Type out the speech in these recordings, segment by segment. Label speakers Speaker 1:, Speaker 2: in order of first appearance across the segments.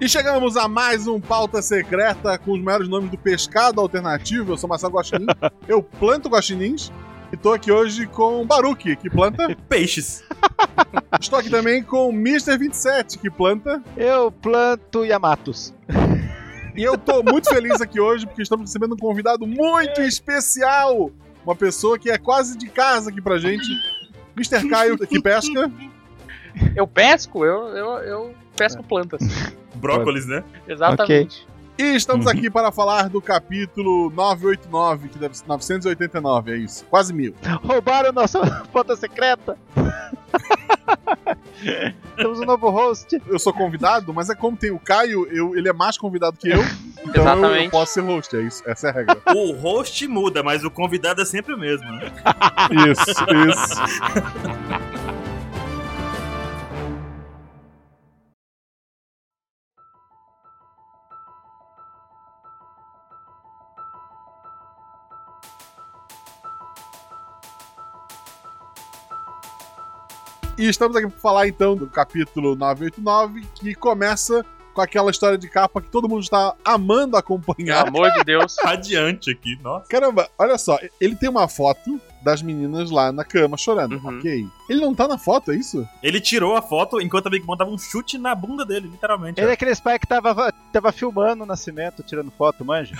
Speaker 1: E chegamos a mais um Pauta Secreta com os maiores nomes do pescado alternativo. Eu sou Marcelo Guaxinim, eu planto guaxinins e tô aqui hoje com Baruque, que planta.
Speaker 2: Peixes.
Speaker 1: Estou aqui também com Mr. 27, que planta.
Speaker 3: Eu planto Yamatos.
Speaker 1: E eu tô muito feliz aqui hoje porque estamos recebendo um convidado muito especial. Uma pessoa que é quase de casa aqui pra gente. Mr. Caio, que pesca.
Speaker 4: Eu pesco, eu, eu, eu pesco plantas.
Speaker 2: Brócolis, né?
Speaker 4: Exatamente.
Speaker 1: E estamos aqui para falar do capítulo 989, que deve ser 989, é isso. Quase mil.
Speaker 3: Roubaram nossa foto secreta. Temos um novo host.
Speaker 1: Eu sou convidado, mas é como tem o Caio, eu- ele é mais convidado que eu. Então eu, eu
Speaker 4: Exatamente.
Speaker 1: posso ser host, é isso. Essa é a regra.
Speaker 2: O host muda, mas o convidado é sempre o mesmo. né?
Speaker 1: Isso, isso. E estamos aqui para falar então do capítulo 989, que começa com aquela história de capa que todo mundo está amando acompanhar.
Speaker 4: Pelo amor de Deus.
Speaker 2: Radiante aqui, nossa.
Speaker 1: Caramba, olha só, ele tem uma foto das meninas lá na cama chorando,
Speaker 4: Uhum.
Speaker 1: ok? Ele não tá na foto, é isso?
Speaker 2: Ele tirou a foto enquanto a Big Mom dava um chute na bunda dele, literalmente.
Speaker 3: Ele é aquele pai que tava, tava filmando o nascimento, tirando foto, manja.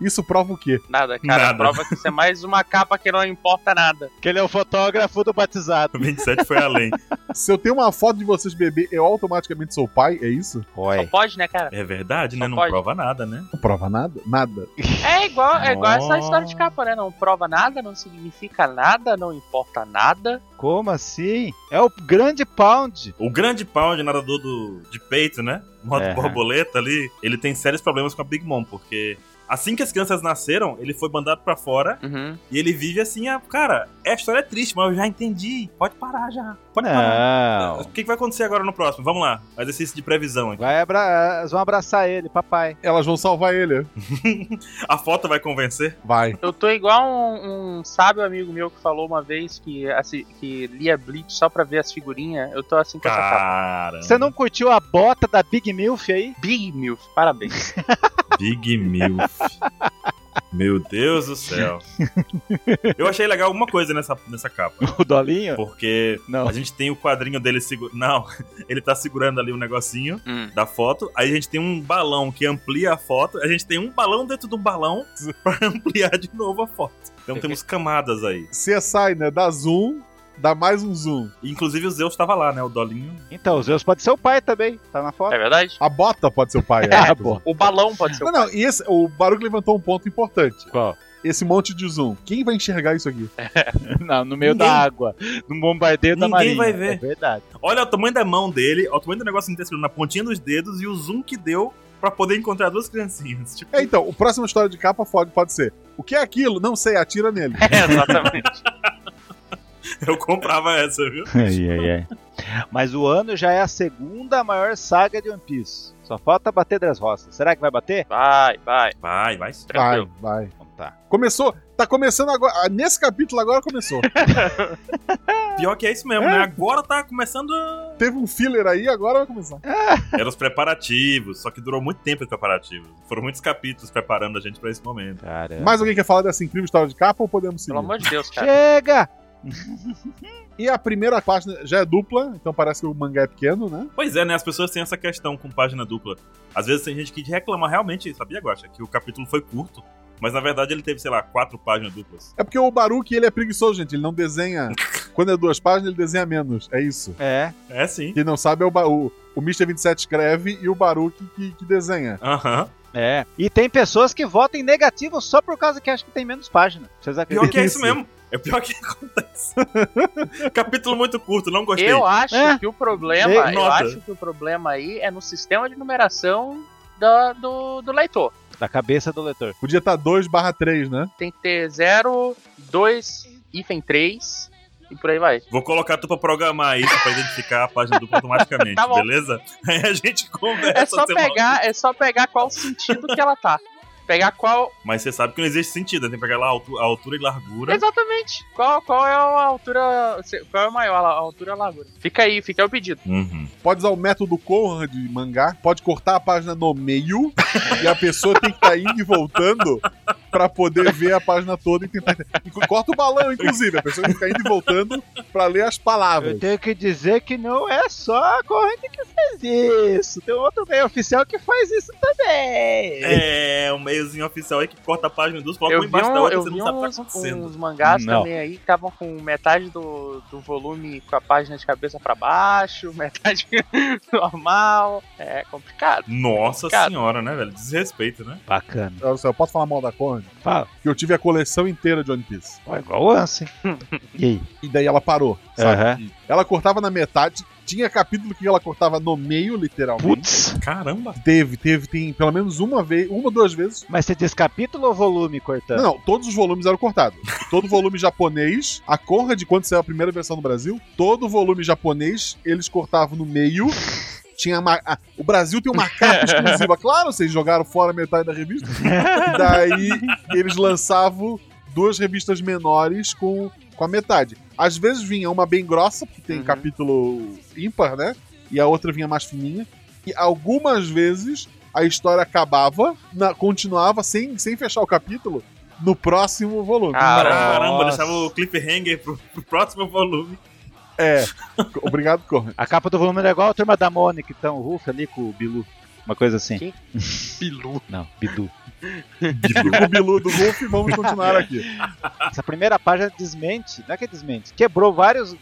Speaker 1: Isso prova o quê?
Speaker 4: Nada, cara.
Speaker 2: Nada.
Speaker 4: Prova que isso é mais uma capa que não importa nada.
Speaker 3: Que ele é o fotógrafo do batizado.
Speaker 2: O 27 foi além.
Speaker 1: Se eu tenho uma foto de vocês bebê, eu automaticamente sou pai, é isso?
Speaker 4: Só pode, né, cara?
Speaker 2: É verdade, né?
Speaker 4: Só
Speaker 2: Não
Speaker 4: pode.
Speaker 2: prova nada, né?
Speaker 1: Não prova nada? Nada.
Speaker 4: É igual, é igual essa
Speaker 2: Nossa.
Speaker 4: história de capa, né? Não prova nada, não significa nada, não importa nada.
Speaker 3: Como assim? É o grande pound.
Speaker 2: O grande pau de nadador do, de peito, né? Modo
Speaker 3: É.
Speaker 2: borboleta ali, ele tem sérios problemas com a Big Mom, porque assim que as crianças nasceram, ele foi mandado pra fora
Speaker 4: Uhum.
Speaker 2: e ele vive assim, ah, cara, a história é triste, mas eu já entendi. Pode parar já. Pode parar. O
Speaker 3: Não.
Speaker 2: que que vai acontecer agora no próximo? Vamos lá. Exercício de previsão aqui.
Speaker 3: Vai abra... Elas vão abraçar ele, papai.
Speaker 1: Elas vão salvar ele.
Speaker 2: A foto vai convencer?
Speaker 1: Vai.
Speaker 4: Eu tô igual um, um sábio amigo meu que falou uma vez que, assim, que lia Bleach só pra ver as figurinhas. Eu tô assim com
Speaker 2: Ah.
Speaker 4: essa capa.
Speaker 2: Cara.
Speaker 3: Você não curtiu a bota da Big Milf aí?
Speaker 4: Big Milf, parabéns.
Speaker 2: Big Milf. Meu Deus do céu. Eu achei legal uma coisa nessa, nessa capa.
Speaker 3: O Dolinho?
Speaker 2: Porque
Speaker 3: Não.
Speaker 2: a gente tem o quadrinho dele segurando. Não, ele tá segurando ali um negocinho
Speaker 4: Hum.
Speaker 2: da foto. Aí a gente tem um balão que amplia a foto. A gente tem um balão dentro do balão pra ampliar de novo a foto. Então temos camadas aí.
Speaker 1: CSI, né? Dá zoom, dá mais um zoom.
Speaker 2: Inclusive o Zeus tava lá, né? O Dolinho.
Speaker 3: Então, o Zeus pode ser o pai também. Tá na foto?
Speaker 4: É verdade?
Speaker 1: A bota pode ser o pai.
Speaker 3: Ah,
Speaker 1: é.
Speaker 3: pô.
Speaker 4: O balão pode ser o
Speaker 1: Não, não, e esse, o Baruch levantou um ponto importante.
Speaker 3: Qual?
Speaker 1: Esse monte de zoom. Quem vai enxergar isso aqui?
Speaker 3: Não, no meio
Speaker 2: Ninguém-
Speaker 3: da água. No bombardeio da marinha.
Speaker 2: Ninguém vai ver.
Speaker 3: É verdade.
Speaker 2: Olha o tamanho da mão dele, olha o tamanho do negócio que ele tá segurando na pontinha dos dedos e o zoom que deu pra poder encontrar duas criancinhas. Tipo,
Speaker 1: É, então, o próximo história de capa pode, pode ser. O que é aquilo? Não sei, atira nele.
Speaker 4: É, exatamente.
Speaker 2: eu comprava essa, viu?
Speaker 3: Ai, ai, ai. Mas o ano já é a segunda maior saga de One Piece. Só falta bater das roças. Será que vai bater?
Speaker 4: Vai, vai.
Speaker 2: Vai,
Speaker 1: Vai,
Speaker 2: vai.
Speaker 4: Tranquilo.
Speaker 1: vai.
Speaker 3: Então tá.
Speaker 1: Começou, tá começando agora. ah, Nesse capítulo agora começou.
Speaker 2: Pior que é isso mesmo, né? Agora tá começando. a-
Speaker 1: Teve um filler aí, agora vai começar.
Speaker 4: É.
Speaker 2: Eram os preparativos, só que durou muito tempo os preparativos. Foram muitos capítulos preparando a gente pra esse momento.
Speaker 3: Caramba.
Speaker 1: Mais alguém quer falar dessa incrível história de capa ou podemos seguir?
Speaker 4: Pelo amor de Deus, cara.
Speaker 3: Chega!
Speaker 1: E a primeira página já é dupla, então parece que o mangá é pequeno, né?
Speaker 2: Pois é, né? As pessoas têm essa questão com página dupla. Às vezes tem gente que reclama realmente, sabia, Guacha? Que o capítulo foi curto, mas na verdade ele teve, sei lá, quatro páginas duplas.
Speaker 1: É porque o Baruque, ele é preguiçoso, gente. Ele não desenha. Quando é duas páginas, ele desenha menos. É isso.
Speaker 3: É.
Speaker 2: É sim.
Speaker 1: Quem não sabe é o, Ba- o, o Mr. 27 escreve e o Baruque que, que desenha.
Speaker 2: Aham.
Speaker 3: É. E tem pessoas que votam em negativo só por causa que acham que tem menos página. Vocês
Speaker 2: Pior
Speaker 3: acreditam?
Speaker 2: que é isso mesmo. É pior que acontece. Capítulo muito curto, não gostei.
Speaker 4: Eu acho
Speaker 3: É.
Speaker 4: que o problema,
Speaker 3: Ei,
Speaker 4: eu
Speaker 2: nota.
Speaker 4: acho que o problema aí é no sistema de numeração da- do, do leitor.
Speaker 3: Da cabeça do leitor.
Speaker 1: Podia estar 2 barra 3, né?
Speaker 4: Tem que ter 0, 2, hífen 3 e por aí vai.
Speaker 2: Vou colocar tu pra programar isso, pra identificar a página dupla automaticamente,
Speaker 4: Tá bom.
Speaker 2: beleza? Aí a gente conversa.
Speaker 4: É só
Speaker 2: seu maluco.
Speaker 4: pegar, é só pegar qual sentido que ela tá. Pegar qual.
Speaker 2: Mas você sabe que não existe sentido, né? tem que pegar lá a altu- a altura e largura.
Speaker 4: Exatamente. Qual, qual é a altura. se- Qual é o maior, a altura ou a largura? Fica aí, fica aí o pedido.
Speaker 2: Uhum.
Speaker 1: Pode usar o método Conrad de mangá, pode cortar a página no meio e a pessoa tem que estar indo e voltando pra poder ver a página toda e tentar. e Corta o balão, inclusive. A pessoa tem que ficar indo e voltando pra ler as palavras.
Speaker 3: Eu tenho que dizer que não é só a corrente que faz isso. Tem outro meio oficial que faz isso também.
Speaker 2: É, o meiozinho oficial aí que corta a página em duas, coloca
Speaker 4: eu
Speaker 2: uma
Speaker 4: vi,
Speaker 2: embaixo da
Speaker 4: um,
Speaker 2: outra,
Speaker 4: eu
Speaker 2: você
Speaker 4: vi
Speaker 2: não sabe o que tá
Speaker 4: uns,
Speaker 2: acontecendo.
Speaker 4: uns mangás
Speaker 3: Não.
Speaker 4: também aí que estavam com metade do, do volume com a página de cabeça pra baixo, metade normal. É complicado.
Speaker 2: Nossa
Speaker 4: Cara.
Speaker 2: senhora, né, velho? Desrespeito, né?
Speaker 3: Bacana.
Speaker 1: Olha só, eu posso falar mal da Conrad?
Speaker 3: Fala.
Speaker 1: Que eu tive a coleção inteira de One Piece.
Speaker 3: Ó, igual o Ansem. E aí?
Speaker 1: E daí ela parou, sabe?
Speaker 3: Aham.
Speaker 1: Ela cortava na metade, tinha capítulo que ela cortava no meio, literalmente.
Speaker 3: Putz.
Speaker 2: Caramba.
Speaker 1: Teve, teve, tem pelo menos uma vez, uma ou duas vezes.
Speaker 3: Mas você diz capítulo ou volume cortando?
Speaker 1: Não, não, todos os volumes eram cortados. Todo volume japonês, a Conrad, quando saiu a primeira versão no Brasil, todo volume japonês, eles cortavam no meio. Tinha ma- ah, o Brasil tem uma capa exclusiva. Claro, vocês jogaram fora metade da revista. E daí eles lançavam duas revistas menores com, com a metade. Às vezes vinha uma bem grossa, porque tem
Speaker 4: Uhum.
Speaker 1: capítulo ímpar, né? E a outra vinha mais fininha. E algumas vezes a história acabava, na- continuava sem, sem fechar o capítulo no próximo volume.
Speaker 2: Ah,
Speaker 4: Cara,
Speaker 2: Caramba,
Speaker 3: Nossa.
Speaker 2: deixava o cliffhanger pro, pro próximo volume.
Speaker 1: É.
Speaker 4: Né.
Speaker 1: Obrigado, Corre.
Speaker 3: A capa do volume era igual a turma da Mônica, então, o Ruff ali com o Bilu. Uma coisa assim.
Speaker 4: Quem?
Speaker 3: Bilu. Não, Bidu.
Speaker 1: O Bilu do Wolf, vamos continuar aqui.
Speaker 3: Essa primeira página desmente, não é que desmente, quebrou vários,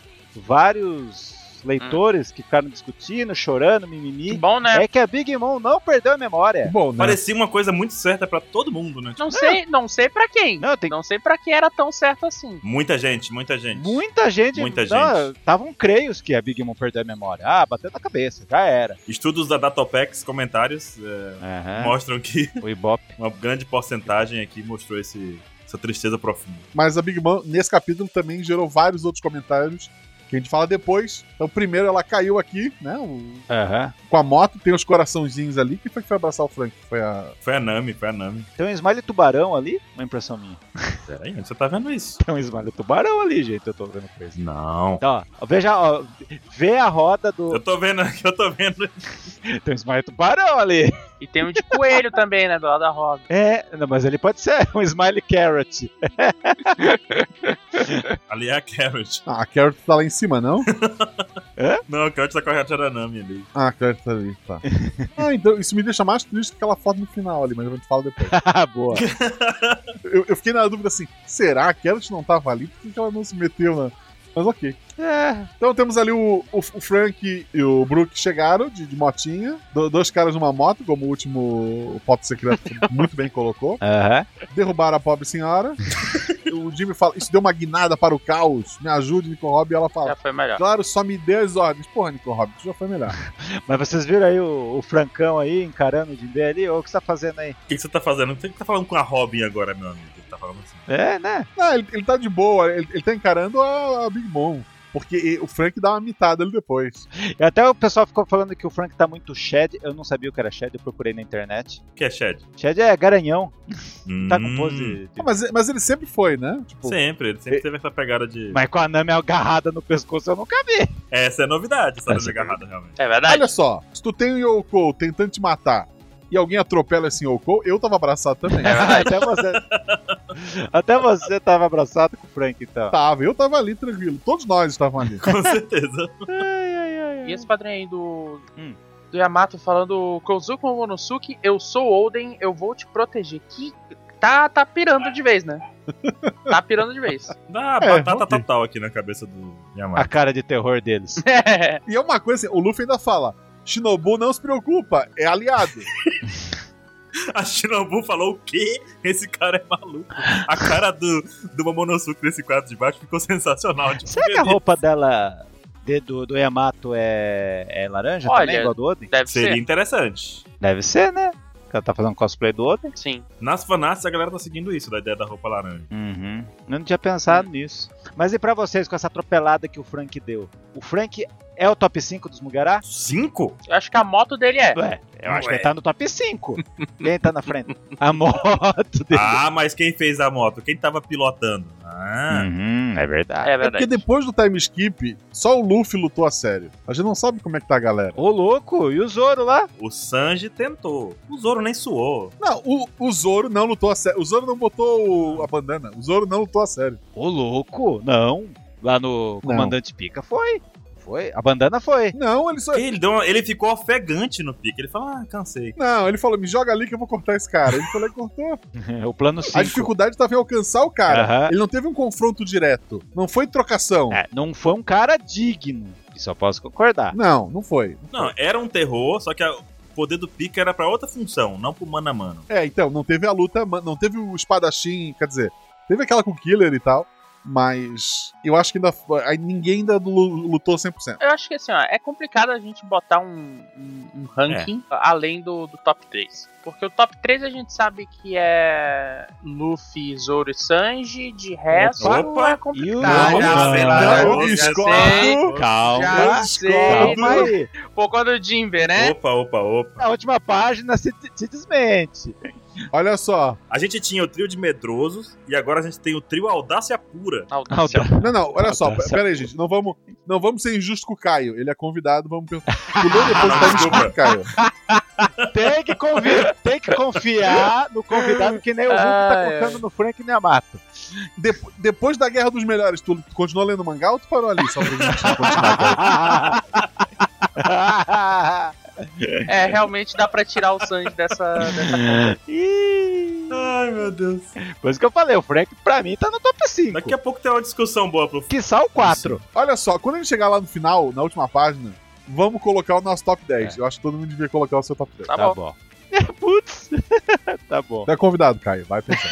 Speaker 3: vários leitores que ficaram discutindo, chorando,
Speaker 4: Que
Speaker 3: mimimi.
Speaker 4: bom, né?
Speaker 3: É que a Big Mom não perdeu a memória.
Speaker 1: Bom, né?
Speaker 2: Parecia uma coisa muito certa pra todo mundo, né?
Speaker 4: Não sei, não sei pra quem. Não,
Speaker 3: Não, tem
Speaker 4: sei pra quem era tão certo assim.
Speaker 2: Muita gente, muita gente.
Speaker 3: muita gente.
Speaker 2: Muita
Speaker 3: Estavam creios que a Big Mom perdeu a memória. Ah, bateu na cabeça, já era.
Speaker 2: Estudos da Datopex, comentários, eh,
Speaker 3: Aham,
Speaker 2: mostram que
Speaker 3: O Ibope.
Speaker 2: uma grande porcentagem aqui mostrou esse, essa tristeza profunda.
Speaker 1: Mas a Big Mom, nesse capítulo, também gerou vários outros comentários que a gente fala depois. Então, primeiro, ela caiu aqui, né? o-
Speaker 3: Aham.
Speaker 1: Com a moto, tem os coraçãozinhos ali. Quem foi que foi abraçar o Frank? Foi a.
Speaker 2: Foi a Nami, foi a Nami.
Speaker 3: Tem um smile tubarão ali? Uma impressão minha.
Speaker 2: Peraí, onde você tá vendo isso?
Speaker 3: Tem um smile tubarão ali, gente. Eu tô vendo coisa.
Speaker 2: Não.
Speaker 3: Então, ó, veja, ó, vê a roda do.
Speaker 2: Eu tô vendo aqui, eu tô vendo.
Speaker 3: Tem um smile tubarão ali.
Speaker 4: E tem um de coelho também, né? Do lado da roda.
Speaker 3: É, não, mas ele pode ser um smile carrot.
Speaker 2: Ali é a Carrot.
Speaker 1: Ah, a Carrot tá lá em cima, não?
Speaker 2: Não, a Carrot tá correta da Nami ali.
Speaker 1: Ah, a Carrot tá ali, tá. Ah, então, isso me deixa mais triste que aquela foto no final ali, mas a gente fala depois.
Speaker 3: Ah, boa.
Speaker 1: Eu, eu fiquei na dúvida assim: será a Carrot não tava ali? Por que que ela não se meteu, né? Mas ok.
Speaker 3: É,
Speaker 1: Então temos ali o, o, o Frank e o Brook chegaram de, de motinha. do- dois caras numa moto, como o último foto secreto muito bem colocou.
Speaker 3: Aham.
Speaker 1: Derrubaram a pobre senhora. o Jimmy fala: Isso deu uma guinada para o caos. Me ajude, Nico Rob. E ela
Speaker 4: Já
Speaker 1: fala:
Speaker 4: foi melhor.
Speaker 1: Claro, só me dê as ordens. Porra, Nico Rob, isso já foi melhor.
Speaker 3: Mas vocês viram aí o, o Francão aí encarando o Jimbei ali? Ô, o que você tá fazendo aí?
Speaker 2: O que, que você tá fazendo? O que que tá falando com a Robin agora, meu amigo? Ele tá falando assim.
Speaker 3: É, né?
Speaker 1: Não, ele, ele tá de boa, ele, ele tá encarando a, a Big Mom. Porque e- o Frank dá uma mitada ali depois.
Speaker 3: E até o pessoal ficou falando que o Frank tá muito shed. Eu não sabia o que era shed, eu procurei na internet.
Speaker 2: O que é Shed?
Speaker 3: Shed é garanhão. Tá com
Speaker 2: Hum,
Speaker 3: pose. de-
Speaker 1: Ah, mas, mas ele sempre foi, né? Tipo,
Speaker 2: Sempre, ele sempre teve essa pegada de.
Speaker 3: Mas com a Nami agarrada no pescoço eu nunca vi.
Speaker 2: Essa é a novidade, essa
Speaker 3: Essa-
Speaker 2: de agarrada, realmente.
Speaker 4: É verdade.
Speaker 1: Olha só, se tu tem um Yoko tentando te matar e alguém atropela esse Yoko, eu tava abraçado também.
Speaker 4: É verdade.
Speaker 3: até você. até você tava abraçado com o Frank,
Speaker 4: Tá.
Speaker 3: então.
Speaker 1: Tava, eu tava ali tranquilo. Todos nós estavam ali.
Speaker 2: Com certeza.
Speaker 3: Ai, ai, ai, ai.
Speaker 4: E esse padrinho aí do.
Speaker 3: Hum.
Speaker 4: Do Yamato falando, Kozuko Monosuke, eu sou Oden, eu vou te proteger. Que tá, tá pirando de vez, né? Tá pirando de vez.
Speaker 2: Dá
Speaker 1: É,
Speaker 2: batata
Speaker 1: ok.
Speaker 2: total aqui na cabeça do
Speaker 3: A
Speaker 2: Yamato.
Speaker 3: cara de terror deles.
Speaker 1: E é uma coisa assim, o Luffy ainda fala: Shinobu não se preocupa, é aliado.
Speaker 2: A Shinobu falou o quê? Esse cara é maluco. A cara do, do Momonosuke nesse quadro de baixo ficou sensacional. Tipo,
Speaker 3: Será que a
Speaker 2: ele-
Speaker 3: roupa dela de- do, do Yamato é, é laranja
Speaker 4: Olha.
Speaker 3: também, igual a do Oden?
Speaker 4: Deve
Speaker 2: Seria interessante.
Speaker 3: Deve, ser, né? Porque ela tá fazendo cosplay do Oden.
Speaker 4: ser. Sim.
Speaker 2: Nas fanarts a galera tá seguindo isso, da ideia da roupa laranja.
Speaker 3: Uhum. Hum. Eu não tinha pensado nisso. Mas e pra vocês com essa atropelada que o Frank deu? O Frank é o top 5 dos Mugará?
Speaker 2: Cinco?
Speaker 4: Eu acho que a moto dele é.
Speaker 3: Ué, eu acho que
Speaker 2: Ué.
Speaker 3: ele tá no top 5. Quem tá na frente? A moto dele.
Speaker 2: Ah, mas quem fez a moto? Quem tava pilotando? Ah,
Speaker 3: Uhum, é verdade.
Speaker 4: É
Speaker 1: É porque
Speaker 4: verdade.
Speaker 1: depois do time skip, só o Luffy lutou a sério. A gente não sabe como é que tá a galera.
Speaker 3: Ô, louco, e o Zoro lá?
Speaker 2: o Sanji tentou. O Zoro nem suou.
Speaker 1: Não, o, o Zoro não lutou a sério. O Zoro não botou o- a bandana. O Zoro não lutou a sério.
Speaker 3: Ô, louco, não. Lá no Comandante Pica foi. Foi. A bandana foi.
Speaker 1: Não, ele só.
Speaker 2: Ele, deu uma- ele ficou ofegante no pique. Ele falou, ah, cansei.
Speaker 1: Não, ele falou: me joga ali que eu vou cortar esse cara. Ele falou e cortou.
Speaker 3: o plano 5.
Speaker 1: A dificuldade tava em alcançar o cara.
Speaker 3: Aham.
Speaker 1: Ele não teve um confronto direto. Não foi trocação.
Speaker 3: É, não foi um cara digno. Isso eu posso concordar.
Speaker 1: Não, não foi.
Speaker 2: Não, era um terror, só que a- o poder do pique era pra outra função, não pro mano a mano.
Speaker 1: É, então, não teve a luta, ma- não teve o espadachim, quer dizer, teve aquela com o Killer e tal, mas eu acho que ainda foi- aí ninguém ainda lu- lutou 100%.
Speaker 4: Eu acho que assim, ó, é complicado a gente botar um, um- um ranking além do, do top 3. Porque o top 3 a gente sabe que é Luffy, Zoro e Sanji, de resto é
Speaker 2: Opa.
Speaker 3: E o-
Speaker 4: complicado.
Speaker 3: Não,
Speaker 4: já
Speaker 3: não,
Speaker 4: sei
Speaker 3: não,
Speaker 4: lá.
Speaker 1: não,
Speaker 2: já
Speaker 1: discordo.
Speaker 2: sei.
Speaker 3: Calma.
Speaker 4: Já sei,
Speaker 3: Calma
Speaker 4: mas...
Speaker 3: aí.
Speaker 4: Pô, quando o Jimbe, né?
Speaker 2: Opa, opa, opa.
Speaker 3: Na última página se, se desmente.
Speaker 1: Olha só.
Speaker 2: A gente tinha o trio de medrosos e agora a gente tem o trio audácia pura.
Speaker 4: Audácia.
Speaker 1: Não, não, olha só.
Speaker 3: Nossa.
Speaker 1: Pera aí, gente. Não vamos, não vamos ser injusto com o Caio. Ele é convidado, vamos perguntar. Pulou
Speaker 2: Ah,
Speaker 1: depois do time skip, Ah, Caio.
Speaker 3: Tem que, convi- tem que confiar no convidado que nem o Hulk tá
Speaker 4: Ai, ai.
Speaker 3: colocando no Frank nem a mata.
Speaker 1: Dep- depois da Guerra dos Melhores, tu, tu continuou lendo mangá ou tu parou ali? Só pra gente continuar, Caio?
Speaker 4: É, realmente dá pra tirar o Sanji dessa, dessa conta.
Speaker 3: Ih,
Speaker 2: Ai, meu Deus.
Speaker 3: Por isso que eu falei, o Frank pra mim tá no top 5.
Speaker 2: Daqui a pouco tem uma discussão boa pro
Speaker 3: Que só o 4.
Speaker 1: Olha só, quando ele chegar lá no final, na última página, vamos colocar o nosso top 10. Eu acho que todo mundo devia colocar o seu top 10.
Speaker 4: Tá bom.
Speaker 3: É, Putz. tá bom.
Speaker 1: Tu é convidado, Caio. Vai pensar.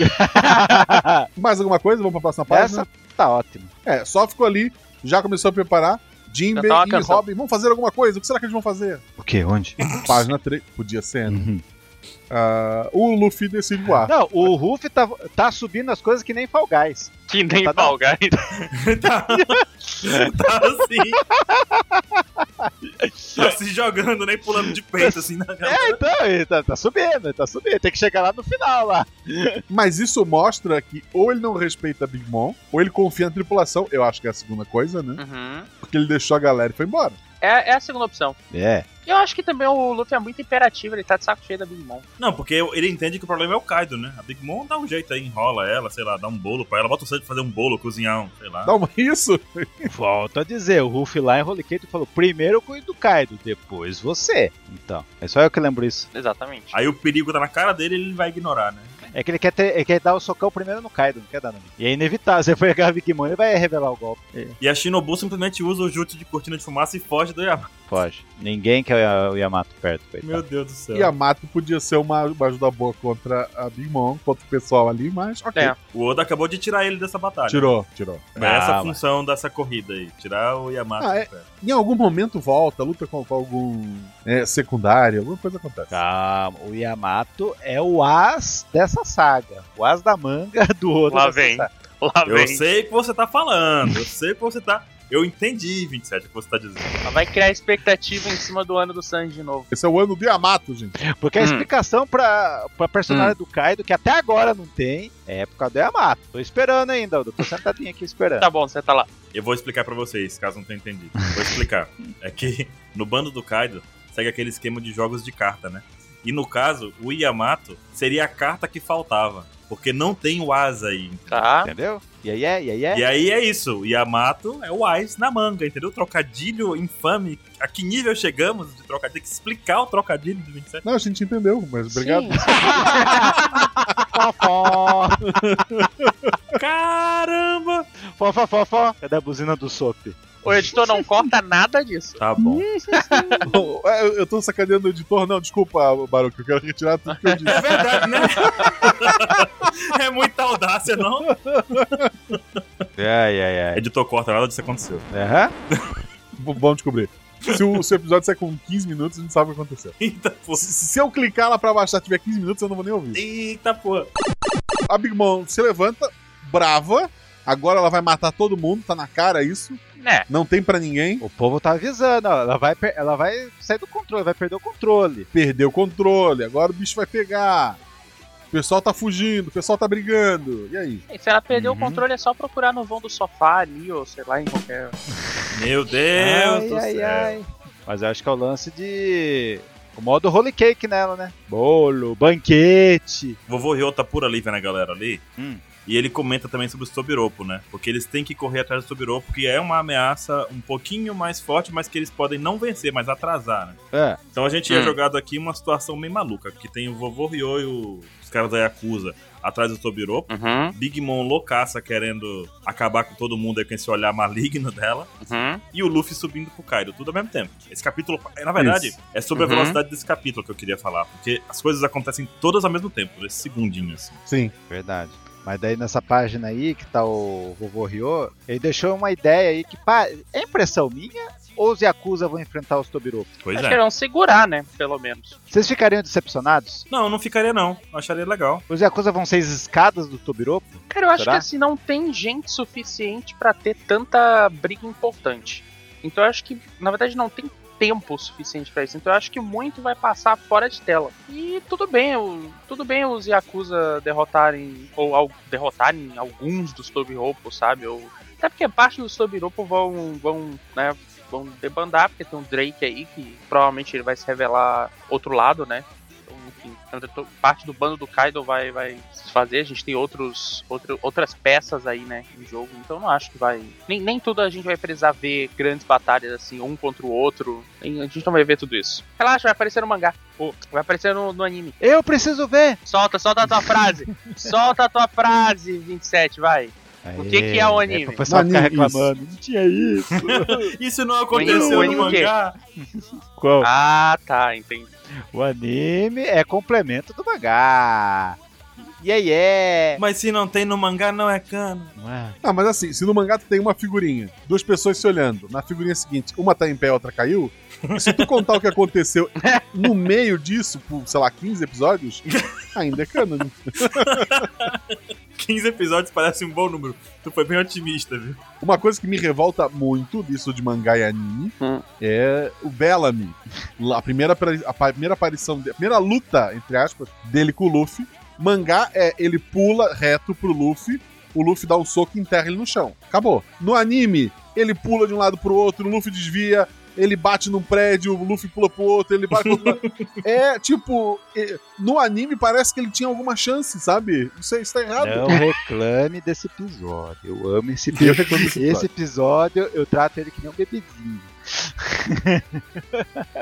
Speaker 1: Mais alguma coisa? Vamos pra próxima página?
Speaker 3: Essa tá ótima.
Speaker 1: É, só ficou ali, já começou a preparar. Jimbe
Speaker 4: Cantar uma
Speaker 1: e
Speaker 4: canção.
Speaker 1: Robin vão fazer alguma coisa? O que será que eles vão fazer?
Speaker 3: O que? Onde?
Speaker 1: Página 3. Podia ser, né? Ah, o Luffy decide voar.
Speaker 3: Não, o Ruff tá, tá subindo as coisas que nem Fall Guys.
Speaker 4: Que nem
Speaker 3: Tá
Speaker 4: Fall Guys.
Speaker 2: tá, tá assim. Tá se jogando, nem pulando de peito, assim. Na...
Speaker 3: É, então, ele tá, tá subindo, ele tá subindo. Tem que chegar lá no final lá.
Speaker 1: Mas isso mostra que ou ele não respeita Big Mom, ou ele confia na tripulação. Eu acho que é a segunda coisa, né?
Speaker 4: Uhum.
Speaker 1: Porque ele deixou a galera e foi embora.
Speaker 4: É, é a segunda opção.
Speaker 3: É.
Speaker 4: Eu acho que também o Luffy é muito imperativo, ele tá de saco cheio da Big Mom.
Speaker 2: Não, porque ele entende que o problema é o Kaido, né? A Big Mom dá um jeito aí, enrola ela, sei lá, dá um bolo pra ela, bota o Sanji pra fazer um bolo, cozinhar um, sei lá.
Speaker 1: Dá uma isso.
Speaker 3: Volto a dizer, o Ruff lá em Holy Cake falou: primeiro cuido do Kaido, depois você. Então, é só eu que lembro isso.
Speaker 4: Exatamente.
Speaker 2: Aí o perigo tá na cara dele e ele vai ignorar, né?
Speaker 3: É que ele quer, ter- ele quer dar o socão primeiro no Kaido, não quer dar no mim. E é inevitável, você foi pegar a Big Mom, ele vai revelar o golpe.
Speaker 2: E a Shinobu simplesmente usa o jutsu de cortina de fumaça e foge do Yamato.
Speaker 3: Foge. Ninguém quer o Yamato perto, coitado.
Speaker 2: Meu Deus do céu.
Speaker 1: E a Mato podia ser uma, uma ajuda boa contra a Big Mom, contra o pessoal ali, mas ok.
Speaker 4: É.
Speaker 2: O Oda acabou de tirar ele dessa batalha.
Speaker 1: Tirou, tirou.
Speaker 2: É essa a
Speaker 3: Calma.
Speaker 2: função dessa corrida aí, tirar o Yamato.
Speaker 1: Ah, é.
Speaker 2: do pé.
Speaker 1: Em algum momento volta, luta com, com algum é, secundário, alguma coisa acontece.
Speaker 3: Tá. Calma, o Yamato é o as dessa saga. O as da manga do Oda.
Speaker 4: Lá
Speaker 3: dessa
Speaker 4: vem.
Speaker 3: saga.
Speaker 4: Lá
Speaker 2: Eu sei o que você tá falando, eu sei o que você tá... Eu entendi, 27, o que você tá dizendo.
Speaker 4: Ela vai criar expectativa em cima do ano do Sanji de novo.
Speaker 1: Esse é o ano do Yamato, gente.
Speaker 3: Porque a
Speaker 4: Hum.
Speaker 3: explicação pra, pra personagem do Kaido, que até agora não tem, é por causa do Yamato. Tô esperando ainda, Oda. Tô sentadinho aqui esperando.
Speaker 4: Tá bom, você tá lá.
Speaker 2: Eu vou explicar pra vocês, caso não tenham entendido. Vou explicar. É que no bando do Kaido segue aquele esquema de jogos de carta, né? E no caso, o Yamato seria a carta que faltava. Porque não tem o As aí.
Speaker 4: Tá.
Speaker 3: Entendeu? E aí é, e aí é.
Speaker 2: E aí é isso, o Yamato é o As na manga, entendeu? Trocadilho infame. A que nível chegamos de trocadilho? Tem que explicar o trocadilho do 27.
Speaker 1: Não, a gente entendeu, mas obrigado.
Speaker 4: Sim.
Speaker 3: Fó, fó.
Speaker 2: Caramba!
Speaker 3: Fó, fó, fó, fó. Cadê a buzina do Sop?
Speaker 4: O editor não corta nada disso.
Speaker 2: Tá bom.
Speaker 1: É, eu- eu tô sacaneando o editor. Não, desculpa, Baruco, eu quero retirar tudo que eu disse.
Speaker 2: É verdade, né? é muita audácia, não?
Speaker 3: Ai, ai, ai.
Speaker 2: Editor corta, nada disso aconteceu.
Speaker 3: Aham.
Speaker 1: V- Vamos descobrir. Se o, se o episódio sair com 15 minutos, a gente sabe o que aconteceu.
Speaker 2: Eita porra.
Speaker 1: Se, se eu clicar lá pra baixar e tiver 15 minutos, eu não vou nem ouvir.
Speaker 2: Eita porra.
Speaker 1: A Big Mom se levanta, brava. Agora ela vai matar todo mundo, tá na cara isso.
Speaker 4: Né?
Speaker 1: Não tem pra ninguém.
Speaker 3: O povo tá avisando, ó, ela vai, per- ela vai sair do controle, vai perder o controle.
Speaker 1: Perdeu o controle, agora o bicho vai pegar. O pessoal tá fugindo, o pessoal tá brigando. E aí?
Speaker 4: E se ela perder
Speaker 2: Uhum.
Speaker 4: o controle, é só procurar no vão do sofá ali, ou sei lá, em qualquer.
Speaker 2: Meu Deus do céu.
Speaker 3: Mas eu acho que é o lance de. O modo holy cake nela, né? Bolo, banquete.
Speaker 2: Vovô Rio tá por ali vendo a galera ali.
Speaker 3: Hum.
Speaker 2: E ele comenta também sobre o Sobiropo, né? Porque eles têm que correr atrás do Sobiropo, que é uma ameaça um pouquinho mais forte, mas que eles podem não vencer, mas atrasar, né?
Speaker 3: É.
Speaker 2: Então a gente é
Speaker 4: Hum.
Speaker 2: jogado aqui uma situação meio maluca, que tem o vovô Ryo e o- os caras da Yakuza atrás do Sobiropo.
Speaker 4: Uhum,
Speaker 2: Big Mom loucaça querendo acabar com todo mundo aí com esse olhar maligno dela.
Speaker 4: uhum.
Speaker 2: E o Luffy subindo pro Kaido, tudo ao mesmo tempo. Esse capítulo, na verdade,
Speaker 1: Isso.
Speaker 2: é sobre
Speaker 4: Uhum.
Speaker 2: a velocidade desse capítulo que eu queria falar. Porque as coisas acontecem todas ao mesmo tempo, nesse segundinho, assim.
Speaker 1: Sim.
Speaker 3: Verdade. Mas daí nessa página aí, que tá o vovô Ryo, ele deixou uma ideia aí que pá, é impressão minha ou os Yakuza vão enfrentar os Tobiropo?
Speaker 2: Pois
Speaker 4: Acho
Speaker 2: é.
Speaker 4: que eles vão segurar, né? Pelo menos.
Speaker 3: Vocês ficariam decepcionados?
Speaker 2: Não, não ficaria não. Eu Acharia legal.
Speaker 3: Os Yakuza vão ser as escadas do Tobiropo?
Speaker 4: Cara, eu acho
Speaker 3: Será?
Speaker 4: que assim, não tem gente suficiente pra ter tanta briga importante. Então eu acho que, na verdade, não tem tempo suficiente pra isso. Então eu acho que muito vai passar fora de tela. E tudo bem, o- tudo bem os Yakuza derrotarem, ou al- derrotarem alguns dos Tobiropo, sabe? Ou, até porque parte dos Tobiropo vão, vão, né, vão debandar, porque tem um Drake aí que provavelmente ele vai se revelar outro lado, né? Então, enfim, tanto- to- parte do bando do Kaido vai, vai se fazer. A gente tem outros, outro- outras peças aí, né, em jogo. Então não acho que vai. Nem, nem tudo a gente vai precisar ver grandes batalhas assim, um contra o outro. Nem- A gente não vai ver tudo isso. Relaxa, vai aparecer no mangá. Ou vai aparecer no, no anime.
Speaker 3: Eu preciso ver!
Speaker 4: Solta, solta a tua frase. solta a tua frase, 27, vai. O que que é o anime?
Speaker 3: pra o pessoal
Speaker 1: No
Speaker 3: ficar
Speaker 1: anime, isso.
Speaker 3: reclamando. Não tinha isso.
Speaker 2: Isso não
Speaker 4: aconteceu
Speaker 2: aconteceu
Speaker 4: O anime-
Speaker 2: no
Speaker 4: no o um anime o quê?
Speaker 2: mangá.
Speaker 3: Qual?
Speaker 4: Ah, tá, entendi.
Speaker 3: O anime é complemento do mangá. E aí é.
Speaker 2: Mas se não tem no mangá, não é cano.
Speaker 1: Ah, mas assim, se no mangá tu tem uma figurinha, duas pessoas se olhando, na figurinha seguinte, uma tá em pé, a outra caiu, se tu contar o que aconteceu no meio disso, por, sei lá, 15 episódios, ainda é cânone.
Speaker 2: 15 episódios parece um bom número. Tu foi bem otimista, viu?
Speaker 1: Uma coisa que me revolta muito disso de mangá e anime
Speaker 4: Hum.
Speaker 1: é o Bellamy. Lá, A primeira, apari- a pa- primeira aparição, de- a primeira luta, entre aspas, dele com o Luffy. Mangá é ele pula reto pro Luffy, o Luffy dá um soco e enterra ele no chão. Acabou. No anime, ele pula de um lado pro outro, o Luffy desvia, ele bate num prédio, o Luffy pula pro outro, ele bate pro outro lado. É tipo, é, no anime parece que ele tinha alguma chance, sabe? Não sei, isso tá errado.
Speaker 3: Não reclame desse episódio. Eu amo esse
Speaker 1: Eu
Speaker 3: episódio.
Speaker 1: reclamo desse
Speaker 3: Esse episódio eu trato ele que nem um bebezinho.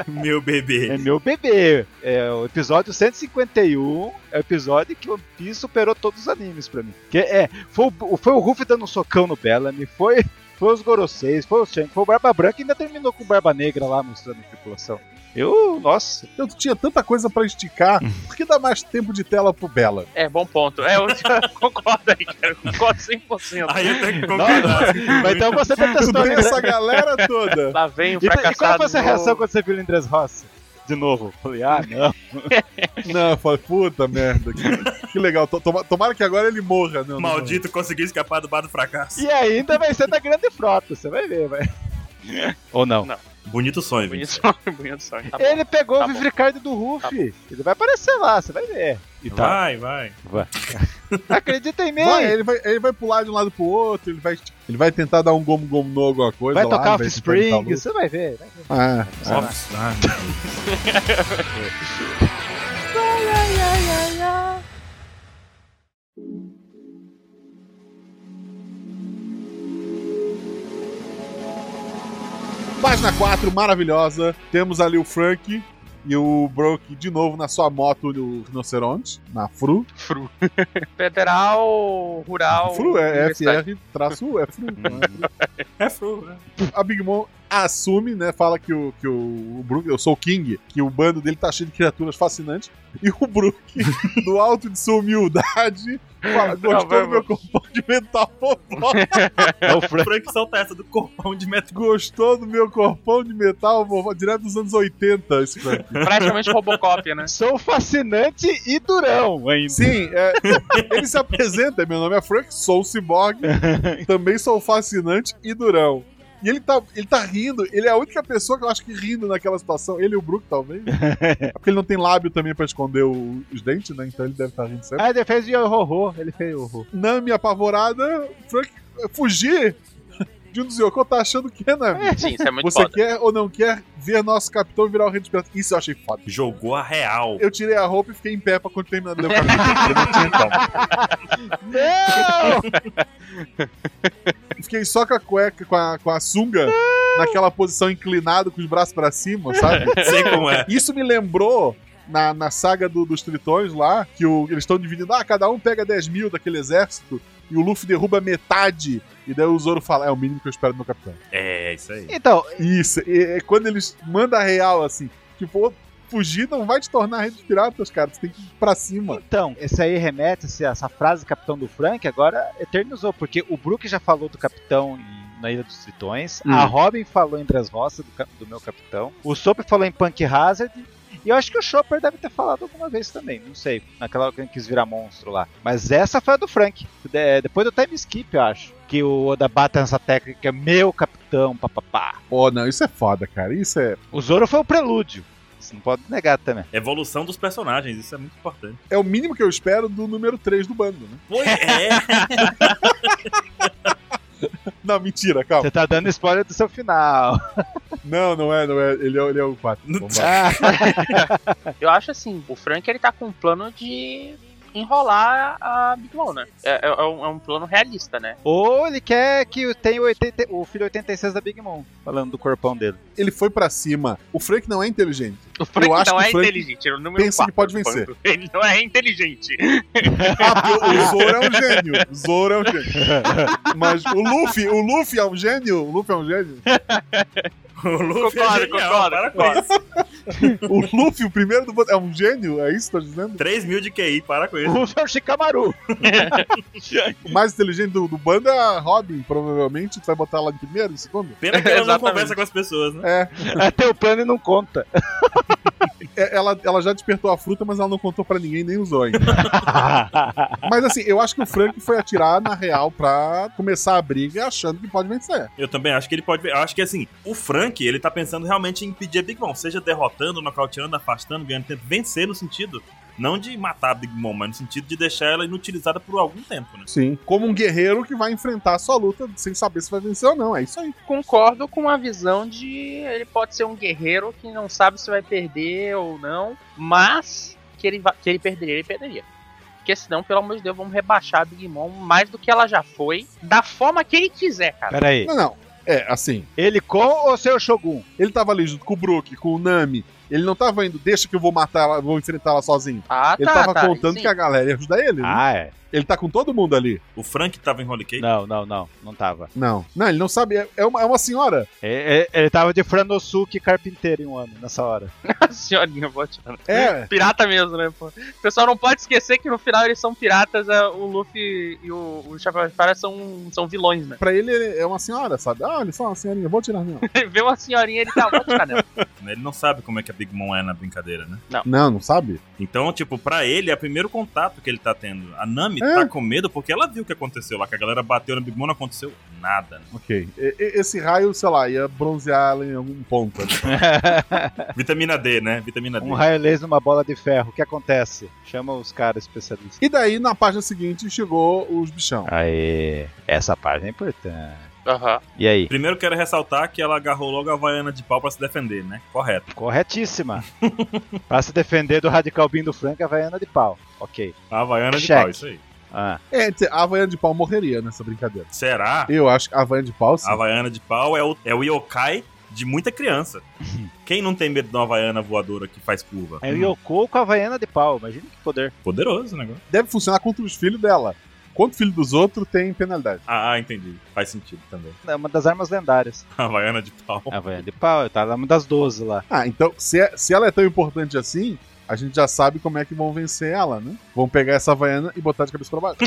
Speaker 2: Meu
Speaker 3: É
Speaker 2: bebê.
Speaker 3: meu bebê. É o episódio 151. É o episódio que o One Piece superou todos os animes pra mim. Que é, foi, o- foi o Ruffy dando um socão no Bellamy, foi, foi os Goroseis, foi o Shanks, foi o Barba Branca e ainda terminou com o Barba Negra lá mostrando a tripulação. Eu, nossa.
Speaker 1: Então tu tinha tanta coisa pra esticar,
Speaker 3: Uhum.
Speaker 1: por que dá mais tempo de tela pro Bela?
Speaker 4: É, bom ponto. É, eu concordo aí, cara. Eu concordo 100%.
Speaker 2: Aí eu tenho que concordar.
Speaker 3: Mas então você
Speaker 1: Tu
Speaker 3: detestou
Speaker 1: tem
Speaker 3: né?
Speaker 1: essa galera toda.
Speaker 4: Lá vem o
Speaker 3: E, e qual
Speaker 4: fracassado.
Speaker 3: foi a sua
Speaker 4: de
Speaker 3: reação
Speaker 4: novo.
Speaker 3: quando você viu o Andrés Rossi? De novo. Falei, ah, não.
Speaker 1: Não, eu falei, puta merda. Que, que legal. To- toma- tomara que agora ele morra. né? Não, não, não.
Speaker 2: Maldito conseguiu escapar do bar do fracasso.
Speaker 3: E ainda vai ser da grande frota, você vai ver, vai. Ou não.
Speaker 2: Bonito sonho,
Speaker 4: Bonito
Speaker 2: Vinícius.
Speaker 4: sonho, bonito sonho. Tá bom.
Speaker 3: ele pegou
Speaker 4: tá
Speaker 3: o
Speaker 4: bom.
Speaker 3: Vivi Card do Ruffy. ele vai aparecer lá, você vai ver. E tá.
Speaker 2: Vai, vai.
Speaker 3: Acredita em mim.
Speaker 1: Vai,
Speaker 3: Vai,
Speaker 1: ele, vai, ele vai pular de um lado pro outro, ele vai, ele vai tentar dar um gomo-gomo no alguma coisa. lá,
Speaker 3: tocar
Speaker 1: vai tentar imitar o
Speaker 3: Offspring,
Speaker 1: Luffy.
Speaker 3: você vai ver. né? vai ver.
Speaker 1: Ah,
Speaker 4: Tá.
Speaker 1: ah.
Speaker 2: Office. Ah, meu Deus.
Speaker 1: Página 4, maravilhosa. Temos ali o Frank e o Brook de novo na sua moto do rinoceronte, na Fru.
Speaker 4: Fru. Federal, rural.
Speaker 1: Fru é
Speaker 4: universitário.
Speaker 1: FR, traço é Fru.
Speaker 2: É fru, né?
Speaker 1: a Big Mom assume, né? Fala que o, que o, o Brook, eu sou o King, que o bando dele tá cheio de criaturas fascinantes. E o Brook, no alto de sua humildade, fala:
Speaker 4: Não,
Speaker 1: gostou
Speaker 4: vai,
Speaker 1: do meu compartimental, vovó?
Speaker 3: É o
Speaker 2: O
Speaker 3: Frank.
Speaker 2: Frank solta tá essa do corpão de metro.
Speaker 1: Gostou do meu corpão de metal, vovó? Direto dos anos 80, esse Frank.
Speaker 4: Praticamente Robocop, né?
Speaker 3: Sou fascinante e durão ainda.
Speaker 1: Sim, é, ele se apresenta. Meu nome é Frank, sou um ciborgue, também sou fascinante e durão. E ele tá, ele tá rindo, ele é a única pessoa que eu acho que rindo naquela situação. Ele e o Brook, talvez. É porque ele não tem lábio também pra esconder o- os dentes, né? Então ele deve estar rindo sempre.
Speaker 3: Ah, ele fez o horror, ele fez o horror.
Speaker 1: Nami apavorada, Frank eh, fugir de um dos Yoko tá achando que, Nami?
Speaker 4: Sim, isso é muito
Speaker 1: Você
Speaker 4: foda.
Speaker 1: quer ou não quer ver nosso capitão virar o rei dos piratas? Isso eu achei foda.
Speaker 2: Jogou a real.
Speaker 1: Eu tirei a roupa e fiquei em pé pra quando terminar de ler o capítulo. Eu não tinha calma.
Speaker 3: Não!
Speaker 1: Fiquei só com a cueca, com a, com a sunga, naquela posição inclinada, com os braços pra cima, sabe?
Speaker 2: Sei como é.
Speaker 1: Isso me lembrou na, na saga do- dos tritões lá, que o- eles estão dividindo, ah, cada um pega 10 mil daquele exército, e o Luffy derruba metade, e daí o Zoro fala, é o mínimo que eu espero do meu capitão.
Speaker 2: É, isso aí.
Speaker 3: então,
Speaker 1: Isso, é, é quando eles mandam a real, assim, tipo, ô, fugir não vai te tornar rei dos piratas, cara, você tem que ir pra cima.
Speaker 3: então, esse aí remete se essa frase do Capitão do Frank agora eternizou, porque o Brook já falou do Capitão em- na Ilha dos Tritões,
Speaker 4: Hum.
Speaker 3: a Robin falou em Bras Roça do, cap- do meu Capitão, o Soap falou em Punk Hazard, e eu acho que o Chopper deve ter falado alguma vez também, não sei, naquela hora que ele quis virar monstro lá. Mas essa foi a do Frank, de- depois do time skip, eu acho, que o Oda bata nessa técnica, é meu Capitão, papapá.
Speaker 1: Pô, não, isso é foda, cara, isso é...
Speaker 3: O Zoro foi o prelúdio, isso não pode negar também.
Speaker 2: Evolução dos personagens, isso é muito importante.
Speaker 1: É o mínimo que eu espero do número 3 do bando, né?
Speaker 2: Pois é.
Speaker 1: Não, mentira, calma.
Speaker 3: Você tá dando spoiler do seu final.
Speaker 1: Não, não é, não é, ele é, ele é o 4.
Speaker 2: Não
Speaker 4: Eu acho assim, o Frank ele tá com um plano de enrolar a Big Mom, né? É, é- é um, é um plano realista, né?
Speaker 3: Ou ele quer que tenha o, 80 o filho 86 da Big Mom, falando do corpão dele.
Speaker 1: Ele foi pra cima, o Frank não é inteligente.
Speaker 4: O Frank
Speaker 1: acho
Speaker 4: não
Speaker 1: que o
Speaker 4: é
Speaker 1: Frank
Speaker 4: inteligente, era o número
Speaker 1: pensa que
Speaker 4: 4.
Speaker 1: pode vencer.
Speaker 4: Ele não é inteligente.
Speaker 1: Ah, porque o Zoro é um gênio, o Zoro é um gênio. Mas o Luffy, o Luffy é um gênio, o Luffy é um gênio.
Speaker 2: O Luffy é
Speaker 4: Concordo,
Speaker 2: genial,
Speaker 4: concordo,
Speaker 2: para com
Speaker 4: concordo.
Speaker 2: isso.
Speaker 1: O Luffy, o primeiro do bando, é um gênio, é isso que tá dizendo?
Speaker 2: 3 mil de QI, para com isso.
Speaker 3: O seu Shikamaru.
Speaker 1: O mais inteligente do, do bando é a Robin, provavelmente. Tu vai botar ela em primeiro, em segundo?
Speaker 2: Pena que ela não
Speaker 4: Exatamente.
Speaker 2: conversa com as pessoas, né?
Speaker 1: É.
Speaker 3: Até o plano e não conta.
Speaker 1: é, ela, ela já despertou a fruta, mas ela não contou pra ninguém, nem usou ainda. mas assim, eu acho que o Frank foi atirar na real pra começar a briga achando que pode vencer.
Speaker 2: Eu também acho que ele pode. Eu acho que assim, o Frank, ele tá pensando realmente em impedir a Big Mom, seja derrotando, nocauteando, afastando, ganhando tempo, vencer no sentido. Não de matar a Big Mom, mas no sentido de deixar ela inutilizada por algum tempo, né?
Speaker 1: Sim. Como um guerreiro que vai enfrentar a sua luta sem saber se vai vencer ou não. É isso aí.
Speaker 4: Concordo com a visão de ele pode ser um guerreiro que não sabe se vai perder ou não, mas que ele, va- que ele perderia, ele perderia. Porque senão, pelo amor de Deus, vamos rebaixar a Big Mom mais do que ela já foi, da forma que ele quiser, cara.
Speaker 3: Pera aí.
Speaker 1: Não, não. É, assim.
Speaker 3: Ele com ou seu Shogun?
Speaker 1: Ele tava ali junto com o Brook, com o Nami. Ele não tava indo, deixa que eu vou matar ela, vou enfrentar ela sozinho.
Speaker 4: Ah,
Speaker 1: Ele tava contando
Speaker 4: sim.
Speaker 1: que a galera ia ajudar ele. né?
Speaker 3: Ah, é.
Speaker 1: Ele tá com todo mundo ali.
Speaker 2: O Frank tava em Holy Cake.
Speaker 3: Não, não, não. Não tava.
Speaker 1: Não. Não, ele não sabe. É- é uma- é uma senhora.
Speaker 3: É- é- Ele tava de Franosuke carpinteiro em um ano, nessa hora.
Speaker 4: Senhorinha, vou atirar.
Speaker 1: É.
Speaker 4: Pirata mesmo, né? Pô? O pessoal não pode esquecer que no final eles são piratas, é, o Luffy e o, o Chapéu de Palha são, são vilões, né?
Speaker 1: Pra ele ele é uma senhora, sabe? Ah, olha só, uma senhorinha, vou tirar não.
Speaker 4: Ele vê uma senhorinha, ele tá, vou atirar nela.
Speaker 2: né? Ele não sabe como é que a Big Mom é na brincadeira, né?
Speaker 1: não, não sabe?
Speaker 2: Então, tipo, pra ele é o primeiro contato que ele tá tendo. A Nami
Speaker 1: É.
Speaker 2: tá com medo porque ela viu o que aconteceu lá, que a galera bateu na Big Mom, não aconteceu nada. né?
Speaker 1: Ok. E- e- esse raio, sei lá, ia bronzear ela em algum ponto. né?
Speaker 2: Vitamina D, né? Vitamina D.
Speaker 3: um raio laser numa bola de ferro. O que acontece? Chama os caras especialistas.
Speaker 1: E daí, na página seguinte, chegou os bichão.
Speaker 3: Aê. Essa página é importante.
Speaker 4: Aham.
Speaker 3: E aí?
Speaker 2: Primeiro quero ressaltar que ela agarrou logo a Havaiana de pau pra se defender, né? Correto.
Speaker 3: Corretíssima. pra se defender do radical Bean do Frank, a vaiana de pau. Ok.
Speaker 2: A Havaiana de
Speaker 3: Check.
Speaker 2: pau, isso aí.
Speaker 3: Ah.
Speaker 1: É, quer dizer, a Havaiana de Pau morreria nessa brincadeira.
Speaker 2: Será?
Speaker 1: Eu acho que a Havaiana de Pau, sim.
Speaker 2: A Havaiana de pau é o, é o yokai de muita criança. Quem não tem medo de uma Havaiana voadora que faz curva? Uhum.
Speaker 3: É o Yoko com a vaiana de pau. Imagina que poder.
Speaker 2: Poderoso né? o negócio.
Speaker 1: Deve funcionar contra os filhos dela. Contra o filho dos outros, tem penalidade.
Speaker 2: Ah, entendi. Faz sentido também.
Speaker 3: É uma das armas lendárias.
Speaker 2: A Havaiana de pau.
Speaker 3: A vaiana de pau, tá lá uma das 12 lá.
Speaker 1: Ah, então, se, é- se ela é tão importante assim, a gente já sabe como é que vão vencer ela, né? Vão pegar essa Havaiana e botar de cabeça pra baixo.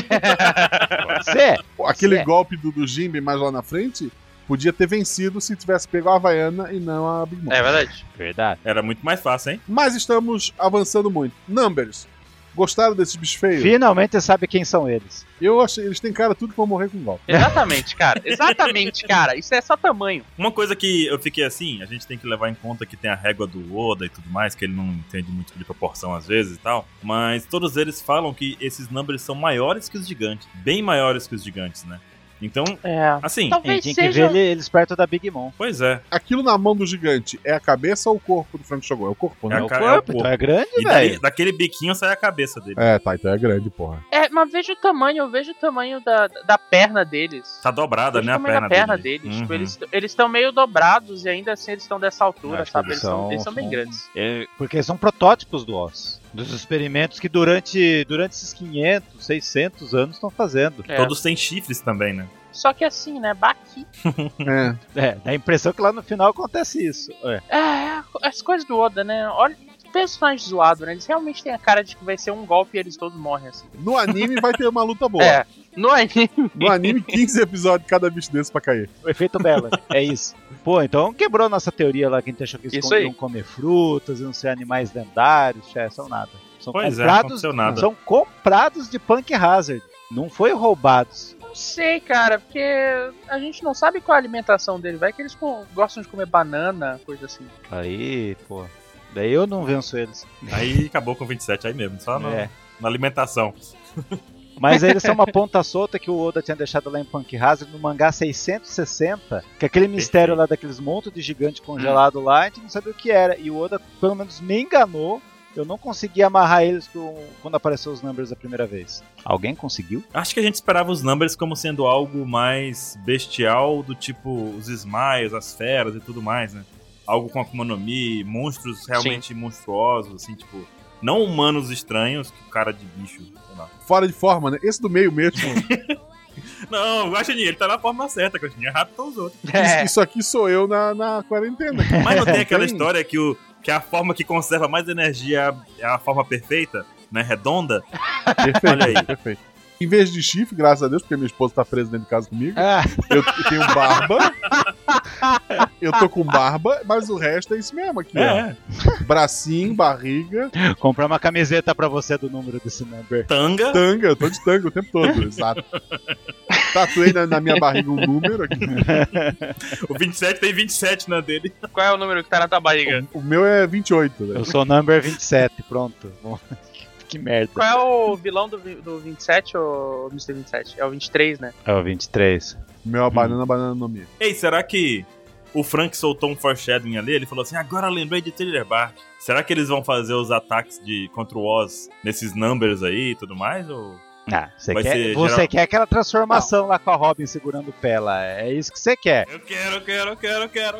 Speaker 3: Cê,
Speaker 1: Aquele
Speaker 3: Certo.
Speaker 1: golpe do, do Jimbe mais lá na frente podia ter vencido se tivesse pego a Havaiana e não a Big Mom.
Speaker 4: É verdade.
Speaker 3: verdade.
Speaker 2: Era muito mais fácil, hein?
Speaker 1: Mas estamos avançando muito. Numbers. Gostaram desses bichos feios?
Speaker 3: Finalmente sabe quem são eles.
Speaker 1: Eu achei, eles têm cara tudo pra morrer com golpe.
Speaker 4: Exatamente, cara. Exatamente, cara. Isso é só tamanho.
Speaker 2: Uma coisa que eu fiquei assim, a gente tem que levar em conta que tem a régua do Oda e tudo mais, que ele não entende muito de proporção às vezes e tal, mas todos eles falam que esses numbers são maiores que os gigantes, bem maiores que os gigantes, né? Então,
Speaker 4: É.
Speaker 2: assim,
Speaker 3: A
Speaker 4: Talvez
Speaker 3: gente tinha que
Speaker 4: seja. um,
Speaker 3: ver ele- eles perto da Big Mom.
Speaker 2: pois é.
Speaker 1: Aquilo na mão do gigante é a cabeça ou o corpo do Frank Chagou? É o corpo, né?
Speaker 2: É a
Speaker 3: Corpo,
Speaker 2: cara- é o corpo.
Speaker 3: então é grande,
Speaker 2: E daí,
Speaker 3: velho.
Speaker 2: daquele biquinho sai a cabeça dele.
Speaker 1: É, tá, então é grande, porra.
Speaker 4: É, mas veja o tamanho, eu vejo o tamanho da, da perna deles.
Speaker 2: Tá dobrada,
Speaker 4: Vejo
Speaker 2: né?
Speaker 4: o
Speaker 2: A
Speaker 4: tamanho
Speaker 2: perna,
Speaker 4: da perna
Speaker 2: dele.
Speaker 4: deles. Tipo,
Speaker 2: Uhum.
Speaker 4: eles eles estão meio dobrados e ainda assim eles estão dessa altura,
Speaker 2: Acho que
Speaker 4: sabe?
Speaker 2: eles
Speaker 4: Eles são,
Speaker 3: são-
Speaker 4: eles são bem
Speaker 3: são-
Speaker 4: grandes.
Speaker 3: É, Porque são protótipos do Oz. Dos experimentos que durante, durante esses 500, 600 anos estão fazendo.
Speaker 4: É.
Speaker 2: Todos têm chifres também, né?
Speaker 4: Só que assim, né? Baqui.
Speaker 1: É.
Speaker 3: É, dá a impressão que lá no final acontece isso. É.
Speaker 4: É, as coisas do Oda, né? Olha, que personagem zoado, né? Eles realmente têm a cara de que vai ser um golpe e eles todos morrem assim.
Speaker 1: No anime vai ter uma luta boa.
Speaker 4: É, no anime.
Speaker 1: No anime, 15 episódios cada bicho desse pra cair.
Speaker 3: O efeito Bela. é isso. Pô, então quebrou nossa teoria lá que a gente achou que eles
Speaker 4: Isso
Speaker 3: com-
Speaker 4: aí.
Speaker 3: iam comer frutas, iam ser animais lendários, é, são nada. São
Speaker 2: Pois é,
Speaker 3: comprados.
Speaker 2: aconteceu nada.
Speaker 3: São comprados de Punk Hazard. Não foi roubados.
Speaker 4: Não sei, cara, porque a gente não sabe qual é a alimentação dele. Vai que eles com- gostam de comer banana, coisa assim.
Speaker 3: Aí, pô. Daí eu não venço eles.
Speaker 4: É.
Speaker 2: Aí acabou com 27 aí mesmo, só na-
Speaker 3: É.
Speaker 2: na alimentação.
Speaker 3: Mas eles são uma ponta solta que o Oda tinha deixado lá em Punk Hazard no mangá 660, que é aquele mistério lá daqueles montes de gigante congelado lá, a gente não sabia o que era. E o Oda, pelo menos, me enganou. Eu não consegui amarrar eles com- quando apareceu os numbers a primeira vez. Alguém conseguiu?
Speaker 2: Acho que a gente esperava os numbers como sendo algo mais bestial, do tipo os smiles, as feras e tudo mais, né? Algo com Akuma no Mi, monstros realmente monstruosos, assim, tipo, não humanos estranhos, que cara de bicho, sei lá.
Speaker 1: Fora de forma, né? Esse do meio mesmo.
Speaker 2: Não, o Guaxinim, ele tá na forma certa, Guaxinim, errado estão os outros.
Speaker 3: É.
Speaker 1: Isso, isso aqui sou eu na, na quarentena.
Speaker 2: Mas não tem aquela
Speaker 1: Tem.
Speaker 2: história que, o, que a forma que conserva mais energia é a- é a forma perfeita, né, redonda?
Speaker 1: Perfeito,
Speaker 2: Olha aí.
Speaker 1: perfeito. Em vez de chifre, graças a Deus, porque minha esposa tá presa dentro de casa comigo,
Speaker 3: Ah,
Speaker 1: eu t- tenho barba. Eu tô com barba, mas o resto é isso mesmo aqui, ó.
Speaker 2: É,
Speaker 1: Bracinho, barriga,
Speaker 3: comprar uma camiseta pra você do número desse number.
Speaker 2: tanga,
Speaker 1: tanga. Eu tô de tanga o tempo todo, exato. Tatuei na, na minha barriga um número aqui.
Speaker 2: o 27 tem 27 na dele.
Speaker 4: Qual é o número que tá na tua barriga?
Speaker 1: O meu é 28, né?
Speaker 3: Eu sou o number 27, pronto. Bom, que merda.
Speaker 4: Qual é o vilão do, vi- do 27, ou Mr. 27? É o 23, né?
Speaker 3: É o 23.
Speaker 1: O meu é banana, banana no meio.
Speaker 2: Ei, será que o Frank soltou um foreshadowing ali? Ele falou assim: agora eu lembrei de Thriller Bark. Será que eles vão fazer os ataques de contra o Oz nesses numbers aí e tudo mais? Ou...
Speaker 3: Ah, você,
Speaker 2: Vai
Speaker 3: quer,
Speaker 2: ser
Speaker 3: você
Speaker 2: geral-
Speaker 3: quer aquela transformação lá com a Robin segurando o pé lá. É isso que você quer.
Speaker 2: Eu quero, eu quero, eu quero, eu quero.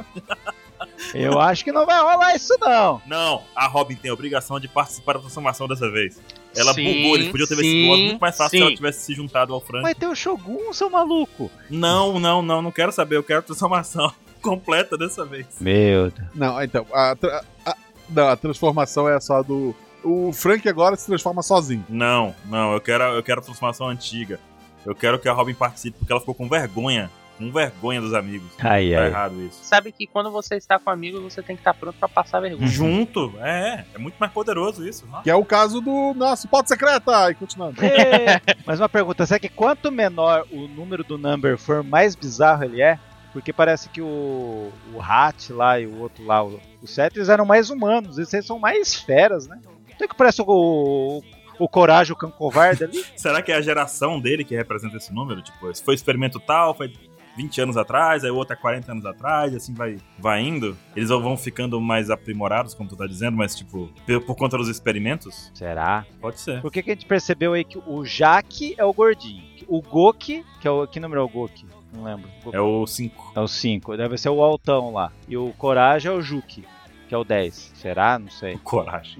Speaker 3: Eu acho que não vai rolar isso, não.
Speaker 2: Não, a Robin tem a obrigação de participar da transformação dessa vez. Ela
Speaker 4: Sim,
Speaker 2: bugou, eles podiam ter vencido o Oz muito mais fácil
Speaker 4: sim.
Speaker 2: se ela tivesse se juntado ao Frank.
Speaker 3: Vai ter o Shogun, seu maluco.
Speaker 2: Não, não, não, não quero saber, eu quero a transformação completa dessa vez.
Speaker 3: Meu Deus.
Speaker 1: Não, então, a, tra- a- não, a transformação é só do. O Frank agora se transforma sozinho.
Speaker 2: Não, não, eu quero, eu quero a transformação antiga. Eu quero que a Robin participe, porque ela ficou com vergonha. Com vergonha dos amigos.
Speaker 3: Ai,
Speaker 2: Tá
Speaker 3: ai.
Speaker 2: errado isso.
Speaker 4: Sabe que quando você está com amigos, você tem que estar pronto pra passar vergonha.
Speaker 2: Junto, é, é muito mais poderoso isso. Nossa.
Speaker 1: Que é o caso do nosso pauta secreta. E continuando.
Speaker 3: Ê, É, Mas uma pergunta, será que quanto menor o número do number for, mais bizarro ele é? Porque parece que o, o Hat lá e o outro lá, o, o Seth, eles eram mais humanos, esses aí são mais feras, né? Tem que parece o, o, o Coragem, o Cão Covarde ali.
Speaker 2: Será que é a geração dele que representa esse número? Tipo, esse foi experimento tal, foi 20 anos atrás, aí o outro é 40 anos atrás, e assim vai, vai indo. Eles vão ficando mais aprimorados, como tu tá dizendo, mas tipo, por, por conta dos experimentos?
Speaker 3: Será?
Speaker 2: Pode ser.
Speaker 3: Por que, que a gente percebeu aí que o Jaque é o gordinho? O Goki, que é o. Que número é o Goki? Não lembro. Goki.
Speaker 2: É o 5.
Speaker 3: É o 5, deve ser o Altão lá. E o Coragem é o Juque, que é o 10. Será? Não sei.
Speaker 2: Coragem.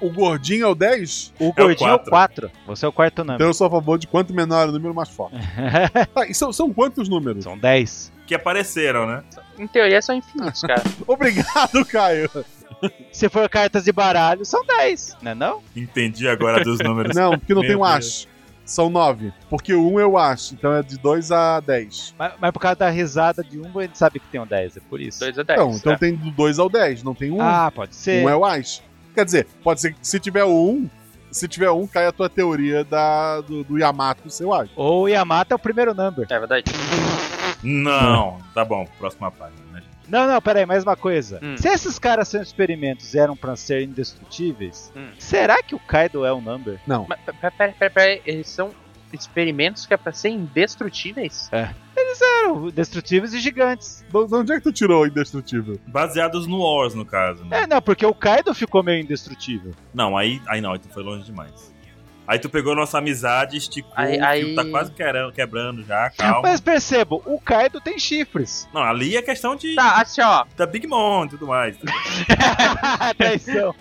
Speaker 1: O gordinho é o 10?
Speaker 3: O gordinho é o
Speaker 2: quatro.
Speaker 3: 4. Você é o quarto
Speaker 1: Então
Speaker 3: número.
Speaker 1: eu sou a favor de quanto menor é o número, mais forte. Tá, e são, são quantos números?
Speaker 3: São 10.
Speaker 2: Que apareceram, né?
Speaker 4: Em teoria são infinitos, cara.
Speaker 1: Obrigado, Caio.
Speaker 3: Se for cartas de baralho, são 10. Não é não?
Speaker 2: Entendi agora dos números.
Speaker 1: Não, porque não
Speaker 2: Meu
Speaker 1: tem um
Speaker 2: Deus.
Speaker 1: as. São 9. Porque o 1 é o as. Então é de 2 a 10.
Speaker 3: Mas, mas por causa da risada de um, a gente sabe que tem um 10. É por isso.
Speaker 4: 2 a 10.
Speaker 1: Então, então
Speaker 2: é.
Speaker 1: tem do 2 ao 10. Não tem um.
Speaker 3: Ah, pode ser.
Speaker 1: Um é o as. Quer dizer, pode ser que se tiver o 1, Se tiver um, cai a tua teoria da, do, do Yamato, sei lá.
Speaker 3: Ou o Yamato é o primeiro number.
Speaker 4: É verdade.
Speaker 2: Não, tá bom, próxima página, né, gente?
Speaker 3: Não, não, peraí, mais uma coisa.
Speaker 4: Hum.
Speaker 3: Se esses caras são experimentos e eram pra ser indestrutíveis,
Speaker 4: Hum.
Speaker 3: será que o Kaido é um number?
Speaker 4: Mas, pera, pera, pera, pera, eles são experimentos que é pra ser indestrutíveis?
Speaker 3: Eram destrutíveis e gigantes.
Speaker 1: De de onde é que tu tirou o indestrutível?
Speaker 2: Baseados no Wars, no caso. né?
Speaker 3: É, não, porque o Kaido ficou meio indestrutível.
Speaker 2: Não, aí, aí não, aí tu foi longe demais. Aí tu pegou nossa amizade, esticou,
Speaker 4: Aí-
Speaker 2: o fio
Speaker 4: aí-
Speaker 2: tá quase quebrando, quebrando já, calma.
Speaker 3: Mas percebo, o Kaido tem chifres.
Speaker 2: Não, ali é questão de
Speaker 4: Tá, assim ó,
Speaker 2: da Big Mom e tudo mais.
Speaker 3: Traição.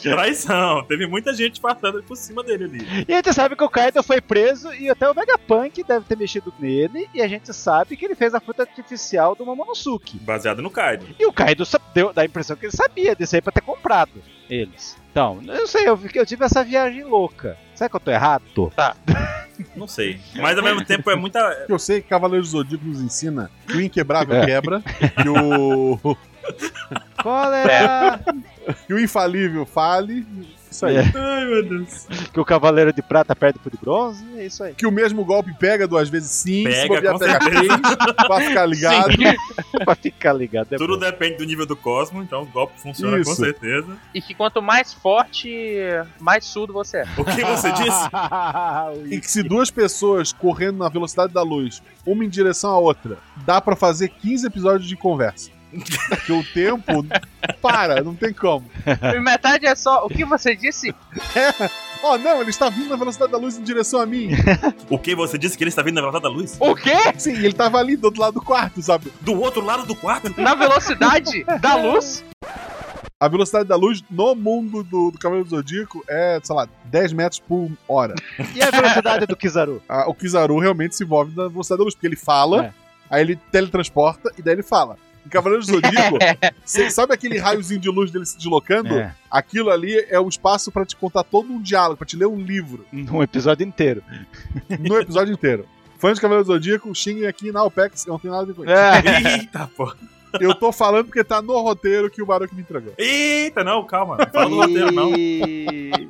Speaker 2: Traição, teve muita gente passando por cima dele ali.
Speaker 3: E a gente sabe que o Kaido foi preso e até o Vegapunk deve ter mexido nele. E a gente sabe que ele fez a fruta artificial do Momonosuke.
Speaker 2: Baseado no Kaido.
Speaker 3: E o Kaido sa- deu, dá a impressão que ele sabia disso aí pra ter comprado eles. Então, eu sei, eu, fiquei- eu tive essa viagem louca. Será que eu tô errado? Tô.
Speaker 2: Tá. Não sei. Mas ao mesmo tempo é muita.
Speaker 1: Porque eu sei que Cavaleiros do Zodíaco nos ensina que o inquebrável
Speaker 2: É.
Speaker 1: quebra, que o,
Speaker 3: Qual é
Speaker 2: É.
Speaker 3: era?
Speaker 1: que o infalível fale. Isso aí.
Speaker 3: É.
Speaker 2: Ai, meu Deus.
Speaker 3: que o Cavaleiro de Prata perde pro de Bronze? É isso aí.
Speaker 1: Que o mesmo golpe pega duas vezes sim,
Speaker 2: Pega,
Speaker 1: se bobear,
Speaker 2: com
Speaker 1: pega
Speaker 2: certeza.
Speaker 1: três, pra ficar ligado.
Speaker 3: pra ficar ligado. É
Speaker 2: Tudo
Speaker 3: bom.
Speaker 2: depende do nível do Cosmo, então o golpe funciona com
Speaker 1: Isso.
Speaker 2: certeza.
Speaker 4: e que quanto mais forte, mais surdo você é.
Speaker 2: O que você disse?
Speaker 1: E que se duas pessoas correndo na velocidade da luz, uma em direção à outra, dá pra fazer 15 episódios de conversa. Porque o tempo para, não tem como.
Speaker 4: E metade é só, o que você disse?
Speaker 1: Ó, não, ele está vindo na velocidade da luz em direção a mim.
Speaker 2: O que você disse que ele está vindo na velocidade da luz?
Speaker 4: O quê?
Speaker 1: Sim, ele tava ali do outro lado do quarto, sabe?
Speaker 2: Do outro lado do quarto?
Speaker 4: Na velocidade da luz?
Speaker 1: A velocidade da luz no mundo do, do Cavaleiro do Zodíaco é, sei lá, 10 metros por hora.
Speaker 3: E a velocidade do Kizaru?
Speaker 1: Ah, o Kizaru realmente se envolve na velocidade da luz, porque ele fala,
Speaker 3: É.
Speaker 1: aí ele teletransporta e daí ele fala. Em Cavaleiro do Zodíaco, cê- sabe aquele raiozinho de luz dele se deslocando?
Speaker 3: É,
Speaker 1: Aquilo ali é um espaço pra te contar todo um diálogo, pra te ler um livro
Speaker 3: um episódio inteiro.
Speaker 1: no episódio inteiro. Fãs de Cavaleiro do Zodíaco, xinguem aqui na OPEX, eu não tenho nada a ver com isso.
Speaker 3: É.
Speaker 2: Eita, pô.
Speaker 1: Eu tô falando porque tá no roteiro que o Baruch me entregou.
Speaker 2: Eita, não, calma. Não fala do roteiro, não.
Speaker 4: E-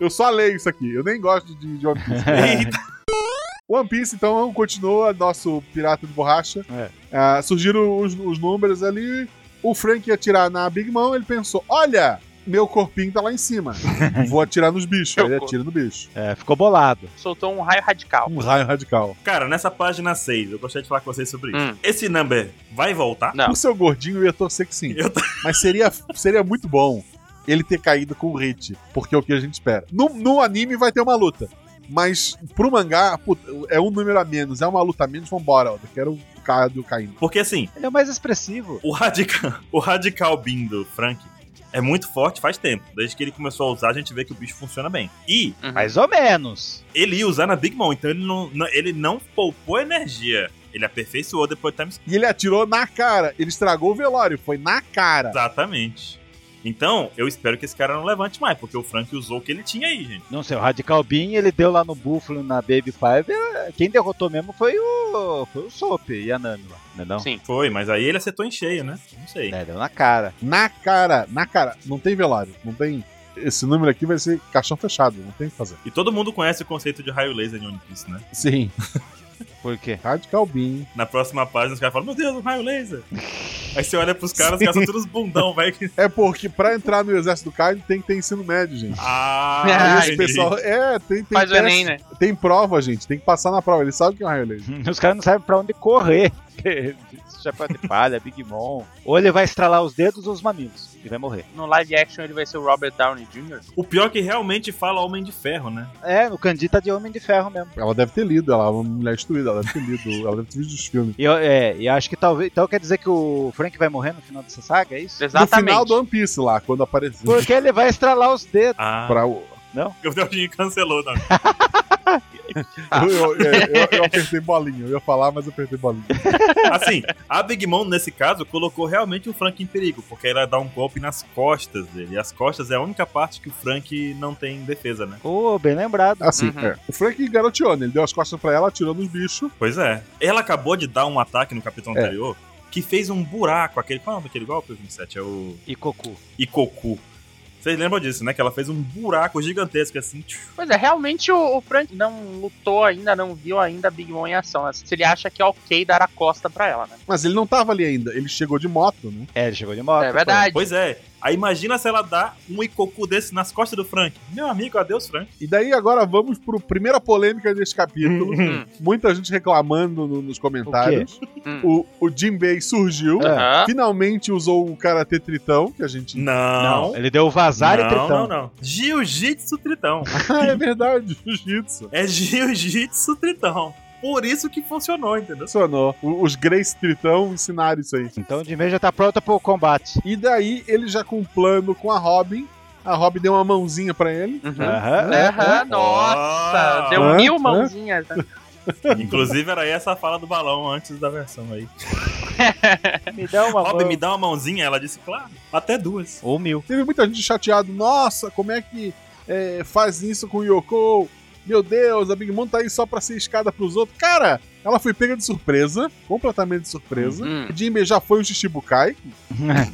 Speaker 1: Eu só leio isso aqui, eu nem gosto de, de One Piece.
Speaker 2: Eita.
Speaker 1: One Piece, então, continua nosso pirata de borracha.
Speaker 3: É.
Speaker 1: Ah, surgiram os, os números ali. O Frank ia atirar na Big Mom, ele pensou: olha, meu corpinho tá lá em cima. Vou atirar nos bichos. Aí
Speaker 4: Meu
Speaker 1: ele
Speaker 4: corpo.
Speaker 1: atira no bicho.
Speaker 3: É, ficou bolado.
Speaker 4: Soltou um raio radical.
Speaker 1: Um raio radical.
Speaker 2: Cara, nessa página 6, eu gostaria de falar com vocês sobre isso.
Speaker 4: Hum.
Speaker 2: Esse number vai voltar?
Speaker 4: Não.
Speaker 1: O seu gordinho ia torcer que sim.
Speaker 2: Eu tô-
Speaker 1: Mas seria, seria muito bom ele ter caído com o Hit, porque é o que a gente espera. No, no anime vai ter uma luta. Mas pro mangá, puta, é um número a menos, é uma luta a menos, vambora, ó. Eu quero o cara do caindo.
Speaker 2: Porque assim,
Speaker 3: Ele é o mais expressivo.
Speaker 2: o radical, o radical beam do Frank é muito forte faz tempo. Desde que ele começou a usar, a gente vê que o bicho funciona bem. E
Speaker 3: Mais ou menos.
Speaker 2: ele ia usar na Big Mom, então ele não, não- ele não poupou energia. Ele aperfeiçoou depois do time skip.
Speaker 1: E ele atirou na cara. Ele estragou o velório. Foi na cara.
Speaker 2: Exatamente. Então, eu espero que esse cara não levante mais, porque o Frank usou o que ele tinha aí, gente.
Speaker 3: Não sei, o Radical Bean, ele deu lá no Buffalo, na Baby Five. era- Quem derrotou mesmo foi o, foi o Soap e a Nami lá, não é não?
Speaker 4: Sim.
Speaker 2: Foi, mas aí ele acertou em cheio, né? Não sei.
Speaker 3: É, deu na cara.
Speaker 1: Na cara. Na cara. Não tem velório. Não tem. Esse número aqui vai ser caixão fechado. Não tem o que fazer.
Speaker 2: E todo mundo conhece o conceito de raio laser em One Piece, né?
Speaker 1: Sim.
Speaker 3: Por quê?
Speaker 1: Radical Bean.
Speaker 2: Na próxima página, os caras falam, meu Deus, um raio laser. aí você olha pros caras, os caras são todos bundão, velho. que-
Speaker 1: É porque pra entrar no exército do Kaido tem que ter ensino médio, gente.
Speaker 2: Ah,
Speaker 4: Ah,
Speaker 1: Esse
Speaker 2: entendi.
Speaker 1: pessoal. É, tem, tem
Speaker 4: Faz o
Speaker 1: teste,
Speaker 4: Enem, né?
Speaker 1: Tem prova, gente. Tem que passar na prova. Ele sabe que é um raio laser.
Speaker 3: Os caras não sabem pra onde correr. Chapéu de palha, Big Mom. Ou ele vai estralar os dedos ou os mamilos e vai morrer.
Speaker 4: No live action ele vai ser o Robert Downey Jr.
Speaker 2: O pior é que realmente fala Homem de Ferro, né?
Speaker 3: É, no Candi tá de homem de ferro mesmo.
Speaker 1: Ela deve ter lido. Ela é uma mulher instruída. Ela deve ter lido. ela deve ter visto os filmes.
Speaker 3: E eu, é, e acho que talvez. Então quer dizer que o Frank vai morrer no final dessa saga, é isso?
Speaker 1: No
Speaker 4: Exatamente.
Speaker 1: final do One Piece lá, quando apareceu.
Speaker 3: Porque ele vai estralar os dedos.
Speaker 2: Ah,
Speaker 1: Pra, o-
Speaker 2: o Deldinho cancelou, não.
Speaker 1: eu, eu, eu- eu apertei bolinha. Eu ia falar, mas eu apertei bolinha.
Speaker 2: Assim, a Big Mom, nesse caso, colocou realmente o Frank em perigo, porque ela dá um golpe nas costas dele. E as costas é a única parte que o Frank não tem defesa, né?
Speaker 3: Ô, bem lembrado.
Speaker 1: Assim,
Speaker 4: Uhum.
Speaker 1: é. o Frank garoteou, né? Ele deu as costas pra ela, atirou nos bichos.
Speaker 2: Pois é. Ela acabou de dar um ataque no capitão
Speaker 1: É.
Speaker 2: anterior que fez um buraco. Aquele, qual é o nome daquele golpe, 27? É o
Speaker 3: E Cocu.
Speaker 2: Ikoku. Você Vocês lembram disso, né? Que ela fez um buraco gigantesco assim. tchiu.
Speaker 4: Pois é, realmente o, o Frank não lutou ainda, não viu ainda a Big Mom em ação. né? Se ele acha que é ok dar a costa pra ela, né?
Speaker 1: Mas ele não tava ali ainda, ele chegou de moto, né?
Speaker 3: É, ele chegou de moto.
Speaker 4: é verdade.
Speaker 2: Pois é. Aí imagina se ela dá um icocu desse nas costas do Frank. Meu amigo, adeus, Frank.
Speaker 1: E daí agora vamos pro primeira polêmica desse capítulo.
Speaker 4: Hum,
Speaker 1: Muita gente reclamando no- nos comentários.
Speaker 4: hum.
Speaker 1: O, o Jinbei surgiu,
Speaker 3: É.
Speaker 4: Aham.
Speaker 1: finalmente usou o Karatê Tritão, que a gente.
Speaker 2: Não. É
Speaker 3: Não, ele deu vazar e
Speaker 2: não,
Speaker 3: tritão.
Speaker 2: não, não. Jiu-jitsu tritão.
Speaker 1: Ah, é verdade, Jiu-Jitsu.
Speaker 2: É jiu-jitsu tritão. Por isso que funcionou, entendeu?
Speaker 1: Funcionou. O- Os Grace Tritão ensinaram isso aí.
Speaker 3: Então de vez já tá pronta pro combate.
Speaker 1: E daí ele já com um plano com a Robin. A Robin deu uma mãozinha pra ele.
Speaker 4: Uhum.
Speaker 3: Aham.
Speaker 4: Aham, nossa,
Speaker 2: Ah.
Speaker 4: deu
Speaker 1: Hã?
Speaker 4: mil
Speaker 1: Hã?
Speaker 4: mãozinhas. né?
Speaker 2: Inclusive, era essa a fala do balão antes da versão aí.
Speaker 3: Me dá um uma
Speaker 2: Bob,
Speaker 3: mão.
Speaker 2: me dá uma mãozinha. Ela disse, claro, até duas.
Speaker 3: Ou mil.
Speaker 1: Teve muita gente chateado. Nossa, como é que é, faz isso com o Yoko? Meu Deus, a Big Mom tá aí só pra ser escada pros outros. Cara, ela foi pega de surpresa, completamente de surpresa.
Speaker 4: Uhum.
Speaker 1: O Jinbei já foi um Shichibukai,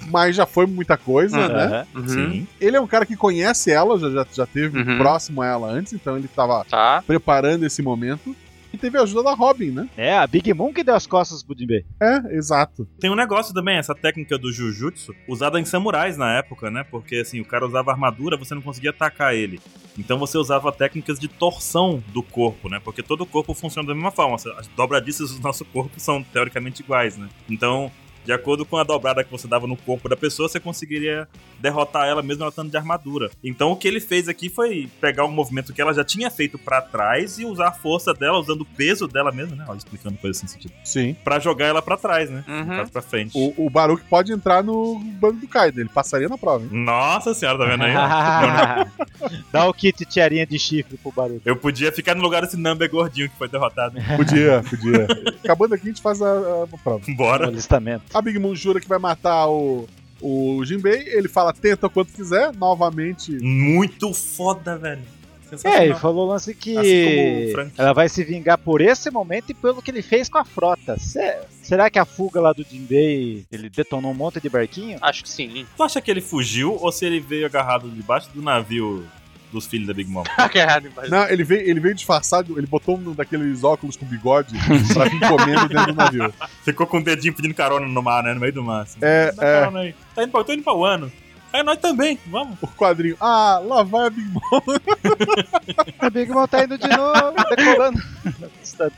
Speaker 1: mas já foi muita coisa, né?
Speaker 4: Uhum.
Speaker 3: Aham.
Speaker 2: Sim.
Speaker 1: Ele é um cara que conhece ela, já, já, já teve
Speaker 4: Uhum.
Speaker 1: próximo a ela antes, então ele tava
Speaker 4: Tá.
Speaker 1: preparando esse momento. E teve a ajuda da Robin, né?
Speaker 3: É, a Big Moon que deu as costas pro Jinbei.
Speaker 1: É, exato.
Speaker 2: Tem um negócio também, essa técnica do jujutsu, usada em samurais na época, né? Porque assim, o cara usava armadura, você não conseguia atacar ele. Então você usava técnicas de torção do corpo, né? Porque todo o corpo funciona da mesma forma. As dobradiças do nosso corpo são teoricamente iguais, né? Então, de acordo com a dobrada que você dava no corpo da pessoa, você conseguiria derrotar ela mesmo ela estando de armadura. Então o que ele fez aqui foi pegar um movimento que ela já tinha feito pra trás e usar a força dela, usando o peso dela mesmo, né? Ó, explicando coisa sem sentido.
Speaker 1: Sim.
Speaker 2: Pra jogar ela pra trás, né?
Speaker 4: Uhum.
Speaker 2: No caso, pra frente.
Speaker 1: O, o Baruch pode entrar no bando do Kaido, ele passaria na prova, hein?
Speaker 2: Nossa senhora, tá vendo aí?
Speaker 3: dá o kit tiarinha de chifre pro barulho.
Speaker 2: Eu podia ficar no lugar desse Number gordinho que foi derrotado.
Speaker 1: Podia, podia. Acabando aqui, a gente faz a, a prova.
Speaker 3: No
Speaker 2: Bora.
Speaker 3: alistamento.
Speaker 1: A Big Mom jura que vai matar o, o Jinbei, ele fala tenta o quanto quiser, novamente.
Speaker 2: Muito foda, velho.
Speaker 3: É,
Speaker 2: Sensacional.
Speaker 3: ele falou o lance que
Speaker 2: Assim como o Frank.
Speaker 3: ela vai se vingar por esse momento e pelo que ele fez com a frota. Se- Será que a fuga lá do Jinbei, ele detonou um monte de barquinho?
Speaker 4: Acho que sim.
Speaker 2: Tu acha que ele fugiu ou se ele veio agarrado debaixo do navio dos filhos da Big Mom?
Speaker 4: Que errado, mas-
Speaker 1: Não, ele veio, ele veio disfarçado, ele botou um daqueles óculos com bigode pra vir comendo dentro do navio.
Speaker 2: Ficou com o dedinho pedindo carona no mar, né? No meio do mar. assim.
Speaker 1: É,
Speaker 2: Dá
Speaker 1: é,
Speaker 2: carona aí. Tá indo pra, tô indo pra Wano. Aí nós também, vamos.
Speaker 1: o quadrinho. Ah, lá vai a Big Mom.
Speaker 3: A Big Mom tá indo de novo, decolando.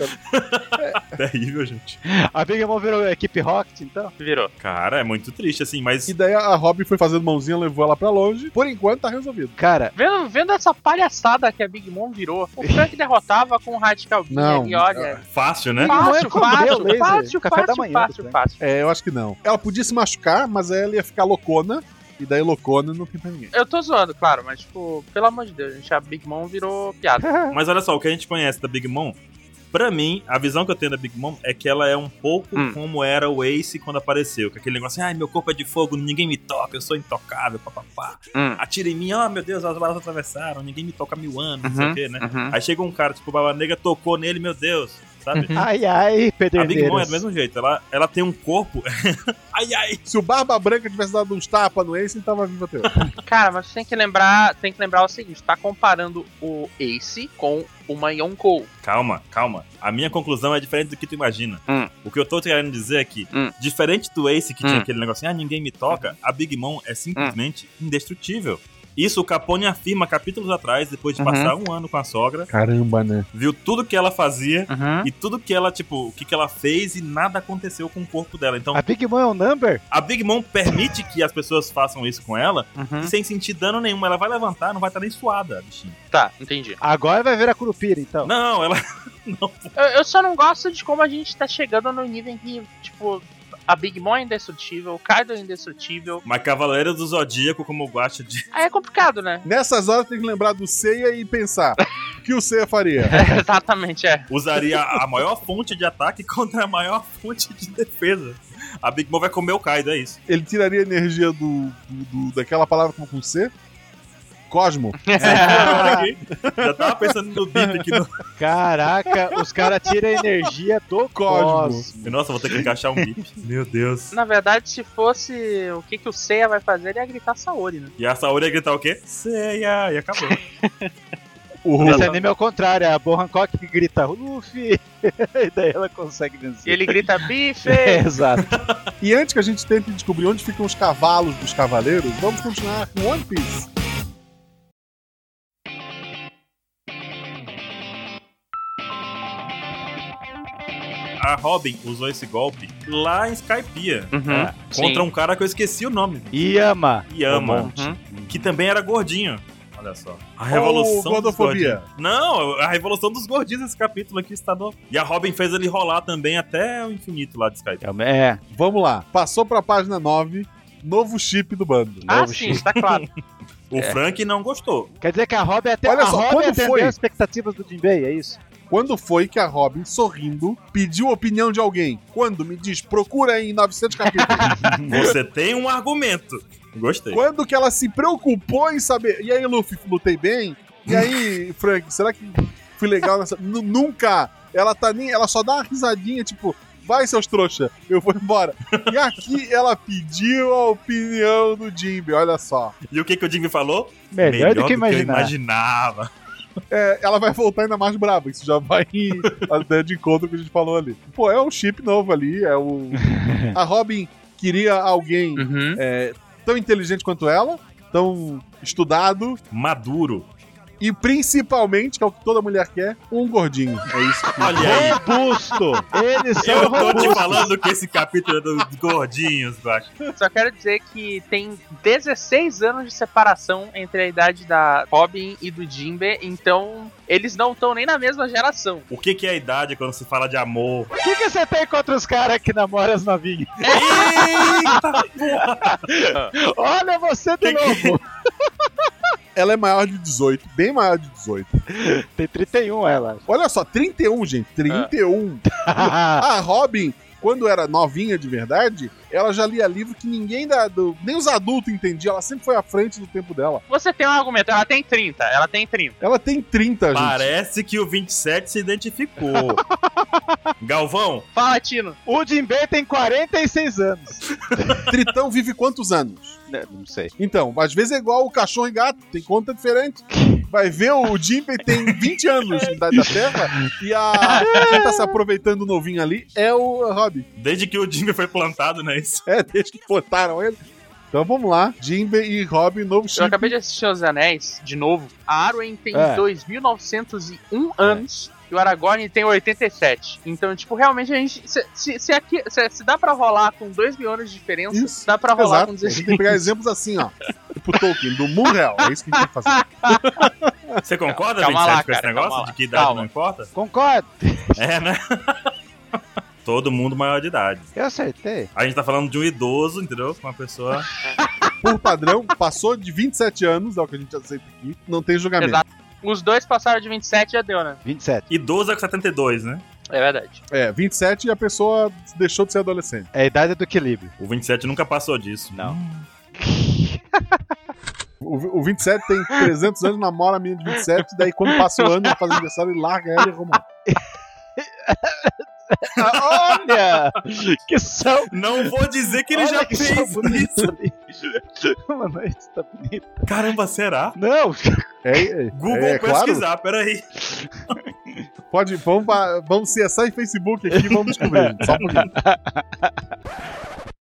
Speaker 1: É.
Speaker 2: Terrível, gente.
Speaker 3: A Big Mom virou a equipe Rocket, então?
Speaker 4: Virou.
Speaker 2: Cara, é muito triste, assim, mas
Speaker 1: E daí a Robin foi fazendo mãozinha, levou ela pra longe. Por enquanto tá resolvido.
Speaker 3: Cara,
Speaker 4: Vendo, vendo essa palhaçada que a Big Mom virou, o Frank derrotava com o Radical
Speaker 1: Não.
Speaker 4: Gear e olha.
Speaker 2: fácil, né?
Speaker 3: Mom é
Speaker 4: Fácil,
Speaker 3: como
Speaker 4: fácil,
Speaker 3: eu, laser,
Speaker 4: fácil,
Speaker 3: café da
Speaker 4: fácil,
Speaker 3: manhã né?
Speaker 4: fácil,
Speaker 3: do Frank.
Speaker 4: fácil.
Speaker 1: É, eu acho que não. Ela podia se machucar, mas aí ela ia ficar loucona. E daí loucona não tem pra ninguém.
Speaker 4: Eu tô zoando, claro, mas tipo, pelo amor de Deus, gente, a Big Mom virou piada.
Speaker 2: Mas olha só, o que a gente conhece da Big Mom, pra mim, a visão que eu tenho da Big Mom é que ela é um pouco
Speaker 4: Hum.
Speaker 2: como era o Ace quando apareceu. Com aquele negócio assim, ai, meu corpo é de fogo, ninguém me toca, eu sou intocável, papapá. Atira em mim, ó, meu Deus, as balas atravessaram, ninguém me toca há mil anos, não sei o quê, né?
Speaker 4: Uhum.
Speaker 2: Aí chega um cara, tipo, Baba Negra tocou nele, meu Deus, sabe?
Speaker 3: ai ai,
Speaker 2: A Big Mom é
Speaker 3: Pederneiras.
Speaker 2: do mesmo jeito, ela, ela tem um corpo. ai, ai!
Speaker 1: Se o Barba Branca tivesse dado uns tapas no Ace, ele tava vivo até hoje.
Speaker 4: Cara, mas tem que lembrar, tem que lembrar o seguinte, tá comparando o Ace com uma Yonkou.
Speaker 2: Calma, calma. A minha conclusão é diferente do que tu imagina.
Speaker 4: Hum.
Speaker 2: O que eu tô querendo dizer é que,
Speaker 4: Hum.
Speaker 2: diferente do Ace que tinha
Speaker 4: Hum.
Speaker 2: aquele negócio assim, ah, ninguém me toca, a Big Mom é simplesmente indestrutível. Isso o Capone afirma capítulos atrás, depois de
Speaker 4: Uhum.
Speaker 2: passar um ano com a sogra,
Speaker 1: Caramba, né?
Speaker 2: viu tudo que ela fazia
Speaker 4: Uhum.
Speaker 2: e tudo que ela, tipo, o que, que ela fez e nada aconteceu com o corpo dela. Então,
Speaker 3: A Big Mom é um number?
Speaker 2: a Big Mom permite que as pessoas façam isso com ela e
Speaker 4: Uhum.
Speaker 2: sem sentir dano nenhum. Ela vai levantar, não vai estar nem suada, a bichinha.
Speaker 4: Tá, entendi.
Speaker 3: Agora vai ver a Curupira, então.
Speaker 2: Não, ela.
Speaker 4: Eu, eu só não gosto de como a gente tá chegando no nível em que, tipo, a Big Mom é indestrutível, o Kaido é indestrutível.
Speaker 2: Mas Cavaleiro do Zodíaco, como o Guacha diz.
Speaker 4: Aí é complicado, né?
Speaker 1: Nessas horas tem que lembrar do Seiya e pensar. O que o Seiya faria?
Speaker 4: Exatamente, é.
Speaker 2: usaria a maior fonte de ataque contra a maior fonte de defesa. A Big Mom vai comer o Kaido, é isso.
Speaker 1: Ele tiraria a energia do, do- do- daquela palavra como com C Cosmo.
Speaker 3: Ah.
Speaker 4: É.
Speaker 2: Já tava pensando no bip aqui no.
Speaker 3: Caraca, os caras tiram a energia do
Speaker 1: Cosmo.
Speaker 3: cosmos.
Speaker 2: Nossa, vou ter que encaixar um bip. Meu Deus.
Speaker 4: Na verdade, se fosse o que, que o Seiya vai fazer, ele ia gritar Saori, né?
Speaker 2: E a Saori ia gritar o quê? Ceia! E acabou.
Speaker 1: O
Speaker 3: Esse anime é o contrário, é a Bo Hancock que grita Luffy, e daí ela consegue vencer.
Speaker 4: E ele grita bife!
Speaker 3: É, exato.
Speaker 1: E antes que a gente tente descobrir onde ficam os cavalos dos cavaleiros, vamos continuar com One Piece.
Speaker 2: A Robin usou esse golpe lá em Skypiea.
Speaker 4: Uhum,
Speaker 2: Contra
Speaker 4: sim.
Speaker 2: um cara que eu esqueci o nome.
Speaker 3: Yama.
Speaker 2: Yama.
Speaker 4: Uhum.
Speaker 2: Que também era gordinho. Olha só. A revolução. dos
Speaker 1: gordofobia.
Speaker 2: gordinhos. Não, a revolução dos gordinhos esse capítulo aqui está no. E a Robin fez ele rolar também até o infinito lá de Skype.
Speaker 3: Yama, É,
Speaker 1: Vamos lá. Passou pra página 9, novo chip do bando.
Speaker 4: Ah,
Speaker 3: Novo
Speaker 4: sim, tá claro.
Speaker 2: O Frank não gostou.
Speaker 3: quer dizer que a Robin até
Speaker 1: Olha
Speaker 3: a
Speaker 1: só,
Speaker 3: Robin
Speaker 1: quando
Speaker 3: atendeu
Speaker 1: foi?
Speaker 3: as expectativas do Jinbei, é isso?
Speaker 1: Quando foi que a Robin, sorrindo, pediu a opinião de alguém? Quando? Me diz, procura aí em 900 capítulos.
Speaker 2: Você tem um argumento. Gostei.
Speaker 1: Quando que ela se preocupou em saber? E aí, Luffy, lutei bem? E aí, Frank, será que fui legal nessa... Nu- Nunca! Ela tá nem... Ela só dá uma risadinha, tipo... Vai, seus trouxa, eu vou embora. E aqui ela pediu a opinião do Jimmy, olha só.
Speaker 2: E o que, que o Jimmy falou?
Speaker 3: Melhor, do que imaginar.
Speaker 2: eu imaginava.
Speaker 1: É, ela vai voltar ainda mais brava. Isso já vai até de encontro com o que a gente falou ali. Pô, é um chip novo ali. É o. A Robin queria alguém
Speaker 4: Uhum.
Speaker 1: é, tão inteligente quanto ela, tão estudado
Speaker 2: Maduro.
Speaker 1: e principalmente, que é o que toda mulher quer, um gordinho. É isso que.
Speaker 2: Olha aí.
Speaker 3: Robusto! Eles são
Speaker 2: Eu tô te
Speaker 3: robustos.
Speaker 2: falando que esse capítulo é dos gordinhos, Bax.
Speaker 4: Só quero dizer que tem 16 anos de separação entre a idade da Robin e do Jinbe, então eles não estão nem na mesma geração.
Speaker 2: O que, que é a idade quando se fala de amor?
Speaker 3: O que, que você tem contra os caras que namoram as novinhas? Olha você de
Speaker 2: Que que-
Speaker 3: novo!
Speaker 1: Ela é maior de 18, bem maior de 18.
Speaker 3: Tem 31 ela.
Speaker 1: Olha só, 31, gente. 31. A Robin, quando era novinha de verdade, ela já lia livro que ninguém da. do- nem os adultos entendiam. Ela sempre foi à frente do tempo dela.
Speaker 4: Você tem um argumento, ela tem 30, ela tem 30.
Speaker 1: Ela tem 30, gente.
Speaker 2: Parece que o 27 se identificou. Galvão,
Speaker 4: Fala, Tino.
Speaker 3: o Jinbei tem 46 anos.
Speaker 1: Tritão vive quantos anos?
Speaker 3: Não sei.
Speaker 1: Então, às vezes é igual o cachorro e gato, tem conta diferente. Vai ver o Jimpei tem 20 anos de idade da Terra e a quem tá se aproveitando novinho ali é o Rob.
Speaker 2: desde que o Jimmy foi plantado, não é isso?
Speaker 1: É, desde que botaram ele. Então vamos lá, Jimbei e Rob, novo
Speaker 4: Eu
Speaker 1: chip.
Speaker 4: acabei de assistir Os Anéis, de novo. A Arwen tem
Speaker 3: É.
Speaker 4: 2.901 anos e o Aragorn tem 87. Então, tipo, realmente a gente... Se, se, se aqui, se, se dá pra rolar com 2 mil anos de diferença,
Speaker 1: Isso,
Speaker 4: dá pra rolar
Speaker 1: Exato. A
Speaker 4: com
Speaker 1: gente
Speaker 4: 16.
Speaker 1: tem que pegar exemplos assim, ó. Tipo Tolkien, do mundo real. É isso que a gente tem que fazer.
Speaker 2: Você concorda,
Speaker 4: Calma
Speaker 2: 27,
Speaker 4: lá,
Speaker 2: com esse
Speaker 4: cara,
Speaker 2: negócio?
Speaker 4: calma
Speaker 2: de
Speaker 4: lá.
Speaker 2: que idade
Speaker 4: Calma.
Speaker 2: não importa?
Speaker 3: Concordo?
Speaker 2: É, né? Todo mundo maior de idade.
Speaker 3: Eu acertei.
Speaker 2: A gente tá falando de um idoso, entendeu? Uma pessoa.
Speaker 1: Por padrão, passou de 27 anos, é o que a gente aceita aqui. Não tem julgamento.
Speaker 4: Exato. Os dois passaram de 27 já deu, né?
Speaker 3: 27.
Speaker 2: Idoso é com 72, né?
Speaker 4: É verdade.
Speaker 1: É, 27 e a pessoa deixou de ser adolescente.
Speaker 3: É a idade do equilíbrio.
Speaker 2: O 27 nunca passou disso.
Speaker 3: Não.
Speaker 1: O, o 27 tem 300 anos, namora a menina de 27, daí quando passa o ano, faz aniversário e larga ela e arruma.
Speaker 3: Ah, Olha! Que são
Speaker 2: Não vou dizer que ele
Speaker 3: Olha
Speaker 2: já
Speaker 3: que
Speaker 2: fez
Speaker 3: só bonito
Speaker 2: isso.
Speaker 3: ali. Mano, isso tá bonito.
Speaker 2: Caramba, será?
Speaker 3: Não,
Speaker 1: É, é,
Speaker 2: Google
Speaker 1: é, claro.
Speaker 2: pesquisar, peraí.
Speaker 1: Pode, vamos, pra- vamos CSI e Facebook aqui, vamos descobrir. gente, Só um pouquinho.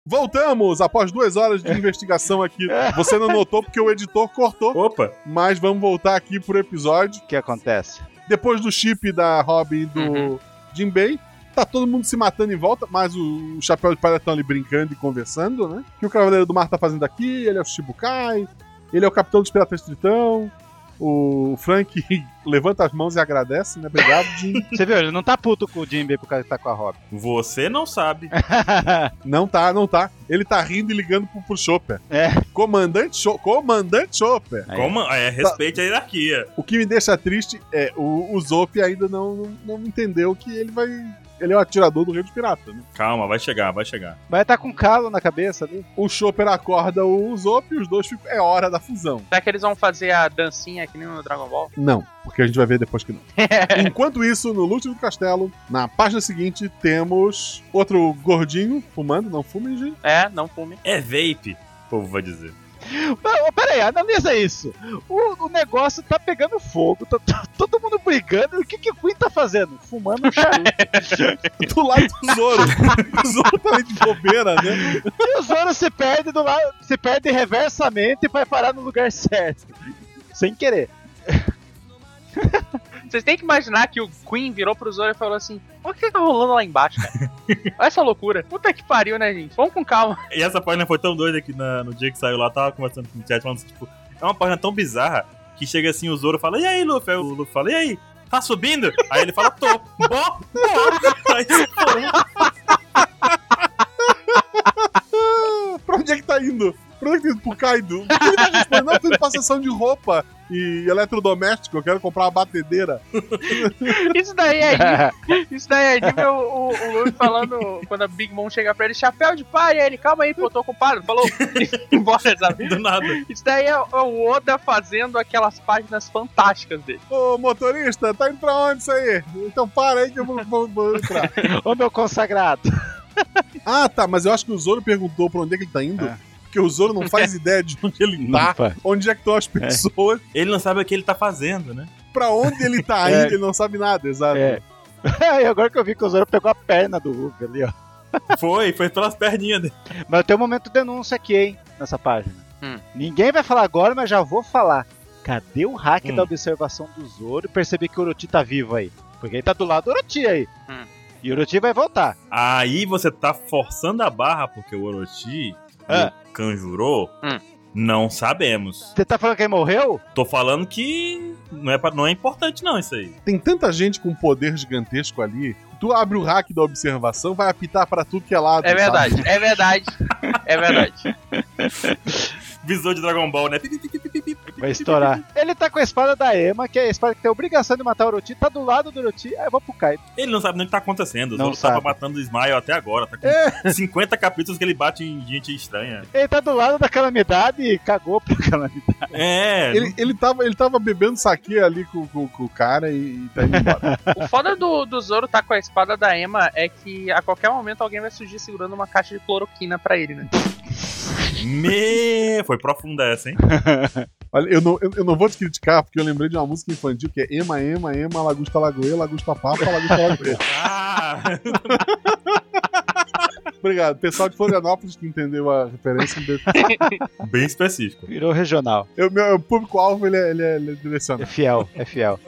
Speaker 1: Voltamos após duas horas de investigação aqui. Você não notou porque o editor cortou,
Speaker 2: Opa,
Speaker 1: mas vamos voltar aqui pro episódio.
Speaker 3: o que acontece?
Speaker 1: Depois do chip da Robin e do
Speaker 4: Uhum.
Speaker 1: Jim Bay, tá todo mundo se matando em volta, mas o, o Chapéu de Palha tão ali brincando e conversando, né? O que o Cavaleiro do Mar tá fazendo aqui, ele é o Shibukai, ele é o Capitão dos Piratas Tritão, o Frank levanta as mãos e agradece, né? Obrigado, Jim.
Speaker 3: Você viu, ele não tá puto com o Jimmy por causa que tá com a Robin.
Speaker 2: você não sabe.
Speaker 1: Não tá, não tá. Ele tá rindo e ligando pro, pro Chopper.
Speaker 3: É.
Speaker 1: Comandante, Cho Comandante Chopper.
Speaker 3: Aí.
Speaker 2: Como? É, respeite a hierarquia.
Speaker 1: O que me deixa triste é o, o Zop ainda não, não, não entendeu que ele vai. ele é o atirador do rei dos piratas, né?
Speaker 2: Calma, vai chegar, vai chegar.
Speaker 3: Mas tá com calo na cabeça né? ali.
Speaker 1: O Chopper acorda o Zop e os dois ficam. É hora da fusão.
Speaker 4: Será que eles vão fazer a dancinha que nem no Dragon Ball?
Speaker 1: Não, porque a gente vai ver depois que não. Enquanto isso, no Lúcio do Castelo, na página seguinte, temos outro gordinho fumando, não fume, gente.
Speaker 4: É, não fume.
Speaker 2: É vape, o povo vai dizer.
Speaker 3: Mas, ô, pera aí, analisa isso. O, o negócio tá pegando fogo, tá, tá todo mundo brigando. E o que, que o Queen tá fazendo? Fumando um charuto.
Speaker 1: Do lado do Zoro. o Zoro tá ali de bobeira, né?
Speaker 3: e o Zoro se perde do lado, se perde reversamente e vai parar no lugar certo. Sem querer.
Speaker 4: Vocês têm que imaginar que o Queen virou pro Zoro e falou assim: o que tá rolando lá embaixo, cara? Olha essa loucura. Puta que pariu, né, gente? Vamos com calma.
Speaker 2: E essa página foi tão doida que na- no dia que saiu lá, eu tava conversando com o chat, falando assim, tipo, é uma página tão bizarra que chega assim o Zoro fala, e aí, Luffy? Aí o Luffy fala, e aí? Tá subindo? Aí ele fala, tô. Bó, bó. Aí ele fala,
Speaker 1: Pra onde é que tá indo? Pra onde é que tá indo? Pro Kaido? Por que Ele tá respondendo, não, tô indo pra sessão de roupa e eletrodoméstico, eu quero comprar uma batedeira.
Speaker 4: Isso daí é Isso daí é nível o, o Luffy falando quando a Big Mom chega pra ele, chapéu de palha, aí ele, calma aí, pô, tô ocupado. Falou, embora, sabe?
Speaker 2: do nada.
Speaker 4: Isso daí é o Oda fazendo aquelas páginas fantásticas dele.
Speaker 1: Ô motorista, tá indo pra onde isso aí? Então para aí que eu vou, vou- vou entrar.
Speaker 3: Ô meu consagrado.
Speaker 1: Ah, tá, mas eu acho que o Zoro perguntou pra onde é que ele tá indo.
Speaker 3: É.
Speaker 1: Porque o Zoro não faz ideia de onde ele tá,
Speaker 3: Opa.
Speaker 1: onde é que estão as pessoas,
Speaker 2: Ele não sabe o que ele tá fazendo, né?
Speaker 1: pra onde ele tá indo,
Speaker 3: É.
Speaker 1: ele não sabe nada, exato.
Speaker 3: É. E agora que eu vi que o Zoro pegou a perna do Luffy ali, ó.
Speaker 2: Foi, foi pelas perninhas dele.
Speaker 3: Mas tem um momento de denúncia aqui, hein, nessa página.
Speaker 4: Hum.
Speaker 3: Ninguém vai falar agora, mas já vou falar. Cadê o hack
Speaker 2: Hum.
Speaker 3: da observação do Zoro e perceber que o Orochi tá vivo aí? Porque ele tá do lado do Orochi aí.
Speaker 4: Hum.
Speaker 3: E o Orochi vai voltar.
Speaker 2: Aí você tá forçando a barra porque o Orochi
Speaker 3: Ah.
Speaker 2: e o Kanjuro,
Speaker 4: Hum.
Speaker 2: não sabemos.
Speaker 3: Você tá falando que ele morreu?
Speaker 2: Tô falando que não é, pra- não é importante não isso aí.
Speaker 1: Tem tanta gente com poder gigantesco ali. Tu abre o hack da observação, vai apitar pra tudo que é lado.
Speaker 4: É
Speaker 1: sabe?
Speaker 4: verdade, é verdade, é verdade.
Speaker 2: Visor de Dragon Ball, né?
Speaker 3: Vai estourar. ele tá com a espada da Ema, que é a espada que tem a obrigação de matar o Orochi, tá do lado do Orochi, aí eu vou pro Kaido.
Speaker 2: Ele não sabe nem o que tá acontecendo. O
Speaker 3: Não
Speaker 2: Zoro tava
Speaker 3: sabe.
Speaker 2: matando o Smile até agora. Tá com 50 capítulos que ele bate em gente estranha.
Speaker 3: Ele tá do lado da calamidade e cagou pra calamidade.
Speaker 2: É,
Speaker 1: Ele, ele, tava, ele tava bebendo saque ali com, com- com o cara e, e tá indo embora.
Speaker 4: O foda do, do Zoro tá com a espada da Emma é que a qualquer momento alguém vai surgir segurando uma caixa de cloroquina pra ele, né?
Speaker 2: me... foi profunda essa, hein?
Speaker 1: Olha, eu não, eu, eu não vou te criticar, porque eu lembrei de uma música infantil que é Ema, Ema, Ema, Lagusta Lagoê, Lagusta Papa, Lagusta Lagoê.
Speaker 2: Ah,
Speaker 1: Obrigado. Pessoal de Florianópolis que entendeu a referência. me deu-
Speaker 2: bem específico.
Speaker 3: Virou regional.
Speaker 1: Eu, meu, meu público-alvo ele, é- ele, é- ele é direcionado.
Speaker 3: É fiel, é fiel.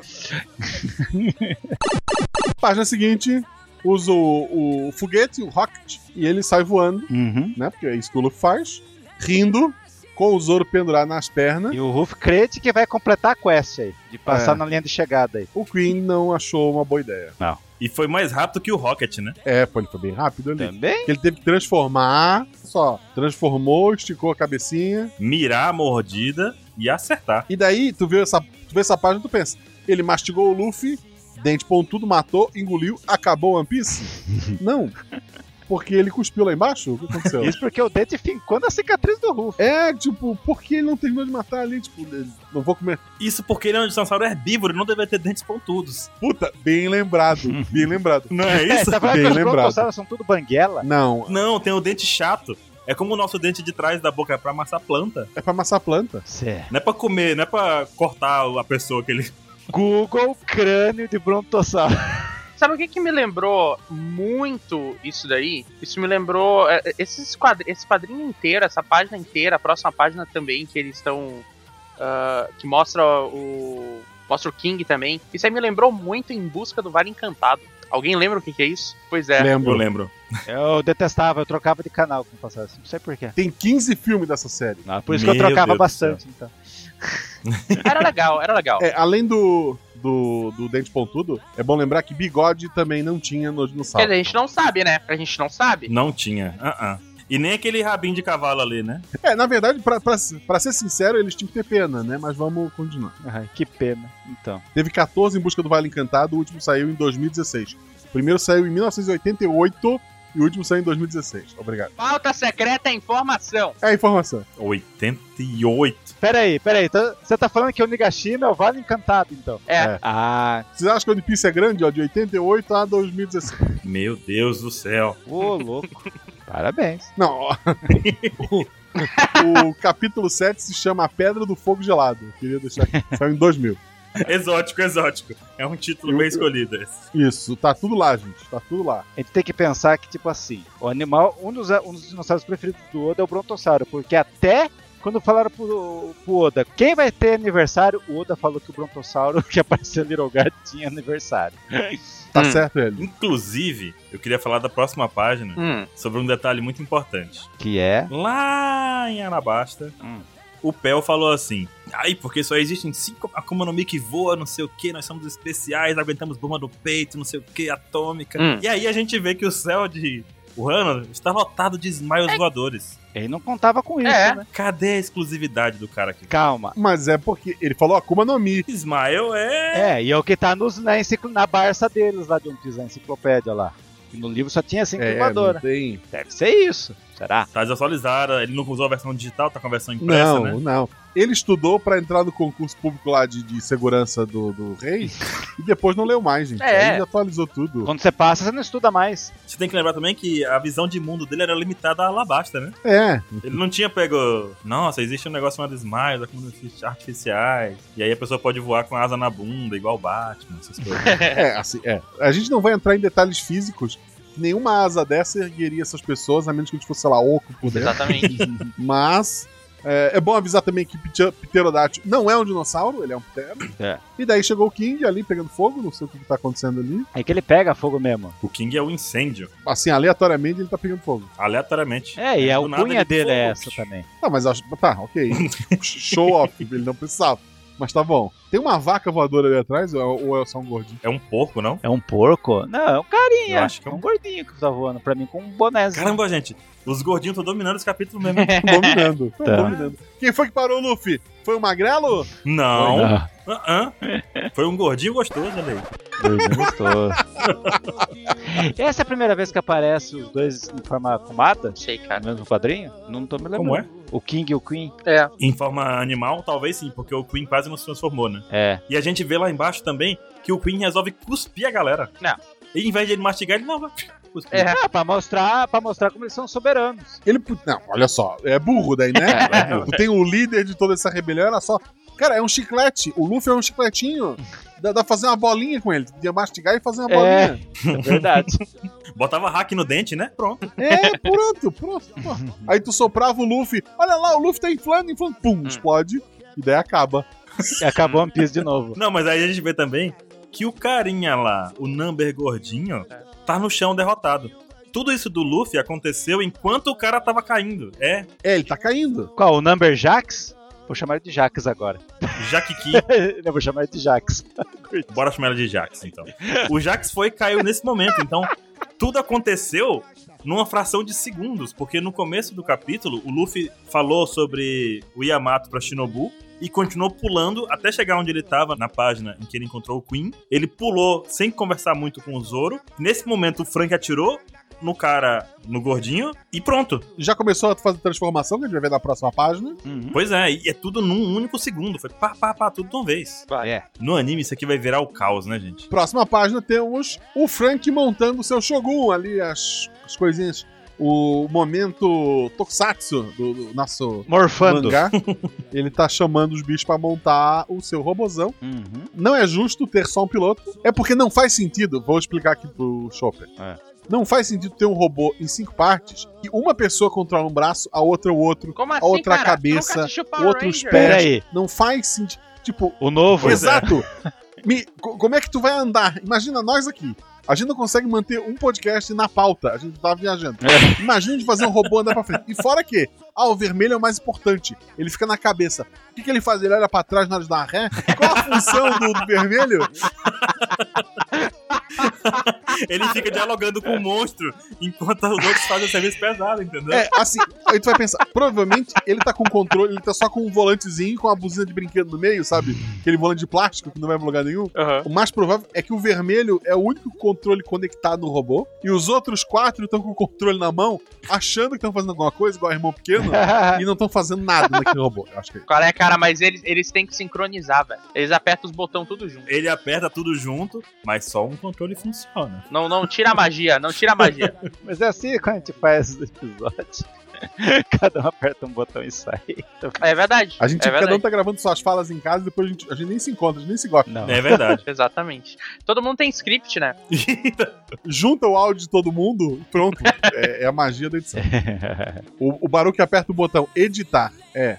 Speaker 1: Página seguinte, usa o, o foguete, o rocket, e ele sai voando,
Speaker 3: Uhum.
Speaker 1: né? Porque é isso que o Luffy faz. Rindo, com o Zoro pendurado nas pernas.
Speaker 3: E o Ruff crente que vai completar a quest aí, de passar
Speaker 1: É.
Speaker 3: na linha de chegada aí.
Speaker 1: O Queen não achou uma boa ideia.
Speaker 2: E foi mais rápido que o Rocket, né?
Speaker 1: É, pô, ele foi bem rápido ali.
Speaker 3: Também?
Speaker 1: Que Ele teve que transformar, só. Transformou, esticou a cabecinha.
Speaker 2: Mirar a mordida e acertar.
Speaker 1: E daí, tu vê essa, tu vê essa página e tu pensa: ele mastigou o Luffy, dente pontudo, matou, engoliu, acabou o One Piece? não. Porque ele cuspiu lá embaixo? O que aconteceu?
Speaker 3: Isso porque o dente fincou na cicatriz do Ruff.
Speaker 1: É, tipo, por que ele não terminou de matar ali? Tipo, ele- não vou comer.
Speaker 2: Isso porque ele é um dinossauro herbívoro, ele não deveria ter dentes pontudos.
Speaker 1: Puta, bem lembrado, bem lembrado.
Speaker 2: Não é
Speaker 3: É,
Speaker 2: isso?
Speaker 3: tá falando
Speaker 1: Bem
Speaker 3: que os
Speaker 1: lembrado.
Speaker 3: brontosauros são tudo banguela?
Speaker 1: Não,
Speaker 2: Não, tem o dente chato. É como o nosso dente de trás da boca é pra amassar planta.
Speaker 1: é pra amassar planta.
Speaker 3: Cê.
Speaker 2: Não é pra comer, não é pra cortar a pessoa que ele.
Speaker 3: Google crânio de brontossauro.
Speaker 4: Sabe o que, que me lembrou muito isso daí? Isso me lembrou. é, é, Esses quadri esse quadrinho inteiro, essa página inteira, a próxima página também, que eles estão. ah, que mostra o. Mostra o King também. Isso aí me lembrou muito em busca do Vale Encantado. Alguém lembra o que, que é isso? Pois é.
Speaker 1: Lembro.
Speaker 2: Eu lembro.
Speaker 3: Eu detestava, eu trocava de canal com o passagem. Não sei porquê.
Speaker 1: Tem 15 filmes dessa série.
Speaker 3: Por isso que
Speaker 2: Meu
Speaker 3: eu trocava
Speaker 2: Deus do
Speaker 3: bastante, então.
Speaker 4: Era legal, era legal.
Speaker 1: É, além do, do, do dente pontudo, é bom lembrar que bigode também não tinha no
Speaker 4: Quer
Speaker 1: dinossauro.
Speaker 4: dizer, a gente não sabe, né? A gente não sabe.
Speaker 2: Não tinha. Ah, ah. E nem aquele rabinho de cavalo ali, né?
Speaker 1: É, na verdade, pra, pra, pra ser sincero, eles tinham que ter pena, né? Mas vamos continuar.
Speaker 3: Ai, que pena. Então.
Speaker 1: Teve 14 em busca do Vale Encantado, o último saiu em 2016. O primeiro saiu em 1988 e o último saiu em 2016. Obrigado.
Speaker 4: Falta secreta é informação.
Speaker 1: É a informação.
Speaker 2: 88.
Speaker 3: Pera aí, pera aí. Então, Você tá falando que o Nigashima é o Vale Encantado, então.
Speaker 4: É.
Speaker 1: É.
Speaker 3: Ah,
Speaker 1: Vocês acham que o One Piece é grande, ó? De 88 a 2016.
Speaker 2: Meu Deus do céu.
Speaker 3: ô louco. Parabéns.
Speaker 1: Não, ó. o, o capítulo 7 se chama A Pedra do Fogo Gelado. Eu queria deixar aqui. Saiu em 2000.
Speaker 2: Exótico, exótico. É um título bem escolhido esse.
Speaker 1: Isso, tá tudo lá, gente. Tá tudo lá.
Speaker 3: A gente tem que pensar que, tipo assim, o animal, um dos, um dos dinossauros preferidos do Oda é o Brontossauro, porque até quando falaram pro, pro Oda quem vai ter aniversário, o Oda falou que o Brontossauro que apareceu no Little Guard tinha aniversário.
Speaker 1: Tá
Speaker 4: Hum.
Speaker 1: certo ele.
Speaker 2: Inclusive, eu queria falar da próxima página
Speaker 4: Hum.
Speaker 2: sobre um detalhe muito importante.
Speaker 3: Que é?
Speaker 2: Lá em Anabasta,
Speaker 3: Hum.
Speaker 2: o Pel falou assim: Ai, porque só existem cinco Akuma no Mi que voa, não sei o que, nós somos especiais, aguentamos bomba no peito, não sei o que, atômica.
Speaker 4: Hum.
Speaker 2: E aí a gente vê que o céu de Wano está lotado de smiles voadores.
Speaker 3: Ele não contava com isso,
Speaker 4: É.
Speaker 3: né?
Speaker 2: Cadê a exclusividade do cara aqui?
Speaker 3: Calma.
Speaker 1: Mas é porque ele falou Akuma no Mi.
Speaker 2: Smile é.
Speaker 3: É, e é o que tá nos, na, enciclo, na barça deles lá de One Piece, na enciclopédia lá. E no livro só tinha cinco
Speaker 1: É,
Speaker 3: voadora.
Speaker 1: não tem.
Speaker 3: Deve ser isso. Será?
Speaker 2: Tá desatualizada, ele não usou a versão digital, tá com a versão impressa,
Speaker 1: Não,
Speaker 2: né?
Speaker 1: não. Ele estudou pra entrar no concurso público lá de, de segurança do, do rei e depois não leu mais, gente.
Speaker 4: É.
Speaker 1: Aí ele atualizou tudo.
Speaker 3: Quando você passa, você não estuda mais.
Speaker 2: Você tem que lembrar também que a visão de mundo dele era limitada a Alabasta, né?
Speaker 1: É.
Speaker 2: Ele não tinha pego. Nossa, existe um negócio chamado Smiles, acúmulos artificiais. E aí a pessoa pode voar com asa na bunda, igual Batman, essas coisas.
Speaker 1: É, assim, é. A gente não vai entrar em detalhes físicos. Nenhuma asa dessa ergueria essas pessoas, a menos que a gente fosse, sei lá, oco por dentro.
Speaker 4: Exatamente.
Speaker 1: Mas é, é bom avisar também que Pte- Pterodáctilo não é um dinossauro, ele é um ptero.
Speaker 3: É.
Speaker 1: E daí chegou o King ali pegando fogo, não sei o que, que tá acontecendo ali.
Speaker 3: É que ele pega fogo mesmo.
Speaker 2: o King é o incêndio,
Speaker 1: Assim, aleatoriamente ele tá pegando fogo.
Speaker 2: aleatoriamente.
Speaker 3: É, e a
Speaker 2: Do nada
Speaker 3: alcunha
Speaker 2: ele-
Speaker 3: dele é
Speaker 2: Pô,
Speaker 3: essa também.
Speaker 1: Tá, mas acho. Tá, ok. Show off, ele não precisava. Mas tá bom. Tem uma vaca voadora ali atrás, ou é- ou é só um gordinho?
Speaker 2: É um porco, não?
Speaker 3: É um porco? Não, é um carinha.
Speaker 2: Eu acho que é um-
Speaker 3: gordinho que tá voando pra mim com um bonézinho.
Speaker 2: Caramba, gente, os gordinhos estão dominando esse capítulo mesmo.
Speaker 1: Dominando. Tão
Speaker 3: É. Tá.
Speaker 1: dominando. Quem foi que parou o Luffy? Foi o Magrelo?
Speaker 2: não,
Speaker 3: Ah,
Speaker 2: Ah, ah. foi um gordinho gostoso, olha aí.
Speaker 3: gordinho gostoso. Essa é a primeira vez que aparece os dois em forma fumada?
Speaker 4: Não sei,
Speaker 3: No
Speaker 4: cara.
Speaker 3: mesmo quadrinho? Não tô me lembrando.
Speaker 2: Como é?
Speaker 3: O King e o Queen?
Speaker 4: É.
Speaker 2: Em forma animal, talvez sim, porque o Queen quase não se transformou, né?
Speaker 3: É.
Speaker 2: E a gente vê lá embaixo também que o Queen resolve cuspir a galera.
Speaker 4: Não.
Speaker 2: E em vez de ele mastigar, ele não vai cuspir.
Speaker 4: É.
Speaker 3: Ah, pra mostrar, pra mostrar como eles são soberanos.
Speaker 1: Ele. pu- Não, olha só. É burro daí, né? É burro. Tem o líder de toda essa rebelião, era só. Cara, é um chiclete. O Luffy é um chicletinho. Dá dá pra fazer uma bolinha com ele. Podia mastigar e fazer uma
Speaker 3: É.
Speaker 1: bolinha.
Speaker 3: É verdade.
Speaker 2: Botava hack no dente, né? Pronto.
Speaker 1: É, pronto, pronto. Pô. Aí tu soprava o Luffy. Olha lá, o Luffy tá inflando, inflando. Pum, explode. E daí acaba.
Speaker 3: e acabou One Piece de novo.
Speaker 2: Não, mas aí a gente vê também que o carinha lá, o Number gordinho, tá no chão derrotado. Tudo isso do Luffy aconteceu enquanto o cara tava caindo. É,
Speaker 1: É, ele tá caindo.
Speaker 3: Qual? O Number Jax? Vou chamar ele de Jax agora.
Speaker 2: Jaquiki.
Speaker 3: Eu vou chamar ele de Jax.
Speaker 2: Bora chamar ele de Jax, então. O Jax foi e caiu nesse momento, então tudo aconteceu numa fração de segundos, porque no começo do capítulo o Luffy falou sobre o Yamato pra Shinobu e continuou pulando até chegar onde ele tava na página em que ele encontrou o Queen. Ele pulou sem conversar muito com o Zoro. Nesse momento o Frank atirou no cara, no gordinho, e pronto.
Speaker 1: Já começou a fazer transformação, que a gente vai ver na próxima página.
Speaker 2: Pois é, e é tudo num único segundo. Foi pá, pá, pá, tudo de uma vez.
Speaker 3: É.
Speaker 2: No anime isso aqui vai virar o caos, né, gente?
Speaker 1: Próxima página temos o Frank montando o seu Shogun ali, as, as coisinhas. O momento Tokusatsu do- do nosso
Speaker 3: Morfando.
Speaker 1: mangá, ele tá chamando os bichos pra montar o seu robozão.
Speaker 3: Uhum.
Speaker 1: Não é justo ter só um piloto. É porque não faz sentido. Vou explicar aqui pro Chopper.
Speaker 3: É.
Speaker 1: Não faz sentido ter um robô em cinco partes e uma pessoa controla um braço, a outra o outro.
Speaker 4: Como assim,
Speaker 1: Outra
Speaker 4: cara? Tu nunca
Speaker 1: cabeça,
Speaker 4: assistiu Power
Speaker 1: Outros
Speaker 4: Ranger?
Speaker 1: pés.
Speaker 3: Pera aí.
Speaker 1: Não faz sentido. Tipo,
Speaker 3: O novo?
Speaker 2: Pois é.
Speaker 1: exato. Me- co- como é que tu vai andar? Imagina nós aqui. A gente não consegue manter um podcast na pauta. A gente tá viajando.
Speaker 2: É.
Speaker 1: Imagina de fazer um robô andar pra frente. E fora que, ah, o vermelho é o mais importante. Ele fica na cabeça. O que, que ele faz? Ele olha pra trás na hora de dar uma ré? Qual a função do, do vermelho?
Speaker 2: Ele fica dialogando com o monstro enquanto os outros fazem o serviço pesado, entendeu?
Speaker 1: É, assim, aí tu vai pensar, provavelmente ele tá com controle, ele tá só com um volantezinho com a buzina de brinquedo no meio, sabe? Aquele volante de plástico que não vai pra lugar nenhum.
Speaker 4: Aham.
Speaker 1: O mais provável é que o vermelho é o único controle conectado no robô e os outros quatro estão com o controle na mão, achando que estão fazendo alguma coisa, igual o irmão pequeno,
Speaker 2: é.
Speaker 1: e não estão fazendo nada naquele robô. Eu acho que é isso.
Speaker 4: Qual é, cara? Mas eles, eles têm que sincronizar, velho. Eles apertam os botões tudo junto.
Speaker 2: Ele aperta tudo junto, mas só um controle funciona.
Speaker 4: Não, não tira a magia, não tira a magia.
Speaker 3: Mas é assim que a gente faz os episódios. Cada um aperta um botão e sai.
Speaker 4: É verdade.
Speaker 1: A gente,
Speaker 4: é
Speaker 1: cada um
Speaker 4: verdade.
Speaker 1: tá gravando suas falas em casa, depois a gente, a gente nem se encontra, a gente nem se gosta.
Speaker 3: Não.
Speaker 2: É verdade.
Speaker 4: Exatamente. Todo mundo tem script, né?
Speaker 1: Junta o áudio de todo mundo e pronto. é, é a magia da edição. O, o Baruque aperta o botão editar. É,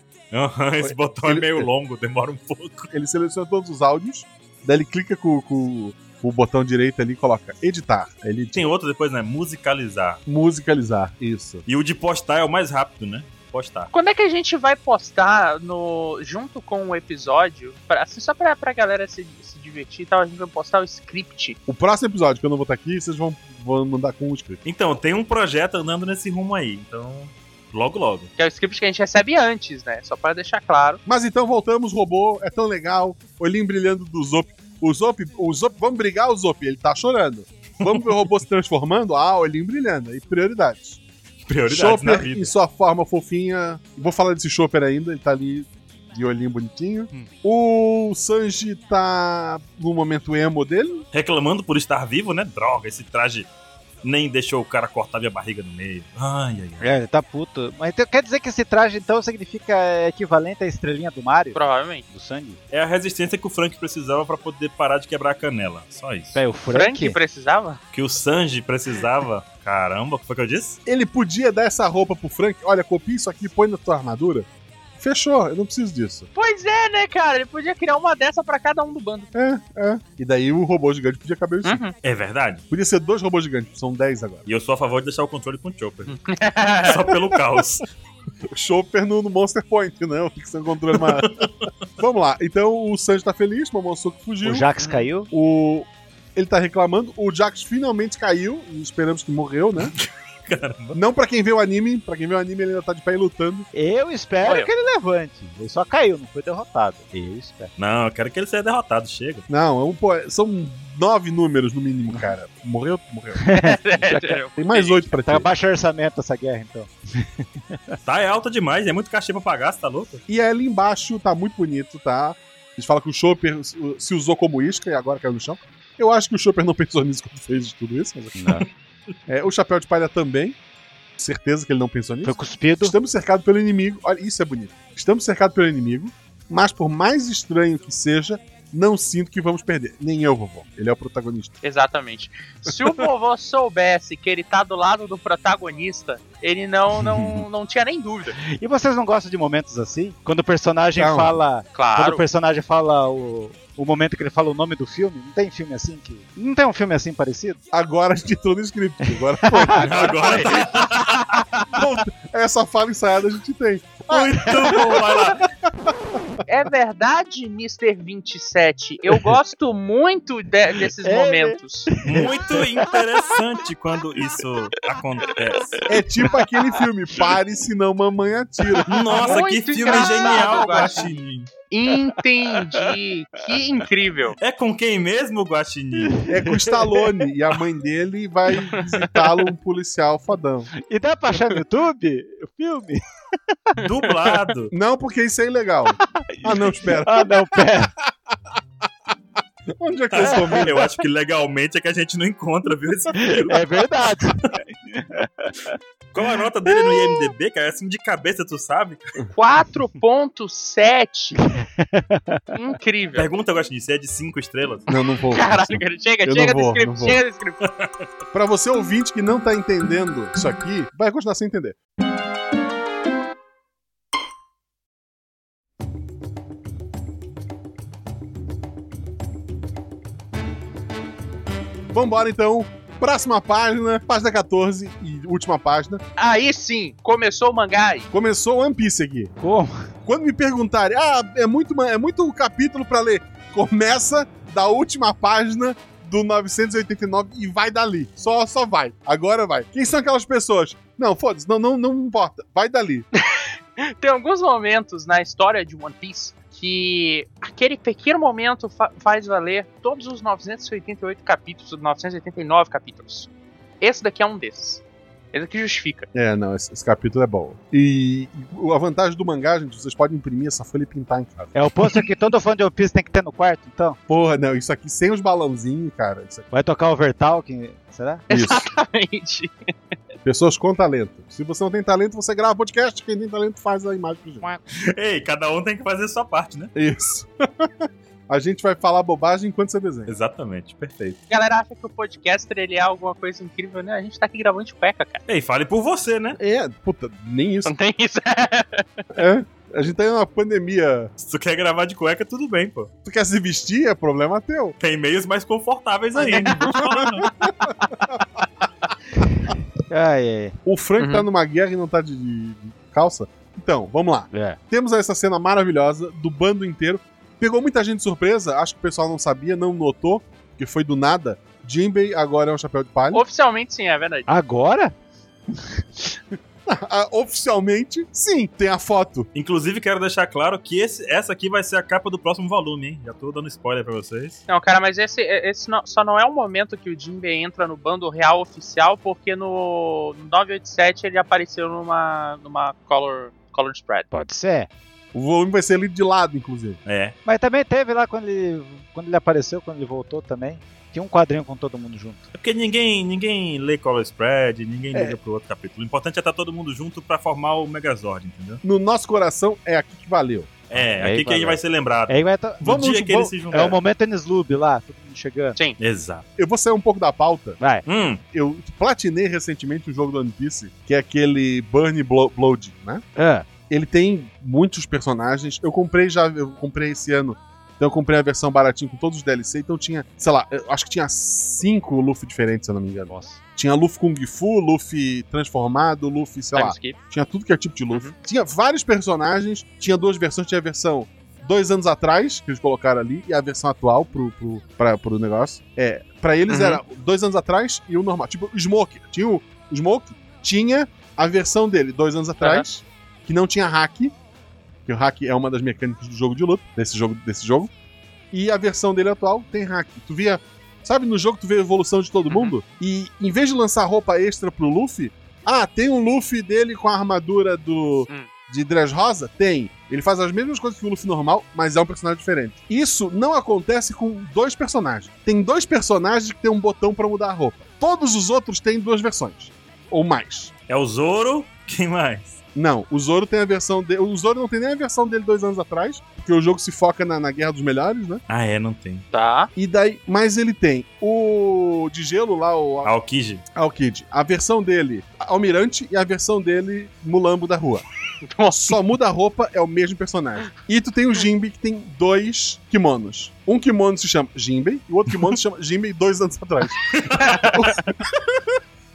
Speaker 2: Esse botão é
Speaker 1: Ele-
Speaker 2: meio longo, demora um pouco.
Speaker 1: ele seleciona todos os áudios, daí ele clica com, com o botão direito ali e coloca editar. Aí Ele
Speaker 2: Tem outro depois, né? Musicalizar.
Speaker 1: musicalizar. Isso.
Speaker 2: E o de postar é o mais rápido, né? Postar.
Speaker 4: Quando é que a gente vai postar no junto com o episódio, pra, assim, só pra, pra galera se, se divertir e tal, a gente vai postar o script.
Speaker 1: O próximo episódio, que eu não vou estar aqui, vocês vão, vão mandar com o script.
Speaker 2: Então, tem um projeto andando nesse rumo aí. Então, logo, logo.
Speaker 4: Que é o script que a gente recebe antes, né? Só pra deixar claro.
Speaker 1: Mas então voltamos, robô, é tão legal. Olhinho brilhando do Zop. O Zop, o Zop, vamos brigar, o Zop, ele tá chorando. Vamos ver o robô se transformando? Ah, olhinho brilhando. E prioridades.
Speaker 2: Prioridades na
Speaker 1: Chopper
Speaker 2: vida.
Speaker 1: em sua forma fofinha. Vou falar desse Chopper ainda, ele tá ali de olhinho bonitinho.
Speaker 2: Hum.
Speaker 1: O Sanji tá no momento emo dele.
Speaker 2: Reclamando por estar vivo, né? Droga, esse traje nem deixou o cara cortar minha barriga no meio. Ai, ai, ai.
Speaker 3: É, ele tá puto. Mas então, quer dizer que esse traje então significa é, equivalente à estrelinha do Mario?
Speaker 4: Provavelmente.
Speaker 3: Do sangue?
Speaker 2: É a resistência que o Frank precisava pra poder parar de quebrar a canela. Só isso.
Speaker 3: Peraí, o
Speaker 4: Frank,
Speaker 3: Frank?
Speaker 4: precisava?
Speaker 2: Que o Sanji precisava. Caramba, o que foi que eu disse?
Speaker 1: Ele podia dar essa roupa pro Frank. Olha, copia isso aqui, põe na tua armadura. Fechou, eu não preciso disso.
Speaker 4: Pois é, né, cara? Ele podia criar uma dessa pra cada um do bando.
Speaker 1: É, é. E daí o robô gigante podia caber isso.
Speaker 4: Uhum.
Speaker 2: É verdade.
Speaker 1: Podia ser dois robôs gigantes, são 10 agora.
Speaker 2: E eu sou a favor de deixar o controle com o Chopper. Só pelo caos.
Speaker 1: O Chopper no, no Monster Point, né? O Fixão controle uma... Vamos lá. Então o Sanji tá feliz, o Momosuke fugiu.
Speaker 3: O Jax caiu?
Speaker 1: O- Ele tá reclamando. O Jax finalmente caiu. e Esperamos que morreu, né?
Speaker 2: Caramba.
Speaker 1: Não pra quem vê o anime. Pra quem vê o anime, ele ainda tá de pé e lutando.
Speaker 3: Eu espero
Speaker 4: Olha.
Speaker 3: que ele levante. Ele só caiu, não foi derrotado. Eu espero.
Speaker 2: Não, eu quero que ele seja derrotado. Chega.
Speaker 1: Não, é um po- são nove números no mínimo, cara. Morreu? Morreu. Tem mais oito pra
Speaker 3: Tá
Speaker 1: ter.
Speaker 3: baixo orçamento essa guerra então.
Speaker 2: Tá, é alta demais. É muito cachê pra pagar, você tá louco?
Speaker 1: E ali embaixo tá muito bonito, tá? Eles falam que o Chopper se usou como isca e agora caiu no chão. Eu acho que o Chopper não pensou nisso quando fez tudo isso, mas É, o chapéu de palha também. Certeza que ele não pensou nisso.
Speaker 3: Foi cuspido.
Speaker 1: Estamos cercados pelo inimigo. Olha, isso é bonito. Estamos cercados pelo inimigo, mas por mais estranho que seja, não sinto que vamos perder. Nem eu, vovô. Ele é o protagonista.
Speaker 4: Exatamente. Se o vovô soubesse que ele tá do lado do protagonista, ele não, não, não tinha nem dúvida.
Speaker 3: E vocês não gostam de momentos assim? Quando o personagem
Speaker 1: Calma.
Speaker 3: fala. Quando o
Speaker 4: Claro.
Speaker 3: personagem fala o, o momento que ele fala o nome do filme, não tem filme assim que. Não tem um filme assim parecido?
Speaker 1: Agora a gente entrou no script. Agora foi.
Speaker 2: Agora tá
Speaker 1: Essa fala ensaiada a gente tem.
Speaker 2: Muito bom, vai lá.
Speaker 4: É verdade, Mr. 27. Eu gosto muito de- desses
Speaker 3: É.
Speaker 4: momentos.
Speaker 2: Muito interessante quando isso acontece.
Speaker 1: É tipo aquele filme. Pare, senão mamãe atira.
Speaker 2: Nossa, que
Speaker 4: Muito
Speaker 2: filme
Speaker 4: engraçado,
Speaker 2: genial,
Speaker 4: Guaxinim.
Speaker 2: Guaxinim.
Speaker 4: Entendi. Que incrível.
Speaker 2: É com quem mesmo, Guaxinim?
Speaker 1: É com o Stallone. E a mãe dele vai visitá-lo um policial fodão.
Speaker 3: E dá pra achar no YouTube o filme?
Speaker 2: Dublado.
Speaker 1: Não, porque isso é ilegal. Ah, não, espera.
Speaker 3: Ah, não, pera.
Speaker 1: Onde é que eu estou vendo?
Speaker 2: Eu acho que legalmente é que a gente não encontra, viu? Esse filme.
Speaker 3: É verdade.
Speaker 2: Qual a nota dele no IMDB, cara? Assim de cabeça, tu sabe?
Speaker 4: 4.7. Incrível.
Speaker 2: Pergunta, Guaxinim, se é de 5 estrelas.
Speaker 1: Não, não vou.
Speaker 4: Caraca, cara, chega,
Speaker 1: Eu
Speaker 4: chega
Speaker 1: não
Speaker 4: do
Speaker 1: vou, não
Speaker 4: script,
Speaker 1: vou.
Speaker 4: chega do script.
Speaker 1: Pra você ouvinte que não tá entendendo isso aqui, vai continuar sem entender. Vambora então, próxima página, página 14 e última página.
Speaker 4: Aí sim, começou o mangá aí.
Speaker 1: Começou One Piece aqui.
Speaker 3: Como?
Speaker 1: Quando me perguntarem, ah, é muito, ma- é muito capítulo pra ler, começa da última página do 989 e vai dali. Só, só vai. Agora vai. Quem são aquelas pessoas? Não, foda-se, não, não, não importa. Vai dali.
Speaker 4: Tem alguns momentos na história de One Piece que aquele pequeno momento fa- faz valer todos os 988 capítulos, 989 capítulos. Esse daqui é um desses. Esse aqui justifica.
Speaker 1: É, não, esse, esse capítulo é bom. E o- a vantagem do mangá, gente, vocês podem imprimir essa folha e pintar em casa.
Speaker 3: É o pôster que todo fã de One Piece tem que ter no quarto, então.
Speaker 1: Porra, não, isso aqui sem os balãozinhos, cara. Isso aqui.
Speaker 3: Vai tocar Overtalking, será?
Speaker 1: Isso.
Speaker 4: Exatamente.
Speaker 1: Pessoas com talento. Se você não tem talento, você grava podcast. Quem tem talento faz a imagem pra gente.
Speaker 2: Ei, cada um tem que fazer a sua parte, né?
Speaker 1: Isso. a gente vai falar bobagem enquanto você desenha.
Speaker 2: Exatamente, perfeito.
Speaker 4: A galera acha que o podcaster ele é alguma coisa incrível, né? A gente tá aqui gravando de cueca, cara.
Speaker 2: Ei, fale por você, né?
Speaker 1: É, puta, nem isso.
Speaker 4: Não tem isso.
Speaker 1: É. A gente tá em uma pandemia.
Speaker 2: Se tu quer gravar de cueca, tudo bem, pô.
Speaker 1: Tu quer se vestir? É problema teu.
Speaker 2: Tem meios mais confortáveis aí. não vou te falar, não.
Speaker 3: Ai, ai,
Speaker 1: O Frank
Speaker 4: Uhum.
Speaker 1: tá numa guerra e não tá de, de- de calça. Então, vamos lá.
Speaker 3: é.
Speaker 1: Temos essa cena maravilhosa do bando inteiro. Pegou muita gente de surpresa. Acho que o pessoal não sabia, não notou, que foi do nada. Jinbei agora é um chapéu de palha.
Speaker 4: Oficialmente sim, é verdade.
Speaker 3: Agora?
Speaker 1: Ah, Oficialmente, sim, tem a foto.
Speaker 2: Inclusive, quero deixar claro que esse- essa aqui vai ser a capa do próximo volume, hein? Já tô dando spoiler pra vocês.
Speaker 4: Não, cara, mas esse, esse não- só não é o momento que o Jinbei entra no bando real oficial, porque no, no 987 ele apareceu numa, numa color, color spread.
Speaker 3: Pode ser.
Speaker 1: O volume vai ser lido de lado, inclusive.
Speaker 2: É.
Speaker 3: Mas também teve lá quando ele, quando ele apareceu, quando ele voltou também. Tinha um quadrinho com todo mundo junto.
Speaker 2: É porque ninguém, ninguém lê Color Spread, ninguém liga pro outro capítulo. O importante é estar todo mundo junto pra formar o Megazord, entendeu?
Speaker 1: No nosso coração é aqui que valeu.
Speaker 2: É,
Speaker 3: Aí
Speaker 2: aqui que
Speaker 3: vai
Speaker 2: ele
Speaker 3: lá.
Speaker 2: vai ser lembrado.
Speaker 3: Aí vai É to-
Speaker 2: No
Speaker 3: vamos,
Speaker 2: dia que eles
Speaker 3: vamos-
Speaker 2: se
Speaker 3: É
Speaker 2: juntaram.
Speaker 3: o momento Ennis Lube lá, todo mundo chegando.
Speaker 2: É.
Speaker 4: Sim.
Speaker 2: Exato.
Speaker 1: Eu vou sair um pouco da pauta.
Speaker 3: Vai.
Speaker 2: Hum,
Speaker 1: Eu platinei recentemente um jogo do One Piece, que é aquele Burn Blo- Blood, né?
Speaker 3: Ah,
Speaker 1: Ele tem muitos personagens. Eu comprei já, eu comprei esse ano. Então eu comprei a versão baratinha com todos os DLC. Então tinha, sei lá, eu acho que tinha cinco Luffy diferentes, se eu não me engano.
Speaker 3: nossa.
Speaker 1: Tinha Luffy Kung Fu, Luffy transformado, Luffy, sei
Speaker 4: Time
Speaker 1: lá.
Speaker 4: skip.
Speaker 1: Tinha tudo que é tipo de Luffy.
Speaker 4: Uhum.
Speaker 1: Tinha vários personagens, tinha duas versões, tinha a versão dois anos atrás, que eles colocaram ali, e a versão atual pro, pro, pra, pro negócio. É, pra eles
Speaker 4: Uhum.
Speaker 1: era dois anos atrás e o normal. Tipo, o Smoke. Tinha o, o Smoke, tinha a versão dele dois anos atrás,
Speaker 4: Uhum.
Speaker 1: que não tinha hack, que o hack é uma das mecânicas do jogo de luta, desse jogo, desse jogo. E a versão dele atual tem hack. Tu via. Sabe, no jogo tu vê a evolução de todo
Speaker 4: Uhum.
Speaker 1: mundo? E em vez de lançar roupa extra pro Luffy, ah, tem um Luffy dele com a armadura do.
Speaker 4: Hum.
Speaker 1: De Dressrosa? Tem. Ele faz as mesmas coisas que o Luffy normal, mas é um personagem diferente. Isso não acontece com dois personagens. Tem dois personagens que tem um botão pra mudar a roupa. Todos os outros têm duas versões. Ou mais.
Speaker 2: é o Zoro. Quem mais?
Speaker 1: Não, o Zoro tem a versão dele. O Zoro não tem nem a versão dele dois anos atrás, porque o jogo se foca na, na Guerra dos Melhores, né?
Speaker 2: Ah, é, não tem.
Speaker 4: Tá.
Speaker 1: E daí. Mas ele tem o de gelo lá, o Al-
Speaker 2: Aokiji.
Speaker 1: Alkid. A versão dele, Almirante, e a versão dele, Mulambo da Rua. Só muda a roupa, é o mesmo personagem. E tu tem o Jinbe, que tem dois kimonos. Um kimono se chama Jinbe, e o outro kimono se chama Jinbe dois anos atrás.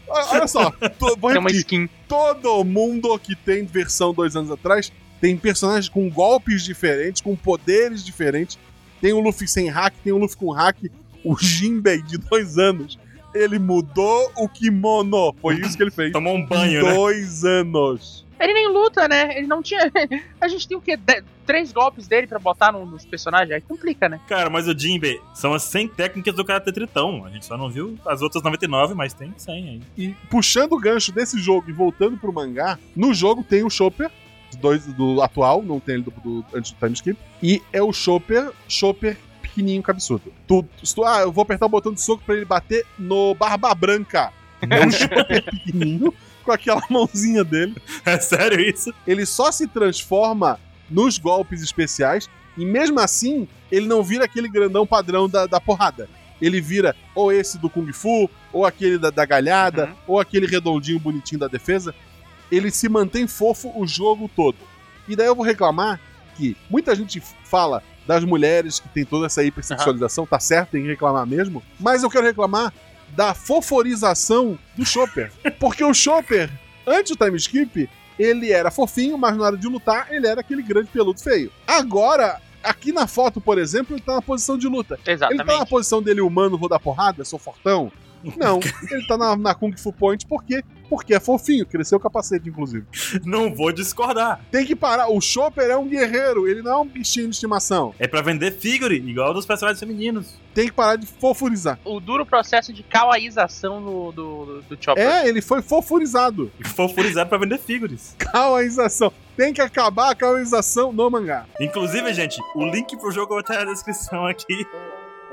Speaker 1: Olha só, tô, vou
Speaker 4: Tem É uma
Speaker 1: repetir
Speaker 4: skin.
Speaker 1: todo mundo que tem versão dois anos atrás tem personagens com golpes diferentes, com poderes diferentes. Tem o Luffy sem hack, tem o Luffy com hack. O Jinbei de dois anos, ele mudou o kimono. Foi isso que ele fez.
Speaker 2: Tomou um
Speaker 1: Em
Speaker 2: banho, né?
Speaker 1: dois anos.
Speaker 4: Ele nem luta, né? Ele não tinha. A gente tem o quê? De- Três golpes dele pra botar no- nos personagens? Aí complica, né?
Speaker 2: Cara, mas o Jinbe são as 100 técnicas do Karate Tritão. A gente só não viu as outras 99, mas tem 100 aí.
Speaker 1: E puxando o gancho desse jogo e voltando pro mangá, no jogo tem o Chopper, do dois, do atual, não tem ele do, do- antes do time skip. E é o Chopper, Chopper pequenininho, cabeçudo. Tu, se tu- ah, eu vou apertar o botão de soco pra ele bater no Barba Branca. É um Chopper pequenininho, com aquela mãozinha dele.
Speaker 2: É sério isso?
Speaker 1: Ele só se transforma nos golpes especiais, e mesmo assim, ele não vira aquele grandão padrão da, da porrada. Ele vira ou esse do Kung Fu, ou aquele da, da galhada,
Speaker 4: Uhum.
Speaker 1: ou aquele redondinho bonitinho da defesa. Ele se mantém fofo o jogo todo. E daí eu vou reclamar que muita gente fala das mulheres que tem toda essa hipersexualização, tá certo em reclamar mesmo, mas eu quero reclamar da foforização do Chopper. Porque o Chopper, antes do time skip, ele era fofinho, mas na hora de lutar, ele era aquele grande peludo feio. Agora, Aqui na foto, por exemplo, ele tá na posição de luta. Ele tá na
Speaker 4: Exatamente.
Speaker 1: posição dele humano, vou dar porrada, sou fortão? Não, ele tá na, na Kung Fu Point por quê? Porque é fofinho, cresceu o capacete, inclusive.
Speaker 2: Não vou discordar.
Speaker 1: Tem que parar, o Chopper é um guerreiro, ele não é um bichinho de estimação.
Speaker 2: É pra vender figure, igual dos personagens femininos.
Speaker 1: Tem que parar de fofurizar.
Speaker 4: O duro processo de kawaiização no- do, do, do Chopper.
Speaker 1: É, ele foi fofurizado.
Speaker 2: Fofurizar é pra vender figures.
Speaker 1: Cauaização. Tem que acabar a cauaização no mangá.
Speaker 2: Inclusive, gente, o link pro jogo vai estar na descrição aqui.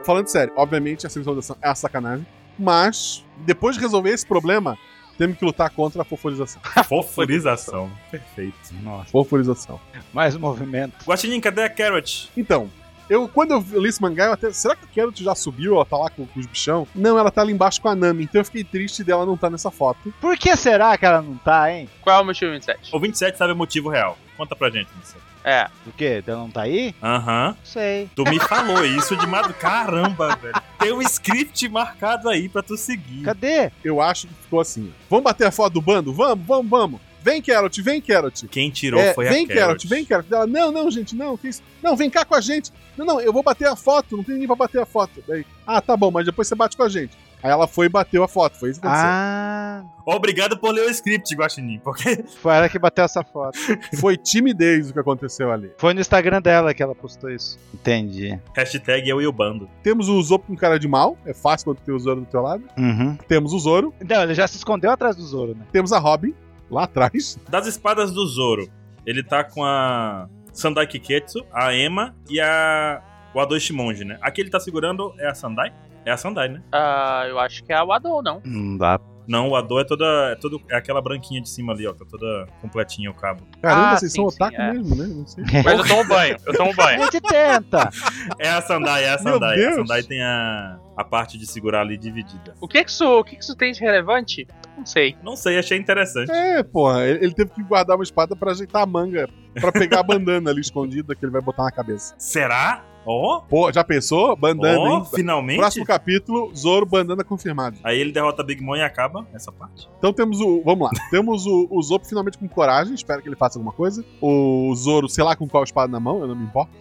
Speaker 1: Falando sério, obviamente a sexualização é uma sacanagem, mas depois de resolver esse problema, temos que lutar contra a fofurização.
Speaker 2: Fofurização. Perfeito.
Speaker 3: Nossa,
Speaker 1: Fofurização.
Speaker 3: mais um movimento.
Speaker 2: Guaxinim, cadê a Carrot?
Speaker 1: Então, eu quando eu li esse mangá, eu até. Será que a Kerot já subiu? Ela tá lá com, com os bichão? Não, ela tá ali embaixo com a Nami, então eu fiquei triste dela não estar nessa foto.
Speaker 3: Por que será que ela não tá, hein?
Speaker 4: Qual é o motivo 27?
Speaker 2: O 27 sabe o motivo real. Conta pra gente, Vincent.
Speaker 4: É.
Speaker 3: Do quê? Ela não tá aí?
Speaker 2: Aham.
Speaker 3: Não sei.
Speaker 2: Tu me falou isso de madrugada. Caramba, velho. Tem um script marcado aí pra tu seguir.
Speaker 3: Cadê?
Speaker 1: Eu acho que ficou assim. ó. Vamos bater a foto do bando? Vamos, vamos, vamos. Vem, Kerot, vem, Kerot.
Speaker 2: Quem tirou
Speaker 1: É,
Speaker 2: foi a
Speaker 1: vem,
Speaker 2: Carrot.
Speaker 1: Carrot, vem, Carrot. Ela, não, não, gente, não, que isso. Não, vem cá com a gente. Não, não, eu vou bater a foto, não tem ninguém pra bater a foto. Daí, ah, tá bom, mas depois você bate com a gente. Aí ela foi e bateu a foto, foi isso que aconteceu.
Speaker 3: Ah,
Speaker 2: Obrigado por ler o script, Guaxinim. Porque
Speaker 3: foi ela que bateu essa foto.
Speaker 4: Ah.
Speaker 1: Foi timidez o que aconteceu ali.
Speaker 3: Foi no Instagram dela que ela postou isso. Entendi.
Speaker 2: hashtag eu e o bando.
Speaker 1: Temos o Zoro com cara de mal, é fácil quando tem o Zoro do teu lado.
Speaker 3: Uhum.
Speaker 1: Temos o Zoro,
Speaker 3: Não, ele já se escondeu atrás do Zoro, né?
Speaker 1: temos a Robin, lá atrás.
Speaker 2: Das espadas do Zoro, ele tá com a Sandai Kiketsu, a Ema e a o Ado Shimonji, né? Aqui ele tá segurando é a Sandai? É a Sandai, né?
Speaker 4: ah, eu acho que é a Wadon, não.
Speaker 3: Não dá.
Speaker 2: Não, o Ado é toda é todo é aquela branquinha de cima ali, ó, tá toda completinha o cabo.
Speaker 1: Caramba,
Speaker 4: Ah,
Speaker 1: vocês
Speaker 4: sim,
Speaker 1: são
Speaker 4: sim,
Speaker 1: otaku
Speaker 4: é.
Speaker 1: mesmo, né? Não sei.
Speaker 4: Mas eu tomo banho, eu tomo
Speaker 3: A
Speaker 4: banho.
Speaker 3: gente tenta.
Speaker 2: É a Sandai, é a
Speaker 1: Meu
Speaker 2: Sandai. A
Speaker 1: Deus.
Speaker 2: Sandai tem a, a parte de segurar ali dividida.
Speaker 4: O que que isso, o que que isso tem de relevante? Não sei.
Speaker 2: Não sei, achei interessante.
Speaker 1: É, porra, ele ele teve que guardar uma espada pra ajeitar a manga, pra pegar a bandana ali escondida que ele vai botar na cabeça.
Speaker 2: Será? Ó,
Speaker 1: Pô, já pensou? Bandana,
Speaker 2: ó,
Speaker 1: hein?
Speaker 2: finalmente.
Speaker 1: Próximo capítulo, Zoro, bandana confirmado.
Speaker 2: Aí ele derrota Big Mom e acaba essa parte.
Speaker 1: Então temos o. Vamos lá. Temos o, o Zop finalmente com coragem. Espero que ele faça alguma coisa. O Zoro, sei lá com qual espada na mão, eu não me importo.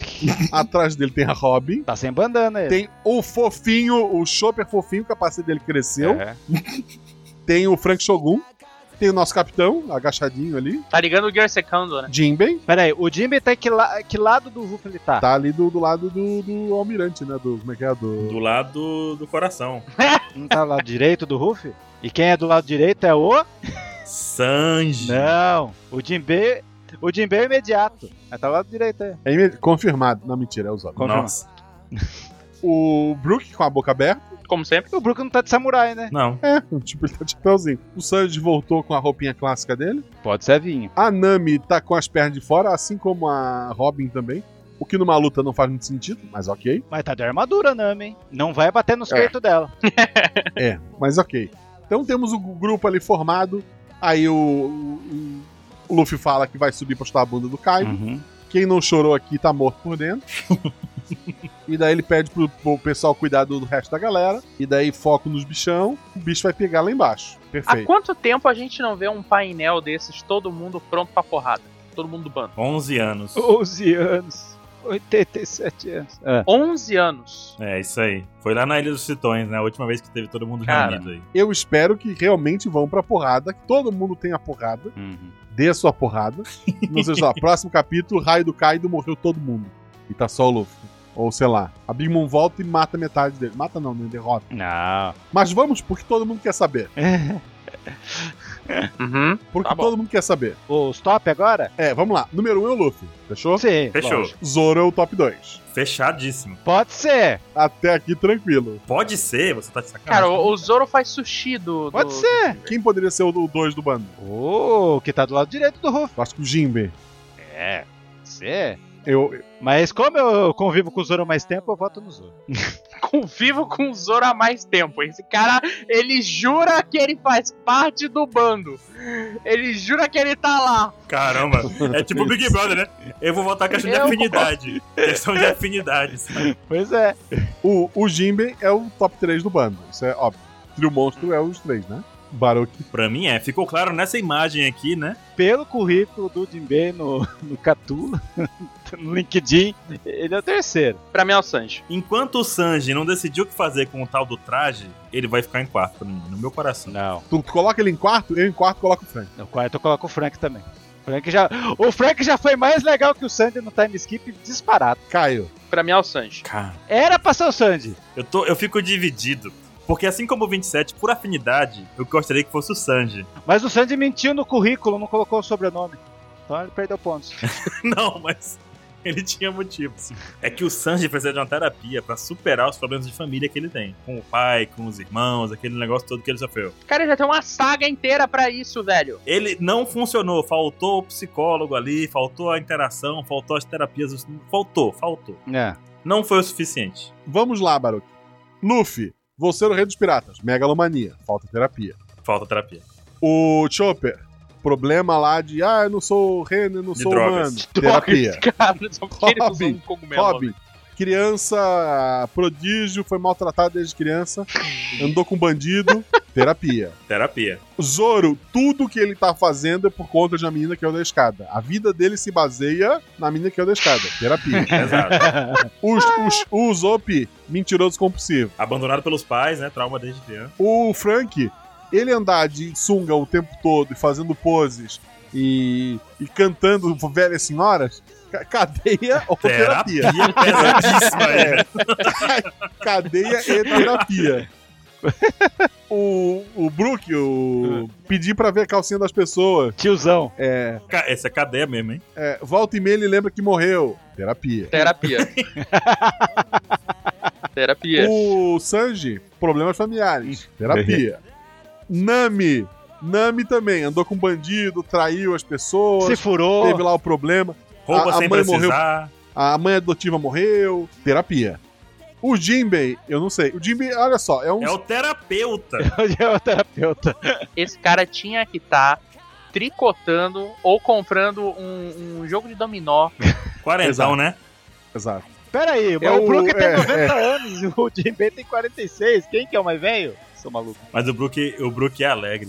Speaker 1: Atrás dele tem a Robin.
Speaker 3: Tá sem bandana ele.
Speaker 1: Tem o fofinho, o Chopper fofinho, o capacete dele cresceu.
Speaker 3: É.
Speaker 1: Tem o Frank Shogun. Tem o nosso capitão, agachadinho ali.
Speaker 4: Tá ligando o Gear Secando, né?
Speaker 1: Jinbei.
Speaker 3: Pera aí, o Jimmy tá que, la- que lado do Ruff ele tá?
Speaker 1: Tá ali do, do lado do, do almirante, né? Do, como é que é? Do.
Speaker 2: Do lado do coração.
Speaker 3: Não tá do lado direito do Ruff? E quem é do lado direito é o...
Speaker 2: Sanji.
Speaker 1: Né?
Speaker 3: Não, o Jinbei... O Jinbei é imediato. Mas tá do lado direito aí.
Speaker 1: É imed- confirmado. Não, mentira, é o Zoro.
Speaker 3: Confirma.
Speaker 2: Nossa.
Speaker 1: O Brook com a boca aberta.
Speaker 4: Como sempre.
Speaker 3: O Brook não tá de samurai, né?
Speaker 2: Não.
Speaker 1: É, tipo, ele tá de chapéuzinho. O Sanji voltou com a roupinha clássica dele.
Speaker 3: Pode ser vinho.
Speaker 1: A Nami tá com as pernas de fora, assim como a Robin também. O que numa luta não faz muito sentido, mas ok.
Speaker 3: Mas tá de armadura, Nami, hein? Não vai bater nos
Speaker 4: É.
Speaker 3: peitos dela.
Speaker 1: É, mas ok. Então temos o grupo ali formado. Aí o, o- o Luffy fala que vai subir pra chutar a bunda do Kaido.
Speaker 3: Uhum.
Speaker 1: Quem não chorou aqui tá morto por dentro. e daí ele pede pro, pro pessoal cuidar do, do resto da galera. E daí foco nos bichão. O bicho vai pegar lá embaixo.
Speaker 4: Há
Speaker 1: Perfeito.
Speaker 4: quanto tempo a gente não vê um painel desses, todo mundo pronto pra porrada? Todo mundo do bando.
Speaker 2: 11 anos.
Speaker 3: 11 anos. 87 anos. Ah.
Speaker 4: 11 anos.
Speaker 2: É, isso aí. Foi lá na Ilha dos Titões, né? A última vez que teve todo mundo
Speaker 4: Cara.
Speaker 2: reunido aí.
Speaker 1: Eu espero que realmente vão pra porrada. Que todo mundo tenha porrada.
Speaker 3: Uhum.
Speaker 1: dê a sua porrada. Não sei lá, próximo capítulo, raio do Kaido morreu todo mundo. E tá só o Luffy. Ou sei lá, a Big Mom volta e mata metade dele. Mata não, né? Derrota.
Speaker 3: Não.
Speaker 1: Mas vamos porque todo mundo quer saber.
Speaker 4: Uhum.
Speaker 1: Porque
Speaker 4: Tá bom.
Speaker 1: todo mundo quer saber.
Speaker 3: O stop agora?
Speaker 1: É, vamos lá. Número 1 um é o Luffy. Fechou?
Speaker 3: Sim.
Speaker 2: Fechou.
Speaker 3: lógico.
Speaker 1: Zoro é o top 2.
Speaker 2: Fechadíssimo.
Speaker 3: Pode ser.
Speaker 1: Até aqui tranquilo.
Speaker 2: Pode ser, você tá de
Speaker 4: Cara,
Speaker 2: sacanagem.
Speaker 4: o, o Zoro faz sushi do. do-
Speaker 3: Pode ser.
Speaker 1: Quem poderia ser o 2 do bando?
Speaker 3: O que tá do lado direito do Ruff.
Speaker 1: Eu acho que o Jinbe.
Speaker 3: É. Pode ser.
Speaker 1: Eu,
Speaker 3: Mas como eu convivo com o Zoro há mais tempo, eu voto no Zoro.
Speaker 4: Convivo com o Zoro há mais tempo. Esse cara, ele jura que ele faz parte do bando. Ele jura que ele tá lá.
Speaker 2: Caramba. É tipo o Big Brother, né? Eu vou votar questão de
Speaker 4: Eu-
Speaker 2: afinidade. questão de afinidade. sabe?
Speaker 3: Pois é.
Speaker 1: o, o Jinbe é o top 3 do bando. Isso é óbvio. Trio monstro é os três, né? Baroque.
Speaker 2: Pra mim é. Ficou claro nessa imagem aqui, né?
Speaker 3: Pelo currículo do Jinbei no, no Catu, no LinkedIn, ele é o terceiro.
Speaker 4: Pra mim é o Sanji.
Speaker 2: Enquanto o Sanji não decidiu o que fazer com o tal do traje, ele vai ficar em quarto no no meu coração.
Speaker 3: Não.
Speaker 1: Tu coloca ele em quarto, eu em quarto coloco o Frank.
Speaker 3: No quarto eu coloco o Frank também. O Frank já, o Frank já foi mais legal que o Sandy no time skip disparado.
Speaker 1: Caio.
Speaker 4: Pra mim é o Sanji.
Speaker 2: Cara,
Speaker 3: Era pra ser o Sandy.
Speaker 2: eu, tô, eu fico dividido. Porque assim como o 27, por afinidade, eu gostaria que fosse o Sanji.
Speaker 3: Mas o Sandy mentiu no currículo, não colocou o sobrenome. Então ele perdeu pontos.
Speaker 2: Não, mas ele tinha motivos. É que o Sanji precisa de uma terapia pra superar os problemas de família que ele tem. Com o pai, com os irmãos, aquele negócio todo que ele sofreu.
Speaker 4: Cara, já tem uma saga inteira pra isso, velho.
Speaker 2: Ele não funcionou, faltou o psicólogo ali, faltou a interação, faltou as terapias, faltou, faltou.
Speaker 3: É.
Speaker 2: Não foi o suficiente.
Speaker 1: Vamos lá, Baroque. Luffy, você é o rei dos piratas. Megalomania, falta terapia.
Speaker 2: Falta terapia.
Speaker 1: O Chopper, problema lá de, ah, eu não sou rei, eu não
Speaker 2: De
Speaker 1: sou
Speaker 2: drogas. é
Speaker 1: humano. Terapia.
Speaker 4: Cara, só porque ele usou um
Speaker 1: Hobby.
Speaker 4: cogumelo.
Speaker 1: Hobby, criança prodígio, foi maltratado desde criança, andou com bandido, terapia.
Speaker 2: Terapia.
Speaker 1: Zoro, tudo que ele tá fazendo é por conta de uma menina que é o da escada. A vida dele se baseia na menina que é o da escada. Terapia.
Speaker 2: Exato.
Speaker 1: Os, os, o Zop, mentiroso compulsivo.
Speaker 2: Abandonado pelos pais, né? Trauma desde criança.
Speaker 1: O Frank, ele andar de sunga o tempo todo e fazendo poses e, e cantando velhas senhoras, ca- cadeia ou terapia? É.
Speaker 2: Terapia é pesadíssima aí. né?
Speaker 1: Cadeia e terapia. O, o Brook, o. Pedir pra ver a calcinha das pessoas.
Speaker 3: Tiozão.
Speaker 1: É,
Speaker 2: Ca- Essa é cadeia mesmo, hein?
Speaker 1: é, volta e meia ele lembra que morreu. Terapia.
Speaker 4: Terapia. Terapia.
Speaker 1: O Sanji, problemas familiares. Terapia. Nami. Nami também. Andou com bandido, traiu as pessoas.
Speaker 3: Se furou.
Speaker 1: Teve lá o problema.
Speaker 2: Rouba
Speaker 1: A- a
Speaker 2: sem
Speaker 1: mãe
Speaker 2: precisar.
Speaker 1: A mãe adotiva morreu. Terapia. O Jinbei, eu não sei. O Jinbei, olha só, é um.
Speaker 2: É o terapeuta.
Speaker 3: Hoje é o terapeuta.
Speaker 4: Esse cara tinha que estar tricotando ou comprando um, um jogo de dominó.
Speaker 2: Quarentão,
Speaker 1: Exato.
Speaker 2: né?
Speaker 1: Exato.
Speaker 3: Pera aí,
Speaker 1: É
Speaker 3: o
Speaker 1: o-
Speaker 3: Brook tem
Speaker 1: é,
Speaker 3: 90 anos e o Jinbei tem 46. Quem que é o mais velho? Sou maluco.
Speaker 2: Mas o Brook, o Brook é alegre.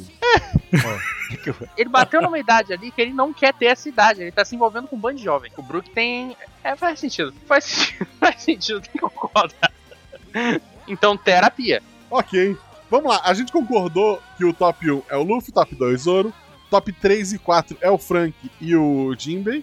Speaker 4: Ele bateu numa idade ali que ele não quer ter essa idade. Ele tá se envolvendo com um bando de jovem. O Brook tem. É, faz sentido. Faz sentido. Faz sentido. Tem que concordar. Então, terapia.
Speaker 1: Ok. Vamos lá, a gente concordou que o top 1 é o Luffy, top 2 Zoro, top 3 e 4 é o Frank e o Jinbei.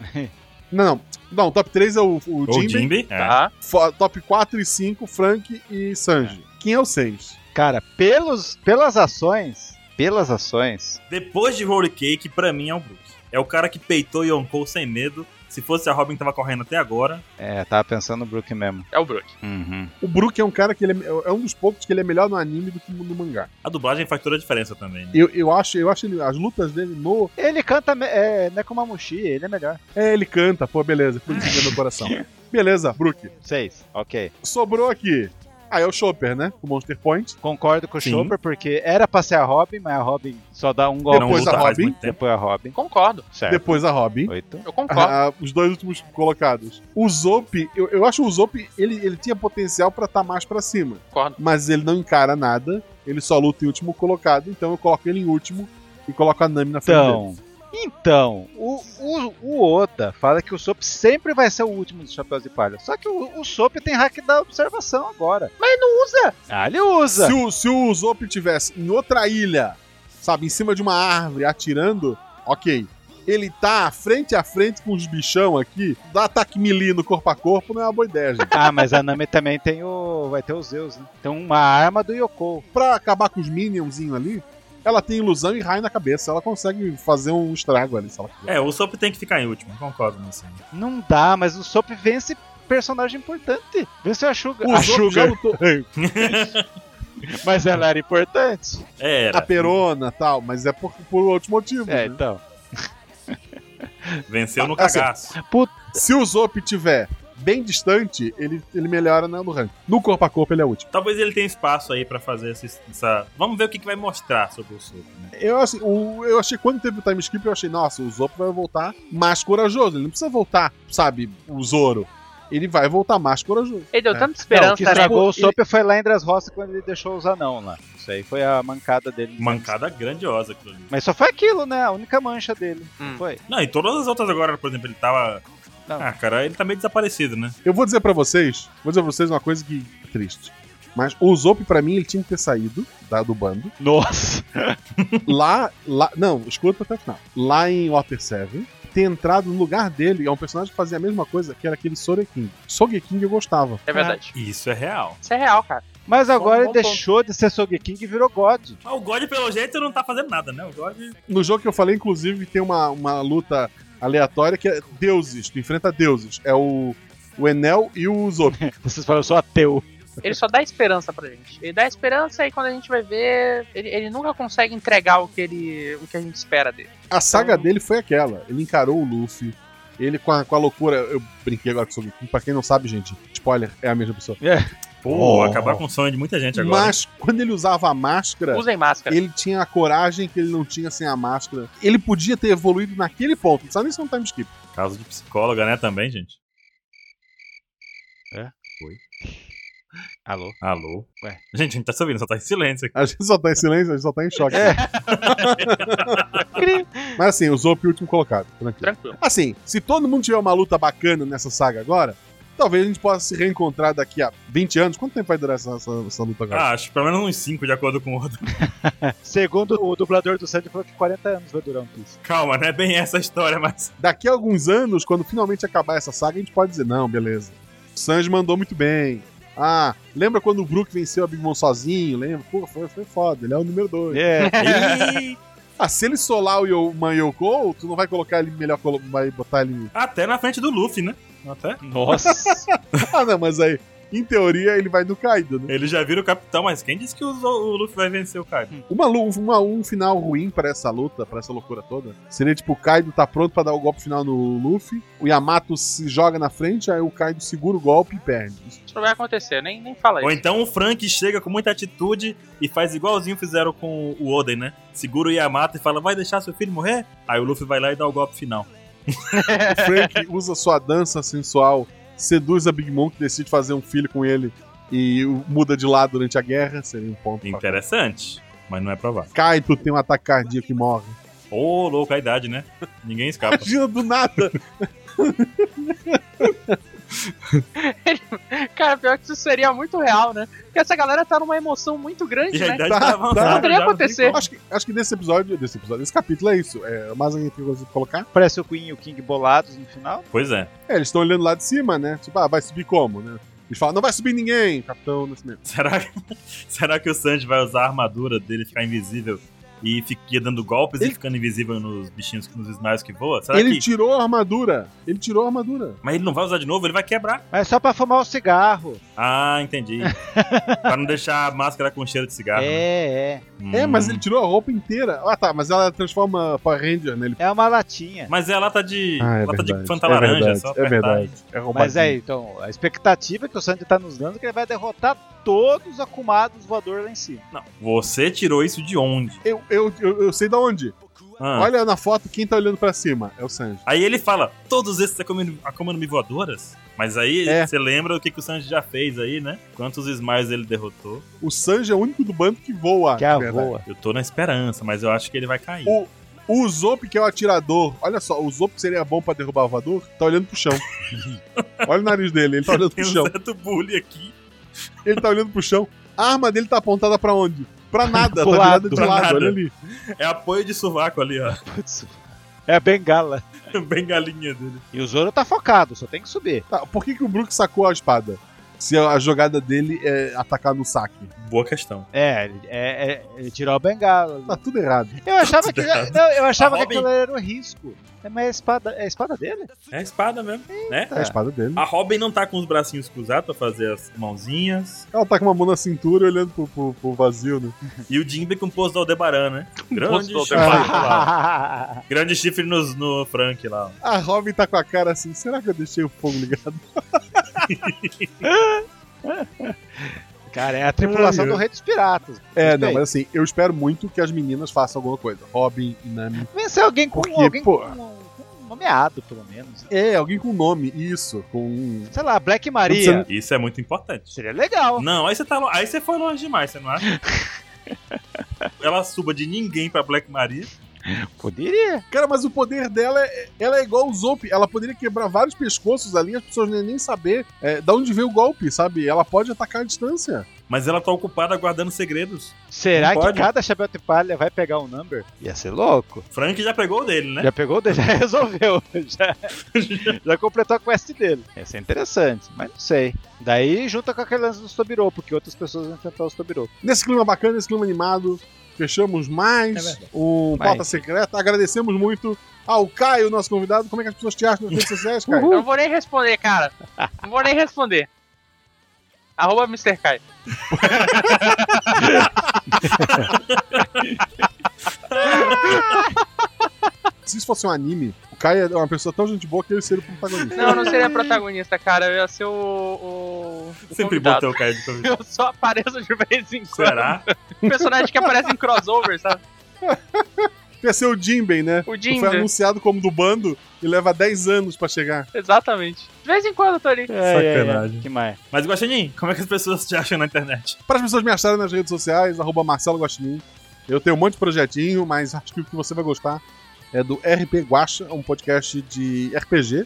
Speaker 1: Não, não, top 3 é o, o
Speaker 2: Ou
Speaker 1: Jinbei,
Speaker 2: Jimbe. É.
Speaker 4: Tá?
Speaker 1: fo- top 4 e 5 Frank e Sanji. Quem é o 6?
Speaker 3: Cara, pelos, pelas ações. Pelas ações.
Speaker 2: É. Depois de Rory Cake, pra mim é o Brook. É o cara que peitou Yonkou sem medo. Se fosse a Robin que tava correndo até agora.
Speaker 3: É, tava pensando no Brook mesmo.
Speaker 4: É o Brook.
Speaker 3: Uhum.
Speaker 1: O Brook é um cara que ele é, é um dos poucos que ele é melhor no anime do que no mangá.
Speaker 2: A dublagem faz toda a diferença também, né?
Speaker 1: Eu, eu acho, eu acho ele- as lutas dele no.
Speaker 3: Ele canta me- é, Nekomamushi, ele é melhor.
Speaker 1: É, ele canta, pô, beleza, por isso que meu coração. Beleza, Brook.
Speaker 3: Seis. Ok.
Speaker 1: Sobrou aqui. Ah, é o Chopper, né? O Monster Point.
Speaker 3: Concordo com o
Speaker 2: Sim.
Speaker 3: Chopper, porque era pra ser a Robin, mas a Robin só dá um golpe.
Speaker 2: não
Speaker 1: Depois
Speaker 2: luta
Speaker 1: a
Speaker 2: faz
Speaker 1: Robin.
Speaker 2: muito tempo.
Speaker 3: Depois a Robin.
Speaker 4: Concordo.
Speaker 3: Certo.
Speaker 1: Depois a Robin.
Speaker 3: Oito.
Speaker 4: Eu concordo.
Speaker 1: Ah, os dois últimos colocados. O Zop, eu, eu acho o Zop, ele, ele tinha potencial pra estar mais pra cima,
Speaker 4: concordo.
Speaker 1: mas ele não encara nada, ele só luta em último colocado, então eu coloco ele em último e coloco a Nami na frente dele.
Speaker 3: Então, então o, o, o Oda fala que o Sop sempre vai ser o último dos Chapéus de Palha. Só que o, o Sop tem hack da observação agora.
Speaker 4: Mas não usa.
Speaker 3: Ah, ele usa!
Speaker 1: Se o, se o Zop tivesse em outra ilha, sabe, em cima de uma árvore, atirando, ok. Ele tá frente a frente com os bichão aqui, dá ataque melee no corpo a corpo, não é uma boa ideia, gente.
Speaker 3: Ah, mas a Nami também tem o. Vai ter o Zeus, né? Tem uma arma do Yoko.
Speaker 1: Pra acabar com os minionzinho ali, ela tem ilusão e raio na cabeça, ela consegue fazer um estrago ali, se ela quiser.
Speaker 2: É, o Sop tem que ficar em último, concordo nisso. aí.
Speaker 3: Não dá, mas o Sop vence personagem importante. Vence a Sugar.
Speaker 1: O
Speaker 3: a
Speaker 1: Zop já
Speaker 3: Sugar.
Speaker 1: lutou,
Speaker 3: Mas ela era importante.
Speaker 2: É,
Speaker 1: a
Speaker 2: era.
Speaker 1: perona tal, mas é por, por outros motivos. né?
Speaker 3: É, então.
Speaker 2: Venceu no
Speaker 1: Ah, assim,
Speaker 2: cagaço.
Speaker 1: Se o Zop tiver bem distante, ele, ele melhora né, no ranking. No corpo a corpo, ele é útil.
Speaker 2: Talvez ele tenha espaço aí pra fazer essa. essa- Vamos ver o que, que vai mostrar sobre o Sop, né?
Speaker 1: Eu, assim, o- eu achei, quando teve o time skip, eu achei, nossa, o Zop vai voltar mais corajoso. Ele não precisa voltar, sabe, o Zoro. ele vai voltar mais corajoso.
Speaker 4: Ele deu
Speaker 1: É.
Speaker 4: tanta
Speaker 3: Não, o
Speaker 4: esperança,
Speaker 3: que
Speaker 4: né?
Speaker 3: estragou
Speaker 1: Tipo,
Speaker 3: o Sop foi lá em Dras Roça quando ele deixou os anão lá. Isso aí foi a mancada dele.
Speaker 2: Mancada grandiosa aquilo ali.
Speaker 3: Mas só foi aquilo, né? A única mancha dele.
Speaker 4: Hum.
Speaker 3: Foi.
Speaker 2: Não, e todas as outras agora, por exemplo, ele tava.
Speaker 3: Não.
Speaker 2: Ah, cara, ele tá meio desaparecido, né?
Speaker 1: Eu vou dizer pra vocês, vou dizer pra vocês uma coisa que é triste. Mas o Zop, pra mim, ele tinha que ter saído da, do bando.
Speaker 3: Nossa!
Speaker 1: lá, lá. Não, escuta até o final. Lá em Water 7, ter entrado no lugar dele é um personagem que fazia a mesma coisa que era aquele Sorekin. Sogeking eu gostava.
Speaker 4: É verdade.
Speaker 2: Isso é real.
Speaker 4: Isso é real, cara.
Speaker 3: Mas agora
Speaker 4: Bom, bom
Speaker 3: ele deixou de ser Sogeking e virou God.
Speaker 2: Mas Ah, o God, pelo jeito, não tá fazendo nada, né? O God.
Speaker 1: No jogo que eu falei, inclusive, tem uma, uma luta aleatória que é deuses, tu enfrenta deuses. É o, o Enel e o Zop.
Speaker 3: Vocês falam, eu sou ateu.
Speaker 4: Ele só dá esperança pra gente. Ele dá esperança e quando a gente vai ver, ele, ele nunca consegue entregar o que, ele, o que a gente espera dele.
Speaker 1: A saga dele foi aquela. Ele encarou o Luffy. Ele com a, com a loucura. Eu brinquei agora com o Sogeking. Pra quem não sabe, gente, spoiler, é a mesma pessoa.
Speaker 2: Pô,
Speaker 1: Oh.
Speaker 2: acabar com o sonho de muita gente agora.
Speaker 1: Mas quando ele usava a máscara.
Speaker 4: Usem máscara.
Speaker 1: Ele tinha a coragem que ele não tinha sem a máscara. Ele podia ter evoluído naquele ponto. Não sabe nem se é um time skip.
Speaker 2: Caso de psicóloga, né, também, gente?
Speaker 3: Alô?
Speaker 2: Alô?
Speaker 3: Ué.
Speaker 2: Gente, a gente tá se ouvindo, só tá em silêncio aqui.
Speaker 1: A gente só tá em silêncio, a gente só tá em choque. Mas assim, o Zop é o último colocado. Tranquilo.
Speaker 4: Tranquilo.
Speaker 1: Assim, se todo mundo tiver uma luta bacana nessa saga agora, talvez a gente possa se reencontrar daqui a 20 anos. Quanto tempo vai durar essa, essa- essa luta agora?
Speaker 2: Ah, acho que pelo menos uns 5 de acordo com o outro.
Speaker 3: Segundo o dublador do Sandy, falou que 40 anos vai durar um piso.
Speaker 2: Calma, não é bem essa a história, mas.
Speaker 1: Daqui a alguns anos, quando finalmente acabar essa saga, a gente pode dizer: não, beleza. O Sanji mandou muito bem. Ah, lembra quando o Brook venceu a Big Mom sozinho? Lembra? Pô, foi, foi foda. Ele é o número 2.
Speaker 3: É.
Speaker 2: Ih,
Speaker 1: Ah, se ele solar o Yo- uma Yoko, tu não vai colocar ele melhor, colo- vai botar ele.
Speaker 2: até na frente do Luffy, né? Até.
Speaker 3: Nossa!
Speaker 1: Ah, não, mas aí, em teoria, ele vai no Kaido, né?
Speaker 2: Ele já vira o capitão, mas quem disse que o, Zo- o Luffy vai vencer o Kaido?
Speaker 1: Uma, lu- uma- um final ruim pra essa luta, pra essa loucura toda, seria tipo: o Kaido tá pronto pra dar o golpe final no Luffy, o Yamato se joga na frente, aí o Kaido segura o golpe e perde.
Speaker 4: Isso não vai acontecer, nem, nem fala
Speaker 2: Ou
Speaker 4: isso.
Speaker 2: então o Frank chega com muita atitude e faz igualzinho fizeram com o Oden, né? Segura o Yamato e fala, vai deixar seu filho morrer? Aí o Luffy vai lá e dá o golpe final.
Speaker 1: O Frank usa sua dança sensual, seduz a Big Mom, que decide fazer um filho com ele e o- muda de lado durante a guerra, seria um ponto. pra-
Speaker 2: Interessante, mas não é provável.
Speaker 1: Kaido tem um ataque cardíaco e morre.
Speaker 2: Ô, louco, a idade, né? Ninguém escapa.
Speaker 1: Imagina do nada.
Speaker 4: Cara, pior que isso seria muito real, né? Porque essa galera tá numa emoção muito grande,
Speaker 2: E a
Speaker 4: né?
Speaker 2: idade
Speaker 1: Tá,
Speaker 2: tá
Speaker 1: tá.
Speaker 4: Poderia
Speaker 2: avançada. já não tem
Speaker 4: acontecer.
Speaker 2: como.
Speaker 1: Acho que, acho que desse episódio, desse episódio, desse capítulo é isso. É, mais alguém tem coisa pra colocar?
Speaker 3: Parece o Queen e o King bolados no final.
Speaker 2: Pois é.
Speaker 1: É, eles estão olhando lá de cima, né? Tipo, ah, vai subir como, né? Eles falam, não vai subir ninguém, capitão Nascimento.
Speaker 2: Será que, será que o Sanji vai usar a armadura dele ficar invisível e ficar dando golpes e
Speaker 1: Ele-
Speaker 2: ficando invisível nos bichinhos, nos snails que voam? Será
Speaker 1: Ele
Speaker 2: que...
Speaker 1: tirou a armadura. Ele tirou a armadura.
Speaker 2: Mas ele não vai usar de novo? Ele vai quebrar.
Speaker 3: Mas só pra fumar um cigarro.
Speaker 2: Ah, entendi. pra não deixar a máscara com cheiro de cigarro. né?
Speaker 3: é, é.
Speaker 1: É, mas
Speaker 2: Hum.
Speaker 1: ele tirou a roupa inteira. Ah, tá, mas ela transforma Power Ranger, né? Ele...
Speaker 3: É uma latinha.
Speaker 2: Mas é a lata de.
Speaker 1: Ah, é
Speaker 2: lata de
Speaker 1: verdade,
Speaker 2: fanta
Speaker 1: é
Speaker 2: laranja,
Speaker 1: verdade,
Speaker 2: só
Speaker 1: é
Speaker 2: apertar.
Speaker 1: verdade.
Speaker 2: e-
Speaker 1: É roubadinho.
Speaker 3: Mas é, então, a expectativa que o Sandy tá nos dando é que ele vai derrotar todos os acumados voadores lá em cima.
Speaker 2: Não, você tirou isso de onde?
Speaker 1: Eu, eu, eu, eu sei da onde.
Speaker 2: Ah.
Speaker 1: Olha na foto quem tá olhando pra cima. É o Sanji.
Speaker 2: Aí ele fala, todos esses é acomando- acomando-me voadoras? Mas aí
Speaker 1: É.
Speaker 2: você lembra o que, que o Sanji já fez aí, né? Quantos smiles ele derrotou?
Speaker 1: O Sanji é o único do bando que voa.
Speaker 3: que é a
Speaker 1: na verdade.
Speaker 3: voa.
Speaker 2: Eu tô na esperança, mas eu acho que ele vai cair.
Speaker 1: O- O Zop, que é o atirador. Olha só, o Zop que seria bom pra derrubar o voador, tá olhando pro chão. Olha o nariz dele, ele tá olhando pro
Speaker 2: Tem um
Speaker 1: chão.
Speaker 2: certo bullying aqui.
Speaker 1: Ele tá olhando pro chão. A arma dele tá apontada pra onde? Pra nada, tá
Speaker 3: Pro
Speaker 1: virada
Speaker 3: lado.
Speaker 1: de
Speaker 2: Pra
Speaker 1: lado,
Speaker 2: nada.
Speaker 1: olha ali.
Speaker 2: É apoio de sovaco ali, ó.
Speaker 3: Putz. É a bengala.
Speaker 2: Bem galinha dele.
Speaker 3: E o Zoro tá focado, só tem que subir.
Speaker 1: Tá, por que, que o Brook sacou a espada? Se a a jogada dele é atacar no saque.
Speaker 2: Boa questão.
Speaker 3: É, ele- é, é, ele tirou a bengala.
Speaker 1: Tá tudo errado.
Speaker 3: Eu achava que, já- não, eu achava
Speaker 2: A
Speaker 3: que
Speaker 1: Tá
Speaker 2: Robin.
Speaker 3: aquilo era um risco. É, mas é a espada, é a espada dele?
Speaker 2: É a espada mesmo, né?
Speaker 1: É a espada dele.
Speaker 2: A Robin não tá com os bracinhos cruzados pra fazer as mãozinhas.
Speaker 1: Ela tá com uma mão na cintura e olhando pro, pro- pro vazio, né?
Speaker 2: E o Jinbe com o pose do Aldebaran, né? Grande
Speaker 4: do
Speaker 2: chifre
Speaker 1: Aldebaran.
Speaker 2: lá. Grande chifre no, no Frank lá. ó.
Speaker 1: A Robin tá com a cara assim, será que eu deixei o fogo ligado?
Speaker 3: Cara, é a tripulação
Speaker 1: Ai,
Speaker 3: do Rei dos Piratas.
Speaker 1: É,
Speaker 3: Tudo
Speaker 1: não,
Speaker 3: bem.
Speaker 1: mas assim, eu espero muito que as meninas façam alguma coisa. Robin, Nami.
Speaker 3: Vencer alguém com
Speaker 1: Porque,
Speaker 3: alguém
Speaker 1: pô,
Speaker 3: com, com uma nomeado, pelo menos.
Speaker 1: É, alguém com nome, isso. Com. um
Speaker 3: Sei lá, Black Maria.
Speaker 2: Isso é muito importante.
Speaker 3: Seria legal.
Speaker 2: Não, aí você, tá, lo- aí você foi longe demais, você não acha? Ela suba de ninguém pra Black Maria.
Speaker 3: Poderia.
Speaker 1: Cara, mas o poder dela é, ela é igual o Zop. Ela poderia quebrar vários pescoços ali, as pessoas nem, nem saber é, da onde veio o golpe, sabe? Ela pode atacar à distância.
Speaker 2: Mas ela tá ocupada guardando segredos.
Speaker 3: Será
Speaker 2: Não
Speaker 3: que
Speaker 2: pode?
Speaker 3: cada chapéu de palha vai pegar um number? Ia ser louco.
Speaker 2: Frank já pegou o dele, né?
Speaker 3: Já pegou o dele, já resolveu. Já, já completou a quest dele. Ia ser interessante, mas não sei. Daí junta com aquele lance do Stobirô, porque outras pessoas vão enfrentar o Stobirô.
Speaker 1: Nesse clima bacana, nesse clima animado, fechamos mais um
Speaker 3: Mais.
Speaker 1: Pauta Secreta. Agradecemos muito ao Caio, nosso convidado. Como é que as pessoas te acham nas redes sociais, Caio?
Speaker 4: Eu não vou nem responder, cara. Não vou nem responder. Arroba Mr. Kai.
Speaker 1: Se isso fosse um anime, o Caio é uma pessoa tão gente boa que ele seria o protagonista.
Speaker 4: Não, eu não seria protagonista, cara. Eu ia ser o. o, o
Speaker 2: Sempre
Speaker 4: convidado.
Speaker 2: botei o Caio de convidado.
Speaker 4: Eu só apareço de vez em quando.
Speaker 2: Será?
Speaker 4: Um personagem que aparece em crossover, sabe?
Speaker 1: Ia ser o Jinbei, né? Que
Speaker 4: O
Speaker 1: Foi
Speaker 4: Jinder.
Speaker 1: anunciado como do bando e leva 10 anos pra chegar.
Speaker 4: Exatamente. De vez em quando eu tô ali.
Speaker 2: Sacanagem.
Speaker 3: Que mais?
Speaker 2: Mas, Guaxinim, como é que as pessoas te acham na internet?
Speaker 1: Para as pessoas me acharem nas redes sociais, arroba Marcelo Guaxinim. Eu tenho um monte de projetinho, mas acho que o que você vai gostar é do RP Guacha, um podcast de RPG.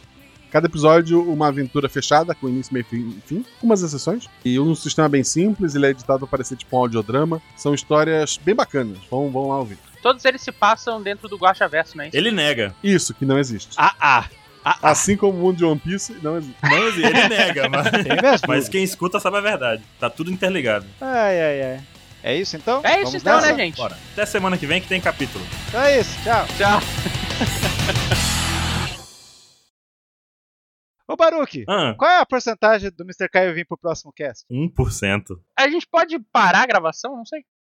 Speaker 1: Cada episódio, uma aventura fechada, com início, meio e fim, e fim, com umas exceções. E um sistema bem simples, ele é editado para parecer tipo um audiodrama. São histórias bem bacanas, vão, vão lá ouvir.
Speaker 4: Todos eles se passam dentro do Guacha Verso, não é isso?
Speaker 2: Ele nega.
Speaker 1: Isso, que não existe.
Speaker 3: Ah, ah. Ah, ah.
Speaker 1: Assim como o mundo de One Piece, não existe.
Speaker 2: Não, assim, ele nega, mas...
Speaker 3: Tem mesmo?
Speaker 2: mas quem escuta sabe a verdade. Tá tudo interligado.
Speaker 3: Ai, ai, ai. É isso então?
Speaker 4: É isso
Speaker 3: Vamos
Speaker 4: então,
Speaker 3: nessa?
Speaker 4: né, gente?
Speaker 2: Bora. Até semana que vem que tem capítulo.
Speaker 3: Então é isso, tchau.
Speaker 4: Tchau.
Speaker 3: Ô Baruque,
Speaker 2: Ah,
Speaker 3: qual é a porcentagem do Mr. Caio vir pro próximo cast?
Speaker 2: 1%.
Speaker 4: A gente pode parar a gravação? Não sei.